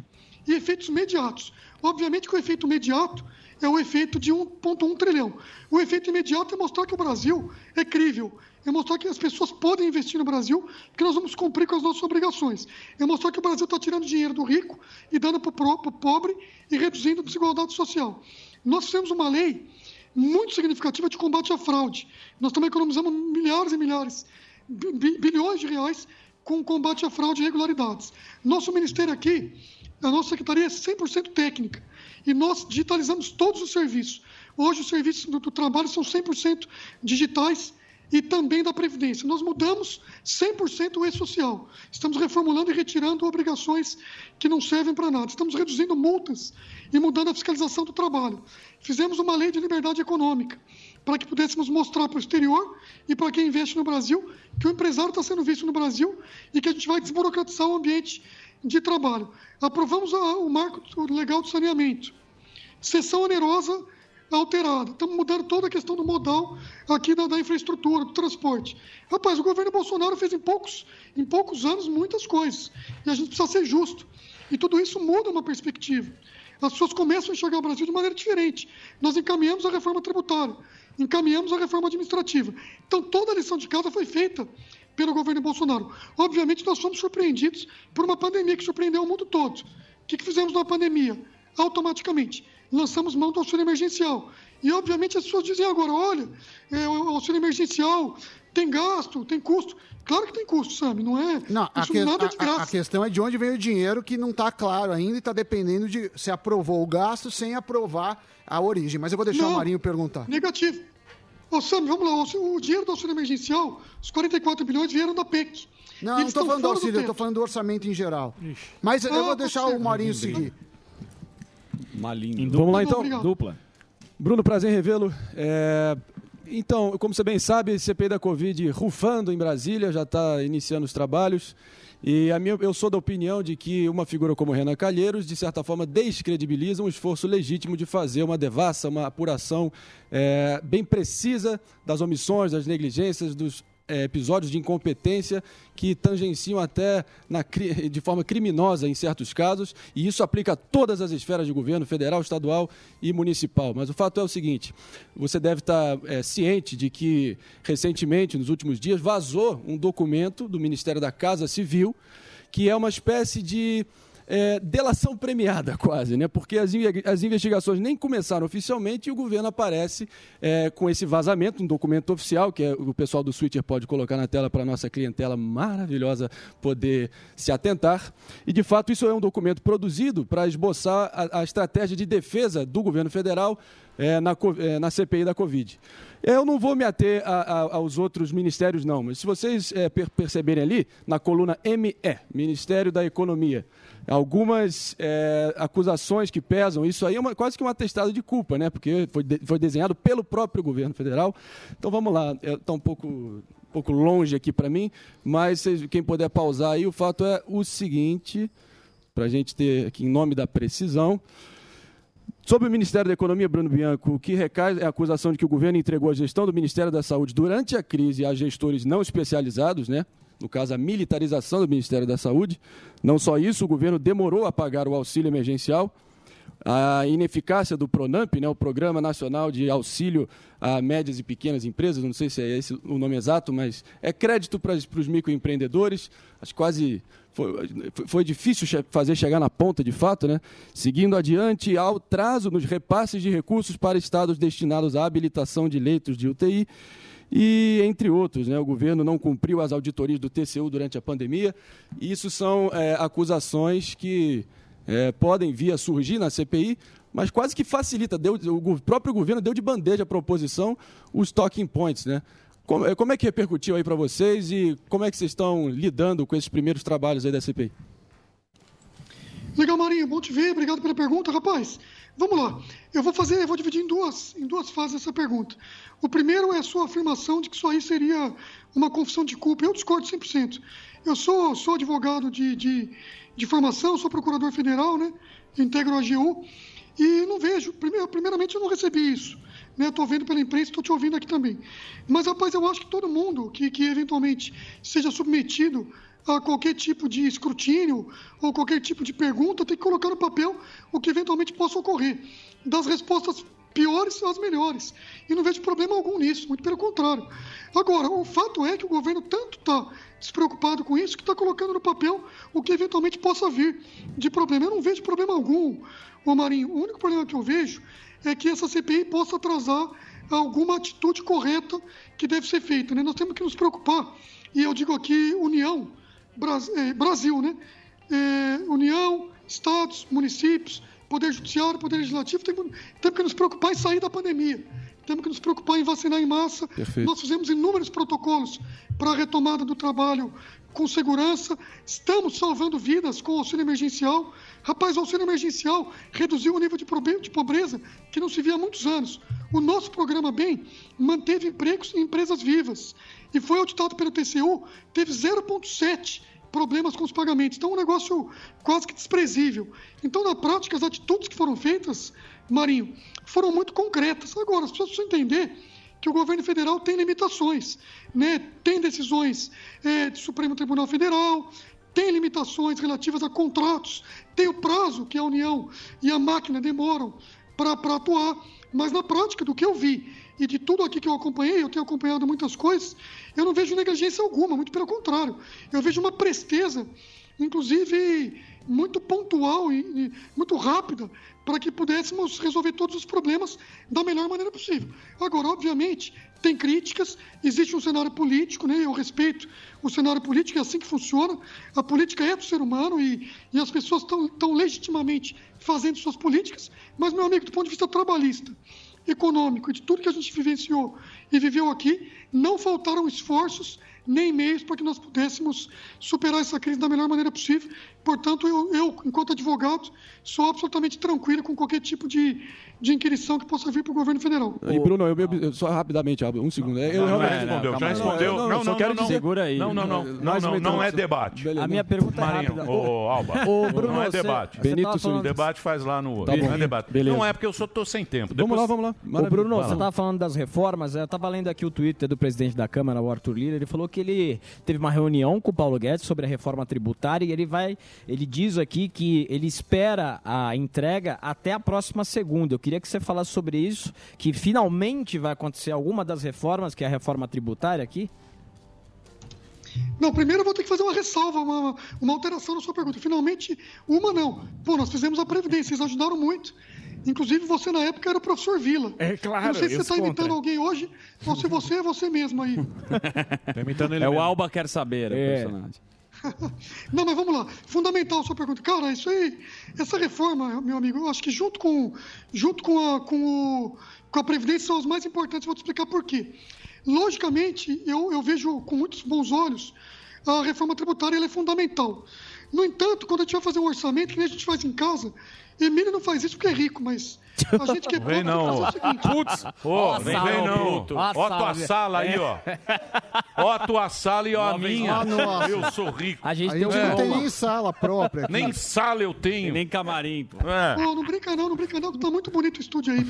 e efeitos imediatos. Obviamente que o efeito imediato é o efeito de 1,1 trilhão. O efeito imediato é mostrar que o Brasil é crível, é mostrar que as pessoas podem investir no Brasil, que nós vamos cumprir com as nossas obrigações, é mostrar que o Brasil está tirando dinheiro do rico e dando para o pobre e reduzindo a desigualdade social. Nós fizemos uma lei muito significativa de combate à fraude. Nós também economizamos milhares e milhares, bi- bi- bilhões de reais com o combate à fraude e irregularidades. Nosso ministério aqui, a nossa secretaria é 100% técnica e nós digitalizamos todos os serviços. Hoje os serviços do, do trabalho são 100% digitais e também da Previdência. Nós mudamos 100% o e-social. Estamos reformulando e retirando obrigações que não servem para nada. Estamos reduzindo multas e mudando a fiscalização do trabalho. Fizemos uma lei de liberdade econômica para que pudéssemos mostrar para o exterior e para quem investe no Brasil que o empresário está sendo visto no Brasil e que a gente vai desburocratizar o ambiente de trabalho. Aprovamos a- o marco legal do saneamento. Sessão onerosa alterada. Estamos mudando Então, toda a questão do modal aqui da, da infraestrutura, do transporte. Rapaz, o governo Bolsonaro fez em poucos, em poucos anos muitas coisas. E a gente precisa ser justo. E tudo isso muda uma perspectiva. As pessoas começam a enxergar o Brasil de maneira diferente. Nós encaminhamos a reforma tributária, encaminhamos a reforma administrativa. Então, toda a lição de casa foi feita pelo governo Bolsonaro. Obviamente, nós fomos surpreendidos por uma pandemia que surpreendeu o mundo todo. O que, que fizemos na pandemia? Automaticamente, lançamos mão do auxílio emergencial. E, obviamente, as pessoas dizem agora, olha, é, o auxílio emergencial tem gasto, tem custo. Claro que tem custo, Sam, não é Não, a, isso que- nada de a- a- graça. a questão é de onde vem o dinheiro que não está claro ainda e está dependendo de se aprovou o gasto sem aprovar a origem. Mas eu vou deixar Não. o Marinho perguntar. Negativo. Ô, Sam, vamos lá. o auxí- O dinheiro do auxílio emergencial, os 44 bilhões vieram da PEC. Não, Eles não estou estão falando do fora auxílio, eu tempo. estou falando do orçamento em geral. Mas eu Ah, vou pode deixar ser. o Marinho seguir. Malinho. Vamos lá então. Obrigado. Dupla. Bruno, prazer em revê-lo. É, Então, como você bem sabe, CPI da Covid rufando em Brasília, já está iniciando os trabalhos. E a minha, eu sou da opinião de que uma figura como Renan Calheiros, de certa forma, descredibiliza um esforço legítimo de fazer uma devassa, uma apuração é, bem precisa das omissões, das negligências, dos é, episódios de incompetência que tangenciam até na cri- de forma criminosa em certos casos, e isso aplica a todas as esferas de governo, federal, estadual e municipal. Mas o fato é o seguinte: você deve estar é, ciente de que, recentemente, nos últimos dias, vazou um documento do Ministério da Casa Civil que é uma espécie de é, delação premiada, quase, né? Porque as, inve- as investigações nem começaram oficialmente e o governo aparece é, com esse vazamento, um documento oficial, que é, o pessoal do Twitter pode colocar na tela para a nossa clientela maravilhosa poder se atentar. E, de fato, isso é um documento produzido para esboçar a, a estratégia de defesa do governo federal é, na, co- é, na CPI da Covid. Eu não vou me ater a- a- aos outros ministérios, não, mas se vocês é, per- perceberem ali, na coluna ME, Ministério da Economia, algumas é, acusações que pesam, isso aí é uma- quase que um atestado de culpa, né? Porque foi, de- foi desenhado pelo próprio governo federal. Então vamos lá, está um pouco, um pouco longe aqui para mim, mas vocês- quem puder pausar aí, o fato é o seguinte, para a gente ter aqui em nome da precisão. Sobre o Ministério da Economia, Bruno Bianco, o que recai é a acusação de que o governo entregou a gestão do Ministério da Saúde durante a crise a gestores não especializados, né? No caso, a militarização do Ministério da Saúde. Não só isso, o governo demorou a pagar o auxílio emergencial. A ineficácia do PRONAMP, né, o Programa Nacional de Auxílio a Médias e Pequenas Empresas, não sei se é esse o nome exato, mas é crédito para os microempreendedores. Acho quase foi, foi difícil che- fazer chegar na ponta, de fato, né? Seguindo adiante, há o atraso nos repasses de recursos para estados destinados à habilitação de leitos de UTI. E, entre outros, né, o governo não cumpriu as auditorias do TCU durante a pandemia. E Isso são é, acusações que é, podem vir a surgir na CPI, mas quase que facilita. Deu, o go- próprio governo deu de bandeja para a oposição os talking points, né? Como, é, como é que repercutiu aí para vocês e como é que vocês estão lidando com esses primeiros trabalhos aí da CPI? Legal, Marinho, bom te ver. Obrigado pela pergunta, rapaz. Vamos lá. Eu vou fazer, eu vou dividir em duas, em duas fases essa pergunta. O primeiro é a sua afirmação de que isso aí seria uma confissão de culpa. Eu discordo 100%. Eu sou, sou advogado de, de, de formação, sou procurador federal, né? Integro a um. AGU e não vejo. Primeiro, primeiramente, eu não recebi isso. Né, tô vendo pela imprensa, estou te ouvindo aqui também. Mas, rapaz, eu acho que todo mundo que, que eventualmente seja submetido a qualquer tipo de escrutínio ou qualquer tipo de pergunta, tem que colocar no papel o que eventualmente possa ocorrer. Das respostas piores às melhores. E não vejo problema algum nisso, muito pelo contrário. Agora, o fato é que o governo tanto está despreocupado com isso que está colocando no papel o que eventualmente possa vir de problema. Eu não vejo problema algum, ô Marinho. O único problema que eu vejo é que essa CPI possa atrasar alguma atitude correta que deve ser feita. Né? Nós temos que nos preocupar, e eu digo aqui união, Bras- eh, Brasil, né? Eh, união, estados, municípios, poder judiciário, poder legislativo, temos, temos que nos preocupar em sair da pandemia. Temos que nos preocupar em vacinar em massa. Perfeito. Nós fizemos inúmeros protocolos para a retomada do trabalho com segurança. Estamos salvando vidas com o auxílio emergencial. Rapaz, o auxílio emergencial reduziu o nível de probe- de pobreza que não se via há muitos anos. O nosso programa Bem manteve empregos e empresas vivas. E foi auditado pelo TCU, teve 0,7 problemas com os pagamentos. Então, é um negócio quase que desprezível. Então, na prática, as atitudes que foram feitas, Marinho, foram muito concretas. Agora, as pessoas precisam entender que o governo federal tem limitações, né? tem decisões eh, do Supremo Tribunal Federal, tem limitações relativas a contratos, tem o prazo que a União e a máquina demoram para atuar, mas na prática, do que eu vi e de tudo aqui que eu acompanhei, eu tenho acompanhado muitas coisas, eu não vejo negligência alguma, muito pelo contrário, eu vejo uma presteza, inclusive muito pontual e, e muito rápida para que pudéssemos resolver todos os problemas da melhor maneira possível. Agora, obviamente, tem críticas, existe um cenário político, né? Eu respeito o cenário político, é assim que funciona. A política é do ser humano e, e as pessoas estão legitimamente fazendo suas políticas, mas, meu amigo, do ponto de vista trabalhista, econômico e de tudo que a gente vivenciou e viveu aqui, não faltaram esforços nem meios para que nós pudéssemos superar essa crise da melhor maneira possível. Portanto, eu, eu, enquanto advogado, sou absolutamente tranquilo com qualquer tipo de, de inquirição que possa vir para o governo federal. E Bruno, eu, me- eu- só rapidamente, Abra, um segundo. Eu Não, realmente- já respondeu, calma já aí. respondeu. Eu- Não, eu não, só não, quero não. dizer- Segura aí. Não, não, não. Nós assim, Não, não, uma não é introdução. debate. Beleza. A minha pergunta é rápida. Ô, ô, Alba. Ô, não Bruno, é você- debate. você Benito tava falando- Suíça. Debate faz lá no... Tá não bom. é debate. Beleza. Não é porque eu só tô sem tempo. Vamos lá, vamos lá. Ô, Bruno, você Fala. estava falando das reformas. Eu estava lendo aqui o Twitter do presidente da Câmara, o Arthur Lira. Ele falou que ele teve uma reunião com o Paulo Guedes sobre a reforma tributária e ele vai. Ele diz aqui que ele espera a entrega até a próxima segunda. Eu queria que você falasse sobre isso, que finalmente vai acontecer alguma das reformas, que é a reforma tributária aqui. Não, primeiro eu vou ter que fazer uma ressalva, uma, uma alteração na sua pergunta. Finalmente, uma não. Pô, nós fizemos a Previdência, vocês ajudaram muito. Inclusive, você na época era o professor Vila. É claro, Não sei se você isso está conta. imitando alguém hoje, ou se você é você mesmo aí. é o Alba Quer Saber, é. o personagem. Não, mas vamos lá. Fundamental a sua pergunta. Cara, isso aí, essa reforma, meu amigo, eu acho que junto com, junto com, a, com, o- com a Previdência são as mais importantes. Vou te explicar por quê. Logicamente, eu, eu vejo com muitos bons olhos a reforma tributária, ela é fundamental. No entanto, quando a gente vai fazer um orçamento, que nem a gente faz em casa, Emílio não faz isso porque é rico, mas a gente que é Vem pobre tem que não. fazer o seguinte. Putz, Ó ô, a vem, sala, vem ô, não. bruto. Ó a Ó a tua sala, sala aí, é. ó. Ó a tua sala e ó a minha. Ah, nossa. Eu sou rico. É. A gente, não tem um nem sala própria. aqui. Nem sala eu tenho. É. Nem camarim, pô. Não, não brinca não, não brinca não, que tá muito bonito o estúdio aí.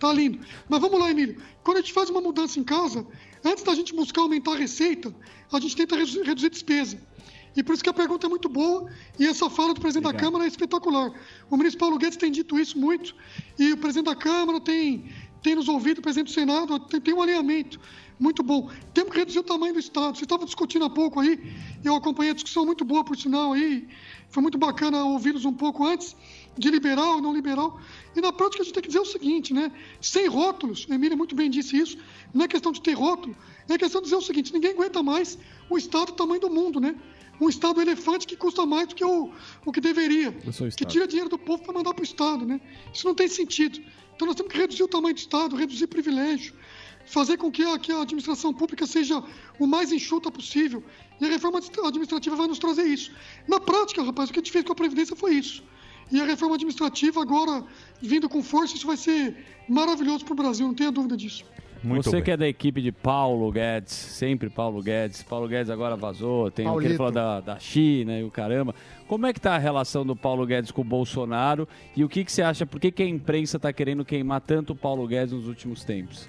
Tá lindo. Mas vamos lá, Emílio. Quando a gente faz uma mudança em casa, antes da gente buscar aumentar a receita, a gente tenta redu- reduzir a despesa. E por isso que a pergunta é muito boa e essa fala do presidente da Câmara é espetacular. O ministro Paulo Guedes tem dito isso muito e o presidente da Câmara tem, tem nos ouvido, o presidente do Senado tem, tem um alinhamento muito bom. Temos que reduzir o tamanho do Estado. Você estava discutindo há pouco aí, eu acompanhei a discussão muito boa, por sinal, aí. Foi muito bacana ouvi-los um pouco antes de liberal e não liberal. E na prática a gente tem que dizer o seguinte, né? Sem rótulos, a Emília muito bem disse isso, não é questão de ter rótulo, é questão de dizer o seguinte, ninguém aguenta mais o Estado do tamanho do mundo, né? Um Estado elefante que custa mais do que o, o que deveria, Eu sou o que Estado. tira dinheiro do povo para mandar para o Estado, né? Isso não tem sentido. Então nós temos que reduzir o tamanho do Estado, reduzir privilégio, fazer com que a, que a administração pública seja o mais enxuta possível. E a reforma administrativa vai nos trazer isso. Na prática, rapaz, o que a gente fez com a Previdência foi isso. E a reforma administrativa agora vindo com força, isso vai ser maravilhoso para o Brasil, não tenha dúvida disso. Você que é da equipe de Paulo Guedes, sempre Paulo Guedes. Paulo Guedes agora vazou, tem o que ele Paulito. falou da, da China e o caramba. Como é que tá a relação do Paulo Guedes com o Bolsonaro? E o que, que você acha? Por que, que a imprensa tá querendo queimar tanto o Paulo Guedes nos últimos tempos?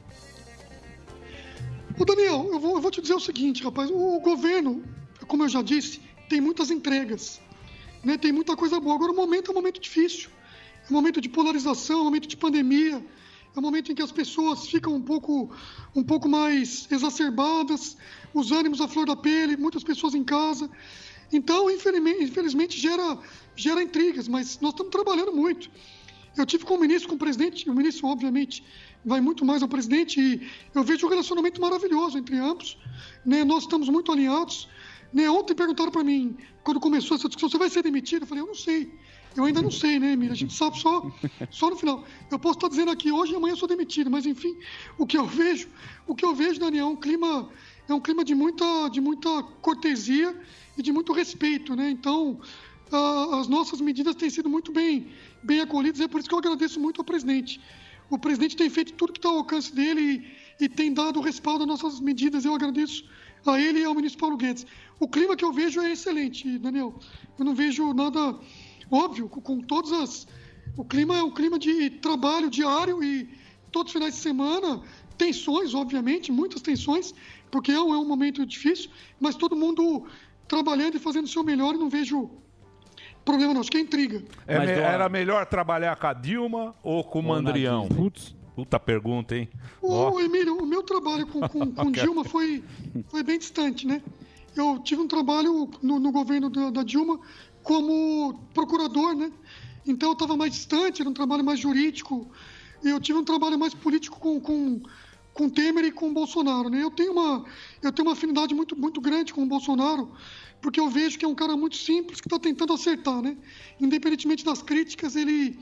Ô Daniel, eu vou, eu vou te dizer o seguinte, rapaz. O, o governo, como eu já disse, tem muitas entregas. né? Tem muita coisa boa. Agora o momento é um momento difícil. É um momento de polarização, é um momento de pandemia. É um momento em que as pessoas ficam um pouco, um pouco mais exacerbadas, os ânimos à flor da pele, muitas pessoas em casa. Então, infelizmente, infelizmente gera, gera intrigas, mas nós estamos trabalhando muito. Eu tive com o ministro, com o presidente, o ministro, obviamente, vai muito mais ao presidente e eu vejo um relacionamento maravilhoso entre ambos. Né? Nós estamos muito alinhados. Né? Ontem perguntaram para mim, quando começou essa discussão, você vai ser demitido? Eu falei, eu não sei. Eu ainda não sei, né, Emília? A gente sabe só, só no final. Eu posso estar dizendo aqui hoje e amanhã eu sou demitido, mas enfim, o que eu vejo, o que eu vejo, Daniel, é um clima, é um clima de muita, de muita cortesia e de muito respeito, né? Então, ah, as nossas medidas têm sido muito bem, bem acolhidas. É por isso que eu agradeço muito ao presidente. O presidente tem feito tudo que está ao alcance dele e, e tem dado respaldo às nossas medidas. Eu agradeço a ele e ao ministro Paulo Guedes. O clima que eu vejo é excelente, Daniel. Eu não vejo nada óbvio com, com todas as. O clima é um clima de trabalho diário e todos os finais de semana. Tensões, obviamente, muitas tensões, porque é um, é um momento difícil, mas todo mundo trabalhando e fazendo o seu melhor e não vejo problema não, acho que é intriga. É me- Era melhor trabalhar com a Dilma ou com o Mandrião? Putz. Puta pergunta, hein? O, Ó. o Emílio, o meu trabalho com, com, com Dilma foi, foi bem distante, né? Eu tive um trabalho no, no governo da, da Dilma como procurador, né? Então eu estava mais distante, era um trabalho mais jurídico. Eu tive um trabalho mais político com, com, com Temer e com Bolsonaro, né? Eu tenho uma, eu tenho uma afinidade muito, muito grande com o Bolsonaro, porque eu vejo que é um cara muito simples que está tentando acertar, né? Independentemente das críticas, ele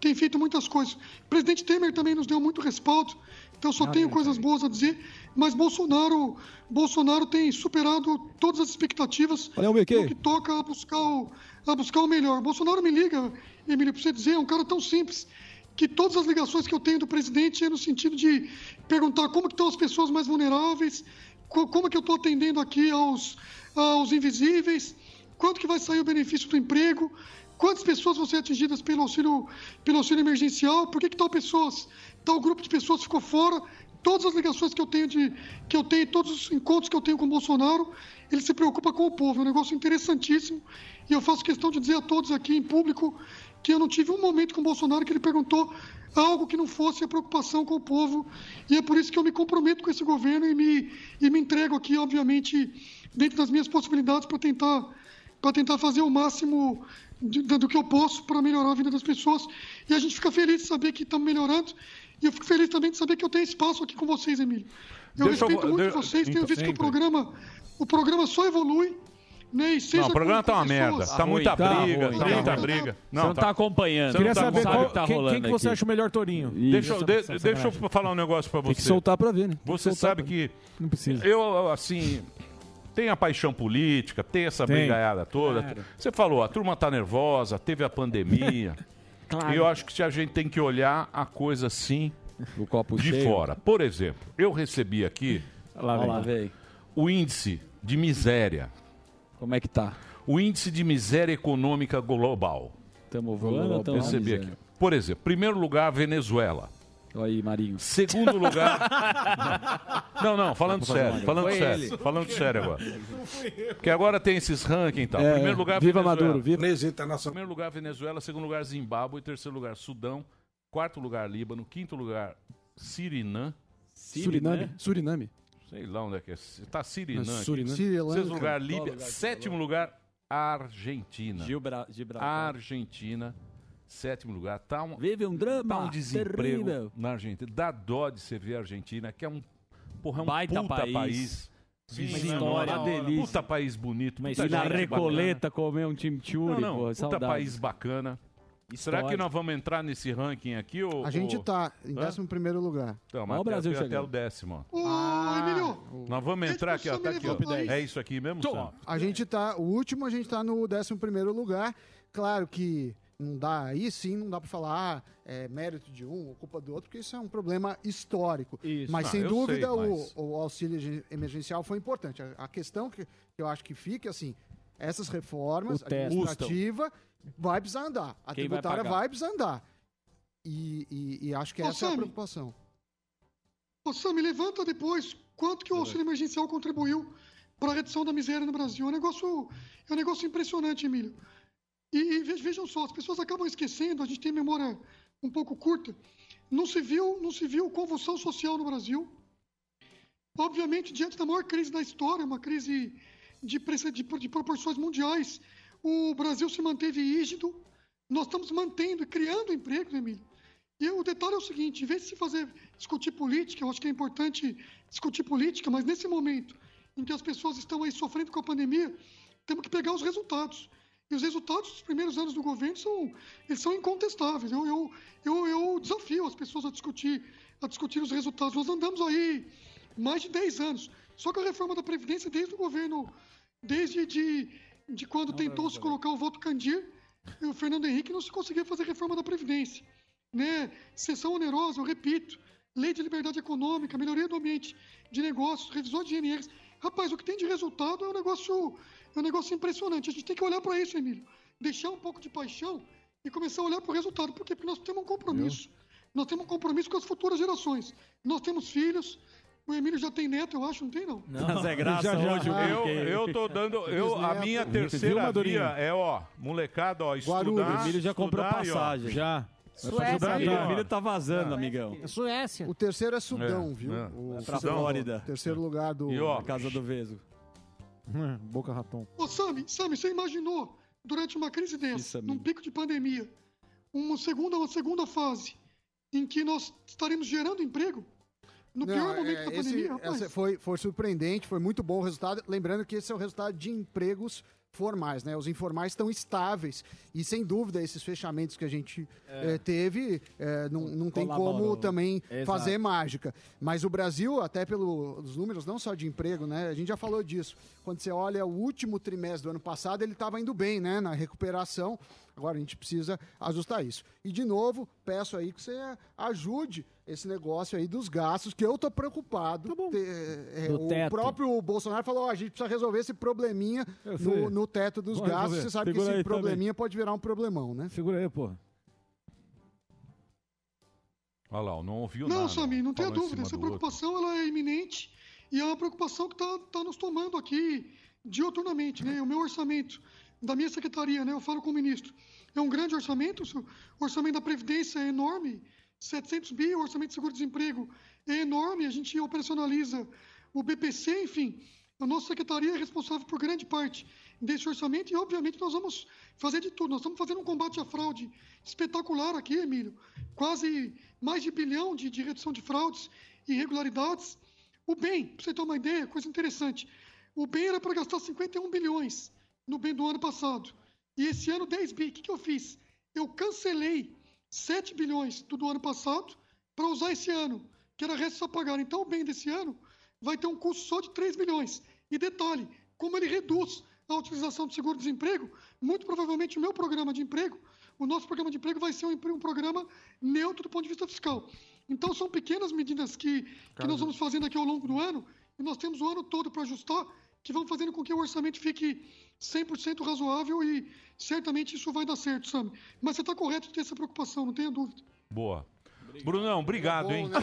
tem feito muitas coisas. O presidente Temer também nos deu muito respaldo, então só Ah, tenho é verdade. coisas boas a dizer, mas Bolsonaro, Bolsonaro tem superado todas as expectativas Valeu, Mickey. no que toca a buscar o, a buscar o melhor. Bolsonaro me liga, Emílio, para você dizer, é um cara tão simples que todas as ligações que eu tenho do presidente é no sentido de perguntar como que estão as pessoas mais vulneráveis, co- como que eu estou atendendo aqui aos, aos invisíveis, quanto que vai sair o benefício do emprego, quantas pessoas vão ser atingidas pelo auxílio, pelo auxílio emergencial, por que, que tal pessoas, tal grupo de pessoas ficou fora. Todas as ligações que eu tenho de que eu tenho, todos os encontros que eu tenho com o Bolsonaro, ele se preocupa com o povo. É um negócio interessantíssimo. E eu faço questão de dizer a todos aqui em público que eu não tive um momento com o Bolsonaro que ele perguntou algo que não fosse a preocupação com o povo. E é por isso que eu me comprometo com esse governo e me, e me entrego aqui, obviamente, dentro das minhas possibilidades para tentar para tentar fazer o máximo de- do que eu posso para melhorar a vida das pessoas. E a gente fica feliz de saber que estamos melhorando. E eu fico feliz também de saber que eu tenho espaço aqui com vocês, Emílio. Eu Deixa eu- respeito muito de- vocês, tenho então, visto que o sempre. programa, o programa só evolui. Né? E seja Não, o programa com- tá com uma merda. pessoas- Tá muita Tá briga, ruim, tá tá muita ruim. briga. Você não tá acompanhando. Você Queria não tá saber acompanhando. qual- Tá quem- rolando quem que você aqui. acha o melhor tourinho? Deixa, eu- Isso. de- Sacanagem. deixa eu falar um negócio pra você. Tem que soltar pra ver, né? Tem que Você soltar sabe pra que. Não precisa. Eu, assim. Tem a paixão política, tem essa Tem. brigaiada toda. Claro. Você falou, a turma tá nervosa, teve a pandemia. Claro. E eu acho que a gente tem que olhar a coisa assim de cheio. fora. Por exemplo, eu recebi aqui Lá vem. Lá vem. o índice de miséria. Como é que tá? O índice de miséria econômica global. Estamos voando ou Eu estamos recebi aqui. Por exemplo, primeiro lugar, Venezuela. Olha aí, Marinho. Segundo lugar. não, não, falando Foi sério, ele. falando Foi sério, ele. falando sério agora. Porque agora tem esses rankings e tal. É, Tá, primeiro lugar, viva Venezuela. Maduro, viva. Primeiro lugar, Venezuela. Segundo lugar, Zimbábue. Terceiro lugar, Sudão. Quarto lugar, Líbano. Quinto lugar, Sirinã. né? Suriname? Suriname. Sei lá onde é que é. Tá Sirinã. Mas aqui. né? Surinã. Sri Sexto Lanka. lugar, Qual Líbia. lugar que Sétimo lugar, Argentina. Gilbra- Gibraltar. Argentina. Sétimo lugar. Tá um, Vive um drama. Tá um desemprego terrível. na Argentina. Dá dó de você ver a Argentina, que é um, porra, é um Baita puta país. país. Sim, Vizinho história, é nosso. uma delícia. Puta país bonito. Mas puta ir na gente Recoleta bacana. comer um chimichurri, Não, não. pô, puta saudade. país bacana. Será que História. nós vamos entrar nesse ranking aqui? Ou, A gente ou- tá em Hã? 11 primeiro lugar. Então, mas Ó o até- Brasil até chegando. o décimo. ó. Ah, Nós vamos entrar aqui, ó. Tá aqui, ó. Top 10. É isso aqui mesmo, Sam? A gente tá, o último a gente tá no 11 lugar. Claro que não dá, aí sim não dá para falar ah, é mérito de um ou culpa do outro, porque isso é um problema histórico. Mas Ah, sem eu dúvida sei, o- mas- o, auxílio de- emergencial foi importante. A, a questão que, que eu acho que fica assim, essas reformas O teto. administrativa vai precisar andar. A Quem vai tributária vai, pagar? precisar andar. E, e- e acho que Ô, essa é a Sami. preocupação. Ô, Sam, levanta depois quanto que o auxílio emergencial contribuiu para a redução da miséria no Brasil. É um negócio, é um negócio impressionante, Emílio. E, e ve- vejam só, as pessoas acabam esquecendo, a gente tem memória um pouco curta. Não se viu, não se viu convulsão social no Brasil. Obviamente, diante da maior crise da história, uma crise de, prece- de pro- de proporções mundiais, o Brasil se manteve rígido. Nós estamos mantendo e criando emprego, né, Emílio. E o detalhe é o seguinte: em vez de se fazer discutir política, eu acho que é importante discutir política, mas nesse momento em que as pessoas estão aí sofrendo com a pandemia, temos que pegar os resultados. E os resultados dos primeiros anos do governo são, eles são incontestáveis. Eu, eu, eu, eu desafio as pessoas a discutir, a discutir os resultados. Nós andamos aí mais de 10 anos. Só que a reforma da Previdência, desde o governo, desde de, de quando tentou-se colocar o voto Candir, e o Fernando Henrique não se conseguia fazer reforma da Previdência. Né? Sessão onerosa, eu repito, lei de liberdade econômica, melhoria do ambiente de negócios, revisão de INRs. Rapaz, o que tem de resultado é um negócio, é um negócio impressionante. A gente tem que olhar para isso, Emílio. Deixar um pouco de paixão e começar a olhar para o resultado. Por quê? Porque nós temos um compromisso. Nós temos um compromisso com as futuras gerações. Nós temos filhos. O Emílio já tem neto, eu acho, não tem não? Já, já, hoje, já. eu, Ah, ok. eu tô dando. Eu, a Bisneto. minha Viu, terceira Madurinho? via é, ó, molecada, ó, estudar. O Emílio já comprou estudar e, ó, passagem. Vai fazer Suécia, daí, O ó. Emílio tá vazando, amigão. Suécia. O terceiro é Sudão, É, viu? é. O É pra Sudão, Flórida. Terceiro lugar do. Na casa do Veso. Hum, Boca Raton. Ô, Sami, Sami, você imaginou durante uma crise Isso dessa, mesmo. num pico de pandemia, uma segunda, uma segunda fase em que nós estaremos gerando emprego, no Não, pior momento é, da esse- pandemia, rapaz. essa foi, foi surpreendente, foi muito bom o resultado. Lembrando que esse é o resultado de empregos formais, né? Os informais estão estáveis e sem dúvida esses fechamentos que a gente É. eh, teve eh, não, não tem Colaborou. como também Exato. fazer mágica. Mas o Brasil, até pelos números, não só de emprego, né? A gente já falou disso. Quando você olha o último trimestre do ano passado, ele estava indo bem, né? Na recuperação. Agora a gente precisa ajustar isso. E de novo, peço aí que você ajude esse negócio aí dos gastos, que eu tô Tá preocupado. Te- é, Do o teto. próprio Bolsonaro falou: ó, a gente precisa resolver esse probleminha sei. no, no teto dos Vamos gastos. resolver. Você sabe Segura que aí esse também. probleminha pode virar um problemão, né? Segura aí, pô. Olha lá, não ouviu nada. Não, Samir, não tenha Falou em cima dúvida. Essa do outro. preocupação ela é iminente e é uma preocupação que está tá nos tomando aqui dioturnamente. Né? O meu orçamento da minha secretaria, né? eu falo com o ministro, é um grande orçamento. O orçamento da Previdência é enorme, 700 bi, o orçamento de seguro-desemprego é enorme. A gente operacionaliza o BPC, enfim. A nossa secretaria é responsável por grande parte desse orçamento e, obviamente, nós vamos fazer de tudo. Nós estamos fazendo um combate à fraude espetacular aqui, Emílio. Quase mais de bilhão de, de redução de fraudes e irregularidades. O bem, para você ter uma ideia, coisa interessante. O bem era para gastar 51 bilhões no bem do ano passado. E esse ano, 10 bi. O que, que eu fiz? Eu cancelei 7 bilhões do, do ano passado para usar esse ano, que era resto a pagar. Então, o bem desse ano vai ter um custo só de 3 bilhões. E detalhe, como ele reduz a utilização do seguro-desemprego, muito provavelmente o meu programa de emprego, o nosso programa de emprego vai ser um, empre- um programa neutro do ponto de vista fiscal. Então, são pequenas medidas que, que nós vamos fazendo aqui ao longo do ano, e nós temos o ano todo para ajustar, que vão fazendo com que o orçamento fique 100% razoável e certamente isso vai dar certo, Sam. Mas você está correto de ter essa preocupação, não tenha dúvida. Boa. Brunão, é obrigado, hein? né?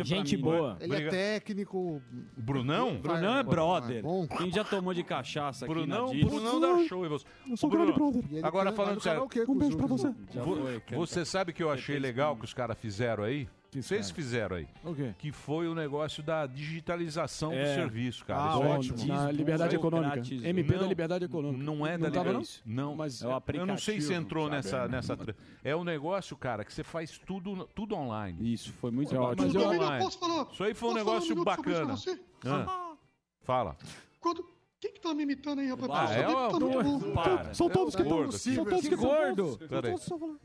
um Gente né? boa. né, Ele é técnico. Brunão? Brunão é Bom, brother. Quem já tomou de cachaça aqui Brunão, na Disney? Brunão dá show, Evaldo. Eu um sou grande brother. E ele Agora canta falando no sério. karaokê com Um os beijo pra outros. você. Já Vo- foi, cara. Você sabe que eu achei legal que os caras fizeram aí? Vocês fizeram aí. O quê? Que foi o negócio da digitalização do É. serviço, cara. Ah, Isso é ótimo. ótimo. Na liberdade econômica. MP da liberdade econômica. Não é Não da tava, liberdade. não? Não, Mas é o eu não sei aplicativo, se entrou sabe? nessa. É. nessa tra- É um negócio, cara, que você faz tudo, tudo online. Isso, foi É muito ótimo. Tudo Emílio, online. posso falar- Isso aí foi um posso falar negócio minuto sobre isso pra bacana. você? Hã? Fala. Quando... Quem que tá me imitando aí, rapaz? Ah, Você é tá o- muito Para. bom. Para. São todos que- Gordo. São todos que- gordo. Peraí.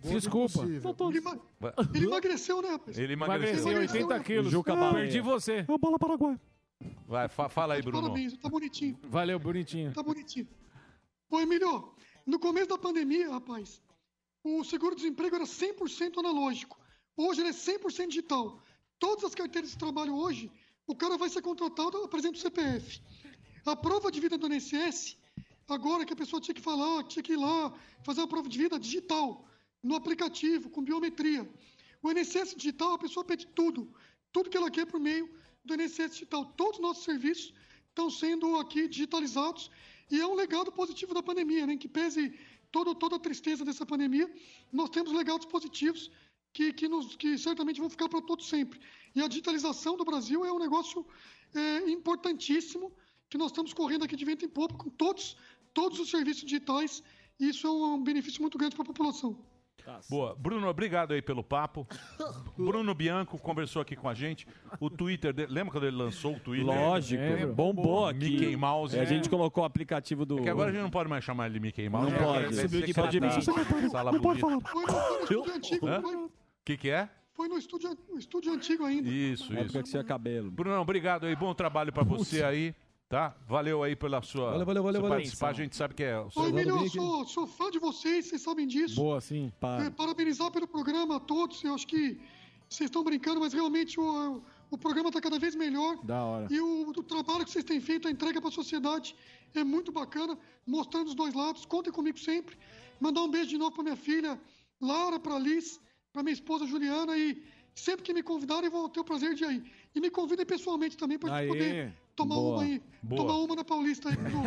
Desculpa. Ele, ma- ele emagreceu, né, rapaz? Ele emagreceu. Emagreceu, né? Juca Ah, Bahia. perdi você. A bola paraguai. Vai, fa- fala aí, Bruno. Parabéns, tá bonitinho. Valeu, bonitinho. Tá bonitinho. Ô, Emílio, no começo da pandemia, rapaz, o seguro-desemprego era 100% analógico. Hoje ele é 100% digital. Todas as carteiras de trabalho hoje, o cara vai ser contratado, apresenta o CPF. A prova de vida do INSS, agora que a pessoa tinha que falar, tinha que ir lá, fazer uma prova de vida digital, no aplicativo, com biometria. O INSS digital, a pessoa pede tudo, tudo que ela quer por meio do INSS digital. Todos os nossos serviços estão sendo aqui digitalizados e é um legado positivo da pandemia, né? Que pese todo, toda a tristeza dessa pandemia, nós temos legados positivos que, que, nos, que certamente vão ficar para todo sempre. E a digitalização do Brasil é um negócio é, importantíssimo que nós estamos correndo aqui de vento em popa com todos, todos os serviços digitais e isso é um benefício muito grande para a população. Tá Boa. Bruno, obrigado aí pelo papo. Bruno Bianco conversou aqui com a gente. O Twitter dele. Lembra quando ele lançou o Twitter? Lógico, Lembro. bombou aqui. Mickey Mouse. É, A gente colocou o aplicativo do. É que agora a gente não pode mais chamar ele de Mickey Mouse. Não porque pode. ele é Subiu de secretário. patente. Sala Não pode bonita. Foi no estúdio antigo, Hã? foi, que, que é? foi no estúdio, no estúdio antigo ainda. Isso, Na isso. época que tinha cabelo. Brunão, obrigado aí. Bom trabalho pra você aí. Tá? Valeu aí pela sua, Valeu, valeu, valeu, sua valeu. participar. A gente sabe que é o Ô, seu Emílio, eu sou, sou fã de vocês, vocês sabem disso. Boa, sim. É, parabenizar pelo programa a todos. Eu acho que vocês estão brincando, mas realmente o, o programa está cada vez melhor. Da hora. E o, o trabalho que vocês têm feito, a entrega para a sociedade é muito bacana, mostrando os dois lados. Contem comigo sempre. Mandar um beijo de novo para minha filha Lara, para Liz, para minha esposa Juliana e sempre que me convidarem, eu vou ter o prazer de ir aí. E me convidem pessoalmente também para Aê. poder Tomar Boa. uma aí. Boa. Tomar uma na Paulista aí. Bruno.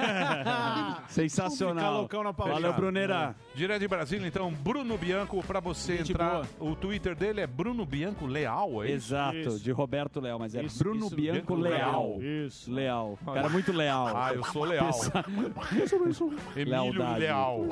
Sensacional. Valeu, Bruneira. Direto de Brasília, então, Bruno Bianco, pra você entrar. O Twitter dele é Bruno Bianco Leal, é isso? Exato, de Roberto Leal, mas é Isso, Bruno isso, Bianco Bianco Leal. Leal. Isso. Leal. Cara muito leal. Ah, eu sou leal. Pensa- Emílio Lealdade. Leal.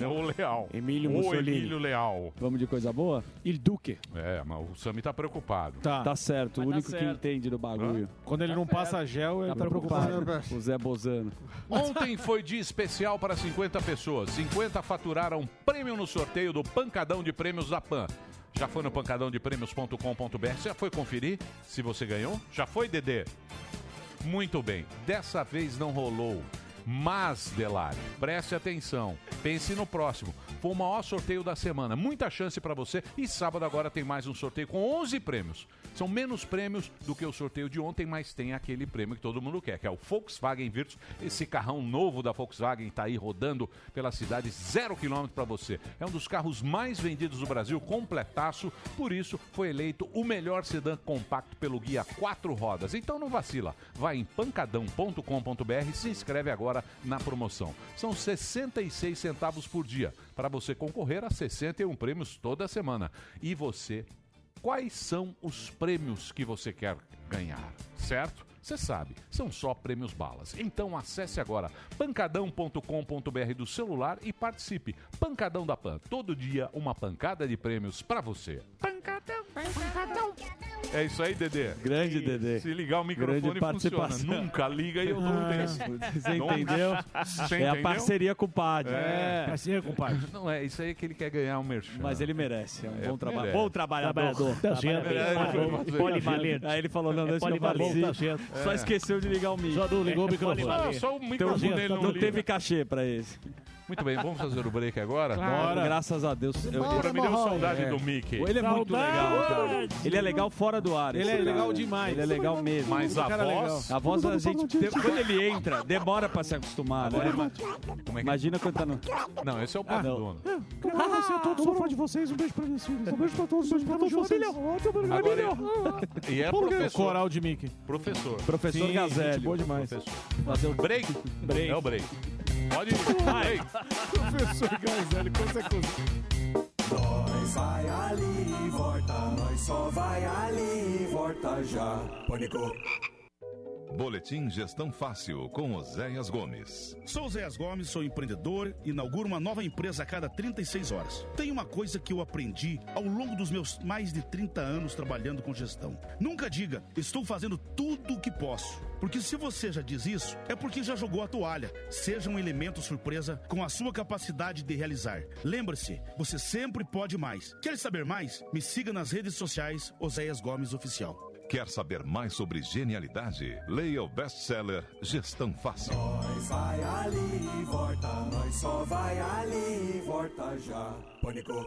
É o Leal. Emílio o Mussolini. Emílio Leal. Vamos de coisa boa? Il Duque. É, mas o Sami tá preocupado. Tá, certo, o Mas tá único que certo. entende do bagulho. Quando ele não passa gel, ele Tá preocupado. O Zé Bozano. Ontem foi dia especial para 50 pessoas. 50 faturaram prêmio no sorteio do Pancadão de Prêmios da PAN. Já foi no pancadãodeprêmios.com.br? Você já foi conferir se você ganhou? Já foi, Dedê? Muito bem. Dessa vez não rolou. Mas, Delari, preste atenção. Pense no próximo. Foi o maior sorteio da semana. Muita chance para você. E sábado agora tem mais um sorteio com 11 prêmios. São menos prêmios do que o sorteio de ontem, mas tem aquele prêmio que todo mundo quer, que é o Volkswagen Virtus. Esse carrão novo da Volkswagen está aí rodando pela cidade, zero quilômetro para você. É um dos carros mais vendidos do Brasil, completaço. Por isso, foi eleito o melhor sedã compacto pelo guia Quatro Rodas. Então não vacila, vai em pancadão.com.br e se inscreve agora na promoção. São 66 centavos por dia para você concorrer a 61 prêmios toda semana. E você, quais são os prêmios que você quer ganhar, certo? Você sabe, são só prêmios balas. Então acesse agora pancadão.com.br do celular e participe. Pancadão da Pan, todo dia uma pancada de prêmios para você. É isso aí, Dedê. Grande Dedê. Se ligar o microfone Grande funciona. participação. Nunca liga e eu dou um Ah, desse. Você Nunca. entendeu? Você É a entendeu? parceria com o Padre. É. Parceria com o Padre. Não é, isso aí que ele quer ganhar o merchan. Mas ele merece. um É um bom trabalho. merece. Bom trabalhador. Trabalhador. Tá certo. Trabalhador. É É, polivalente. Aí ele falou: não, não, esse não Polivalente. participa. Tá certo. Só É. esqueceu de ligar o mic. Só não ligou o É microfone. polivalente. Não, só o Então, microfone dele não Não liga. teve cachê pra esse. Muito bem, vamos fazer o break agora? Claro. Bora. Graças a Deus. Eu, Agora me deu saudade do Mickey. Ele é muito legal. cara. Ele é legal fora do ar. Ele esse é cara. legal demais. Ele é legal mesmo. Mas a Cara é legal. voz- A voz a gente. Quando ele entra, demora pra se acostumar. né? Imagina quando tá no. é Ah, Não, esse é o Pardono. Agradecer a todos, sou fã de vocês. Um beijo pra minhas filhas. Um beijo pra todos, um beijo pra todos vocês. Ótimo, obrigado. Agora é- E é Por quê? professor. Coral de Mickey. Professor. Professor Sim, Gazelli. gente boa demais. Fazer o break? Break. É o break. Pode ir. Vai. Professor Gazelli, como é você consegue? Nós vai ali e volta, nós só vai ali e volta já. Pânico. Boletim Gestão Fácil com Oséias Gomes. Sou o Zéas Gomes, sou empreendedor, inauguro uma nova empresa a cada 36 horas. Tem uma coisa que eu aprendi ao longo dos meus mais de 30 anos trabalhando com gestão. Nunca diga, estou fazendo tudo o que posso. Porque se você já diz isso, é porque já jogou a toalha. Seja um elemento surpresa com a sua capacidade de realizar. Lembre-se, você sempre pode mais. Quer saber mais? Me siga nas redes sociais Oséias Gomes Oficial. Quer saber mais sobre genialidade? Leia o best-seller Gestão Fácil. Nós vai ali e volta, nós só vai ali e volta já. Pânico.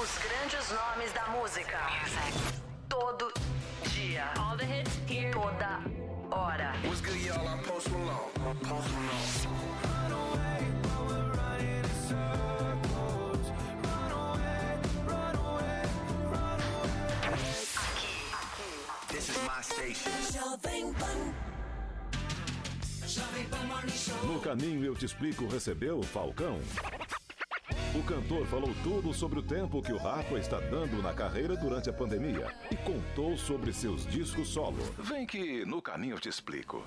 Os grandes nomes da música. Todo dia. All the hits here. Toda hora. What's good, y'all? I'm Post Malone. Post This is my station. No caminho eu te explico recebeu Falcão. O cantor falou tudo sobre o tempo que o Rafa está dando na carreira durante a pandemia e contou sobre seus discos solo. Vem que no caminho eu te explico.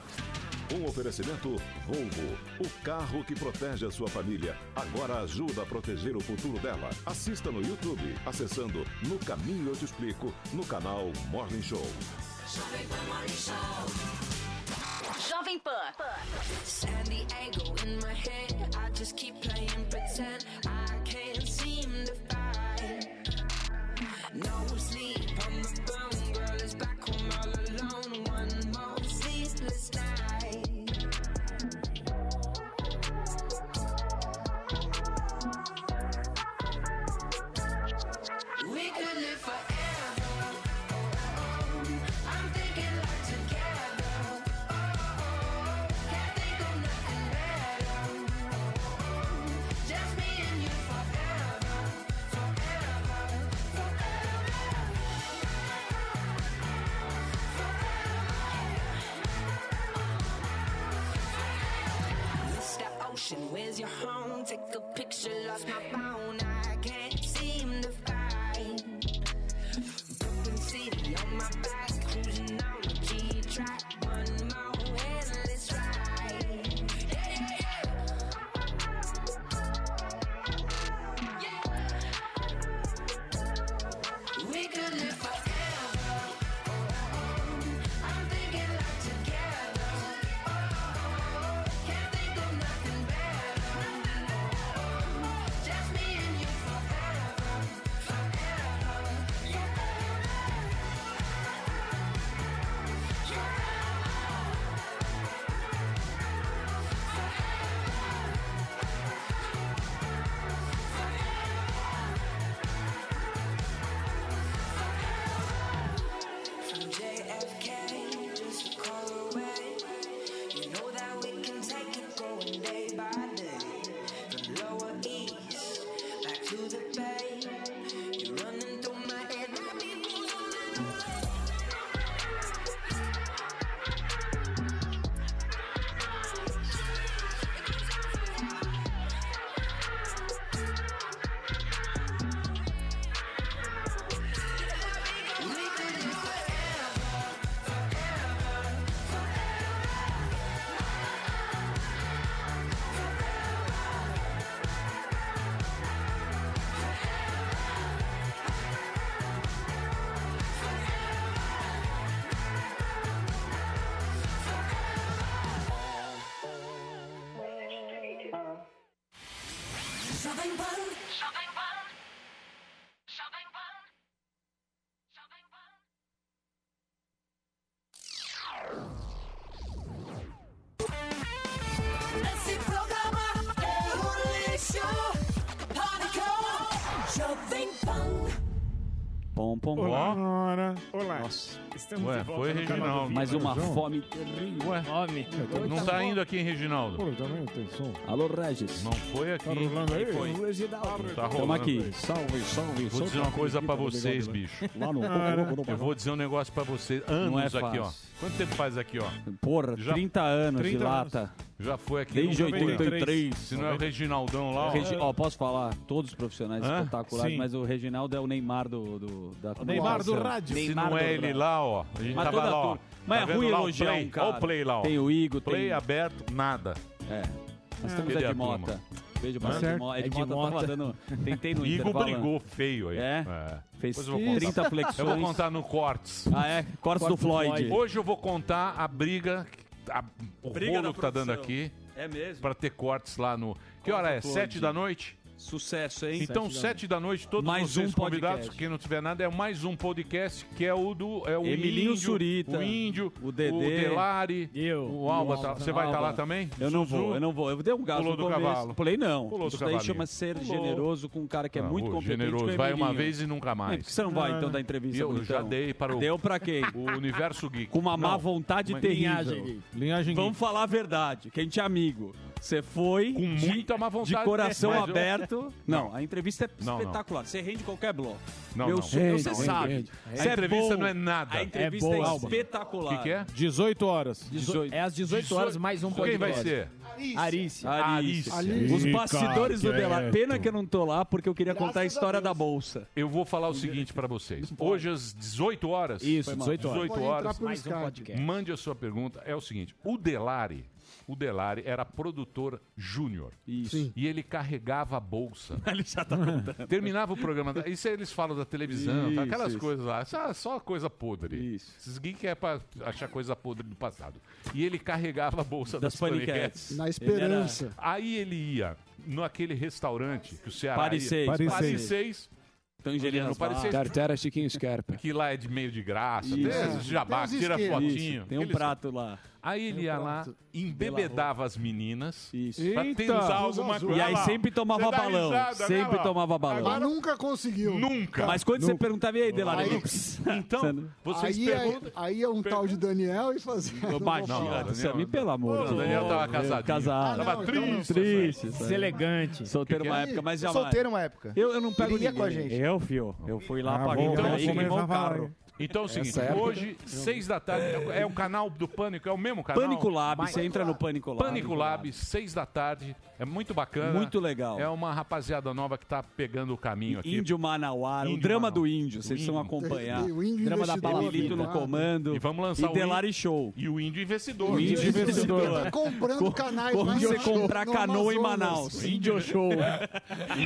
Um oferecimento Volvo, o carro que protege a sua família, agora ajuda a proteger o futuro dela. Assista no YouTube, acessando No Caminho Eu Te Explico, no canal Morning Show. Jovem Pan Morning Show. Jovem Pan. Sandy angle in my head. I just keep playing pretend. I can't seem to fight. No sleep on the phone. Girl is back home all alone. One more sleepless night. We could live forever. I'm thinking like together. Oh, oh, can't think of nothing better. Just me and you forever, forever, forever. Mr. Ocean, where's your home? Take a picture, lost my phone. I can't seem to find. Brooklyn City on my back, cruising on the G track. One more endless ride. Yeah, yeah, yeah. Yeah. We could live forever. I'm thinking like together. Oh, can't think of nothing better. Just me and you forever, forever, From JFK, just a call away. You know that we can take it going day by day. From Lower East back to the Bay, you're running through my head. Let me lose all the Jovem Pan. Jovem Pan. Jovem Pan. Esse programa é um lixo. Pânico. Jovem Pan. Pom, pom, pom. Olá. Olá. Estamos Ué, de volta foi no Reginaldo. Canal Vida. Mas uma João. fome terrível. Fome. Não tá indo aqui, hein, Reginaldo? Pô, também tem som. Alô, Regis. Não foi aqui. Tá rolando aí? um Quem Foi. Reginaldo. Tá rolando. Tamo aqui. Salve, salve. Vou dizer uma coisa pra vocês, bicho. tá né? Lá no Eu vou dizer um negócio pra vocês. Anos Não é aqui, ó. fácil. Quanto tempo faz aqui, ó? Porra, 30 anos de 30 anos. lata. Já foi aqui. Desde nunca veio. 83. Se não é o Reginaldão lá, ó. Regi- ó, posso falar? Todos os profissionais Hã? espetaculares, Sim. mas o Reginaldo é o Neymar do, do- da Neymar do comunicação. rádio. Se Neymar não do é ele rádio. lá, ó. A gente mas tava toda lá, ó. turma. Mas Tá é vendo ruim lá o elogiar play? um cara. Ó o play lá, ó. Tem o Igor, tem... Play aberto, nada. É. Nós Ah. temos Ed Cadê a Mota. turma? Beijo Hã? pra Ed Mota. É Ed Mota tava dando... Tentei no Igor intervalo. brigou feio aí. É? Fez Depois eu vou contar. 30 flexões. Eu vou contar no cortes. Ah, é? Cortes do Floyd. Hoje eu vou contar a briga, a- o Briga rolo da que tá produção. dando aqui. É mesmo? Pra ter cortes lá no... Que hora é? Floyd. Sete da noite? Sucesso, hein? Então, sete da noite, todos Mais vocês um convidados, podcast. quem não tiver nada, é mais um podcast, que é o do... É o Emilinho Índio, Surita. O Índio, O Dedê. o Delari, Eu. o Alba. tá- você vai estar lá também? Eu não Zuzu? vou, eu não vou. Eu dei um galo Pulou no do começo. cavalo. Pulei não. Pulou do Isso daí cavalinho. chama ser Pulou. generoso com um cara que é Ah, muito o competente. generoso. que é o Vai uma Emilinho. vez e nunca mais. É, por que você não vai, então, dar entrevista Eu já bonitão? dei para o... Deu pra quem? O Universo Geek. Com uma má Não, vontade uma- terrível. Linhagem Vamos falar a verdade, que a gente é amigo. Você foi. Com muita má vontade. De coração Mas eu- aberto. Não, Não. a entrevista é Não, não. espetacular. Você rende qualquer bloco. Não, Meu não. sonho, Rende, você rende, sabe. rende. A Você é entrevista bom. não é nada. A entrevista É é, boa, Alba. espetacular. Que que é? 18 horas. É às 18 horas, mais um Quem vai podcast. ser? Arícia. Arícia. Arícia. Os Fica bastidores do Delá. quieto. Pena que eu não tô lá, porque eu queria contar a história da bolsa. Eu vou falar o seguinte pra vocês. Hoje às 18 horas. Isso, 18 horas. 18 Pode entrar horas. pelo Mais um Skype. podcast. Mande a sua pergunta. É o seguinte: o Delari. O Delari era produtor júnior. Isso. E ele carregava a bolsa. ele já tá contando. Terminava o programa. da- Isso aí eles falam da televisão, tá? aquelas Isso, isso. coisas lá. Só, só coisa podre. Isso. Esses geeks é pra achar coisa podre do passado. E ele carregava a bolsa das, Das paniquetes. Na esperança. Ele era- Aí ele ia naquele restaurante que o Ceará. Pariseis. Ia. Pariseis. Pariseis. Tangerina Não, Pariseis. Tartara Chiquinho Scarpa. Que lá é de meio de graça. Isso. Tem esses jabá, Tem os tira esquemas. fotinho. Isso, tem um Aqueles- prato lá. Aí ele Tem um ia lá, prato. embebedava as meninas. Isso. Pra Eita, tentar usa alguma azul. coisa. E aí Olha lá, sempre tomava você dá balão, risada, né, sempre lá? tomava balão. Agora- Mas nunca conseguiu. Nunca. Mas quando você perguntava, e aí, Delari? Aí- Então, vocês aí, perguntam. é, aí é um tal de Daniel e fazer. Ô, Baixinho, Daniel- Sammy, pelo amor de Não, Deus. Daniel tava casadinho. Casado. Tava triste, Triste. Sammy. Sammy. Deselegante. Solteiro Que que uma é? época, mas jamais. Solteiro uma época. Eu, eu não pego Ele ia ninguém. com a gente. Eu, fio. Eu fui lá, Ah, paguei bom, pra vamos ele, começar queimou a o falar. carro. Então é o seguinte, Essa época- hoje, seis da tarde, é o canal do Pânico, é o mesmo canal? Pânico Lab, você entra no Pânico Lab. Pânico Lab, seis da tarde, é muito bacana. Muito legal. É uma rapaziada nova que tá pegando o caminho aqui. Índio Manauara, o Índio drama Manauara. do índio, vocês precisam acompanhar. E o índio drama da investidor Palomito no habilitado. comando. E vamos lançar e o Delari índio- Show. E o Índio Investidor. O Índio Investidor. Tá comprando canais Como mais você no- comprar no canoa em Amazonas. Manaus. Índio é Show.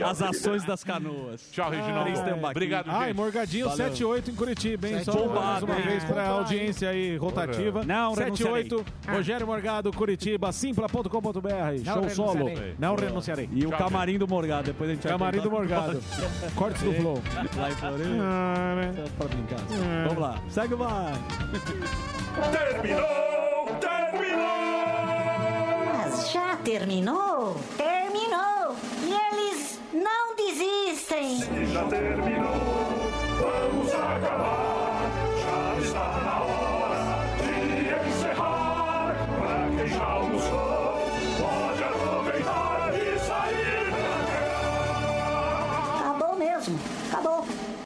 As ações das canoas. Tchau, Reginaldo. Três tambaquins. Obrigado, Ai, Morgadinho, 7 e 8 em Curitiba, hein? Sete Só e oito. mais uma Bombado, vez hein? pra audiência aí rotativa. Porra. né? Não, 7 e renunciarei. 8, Rogério Morgado, Curitiba, simpla.com.br, show renunciarei. solo. Não renunciarei. E o camarim do Morgado, depois a gente vai Camarim contar do é Morgado. tudo. Cortes do Flow. Lá em Florença. Ah, né? Pra brincar. Ah. Vamos lá. Segue o bar. Terminou! Terminou! Mas já terminou? Terminou! E eles Oh, não desistem! Já terminou!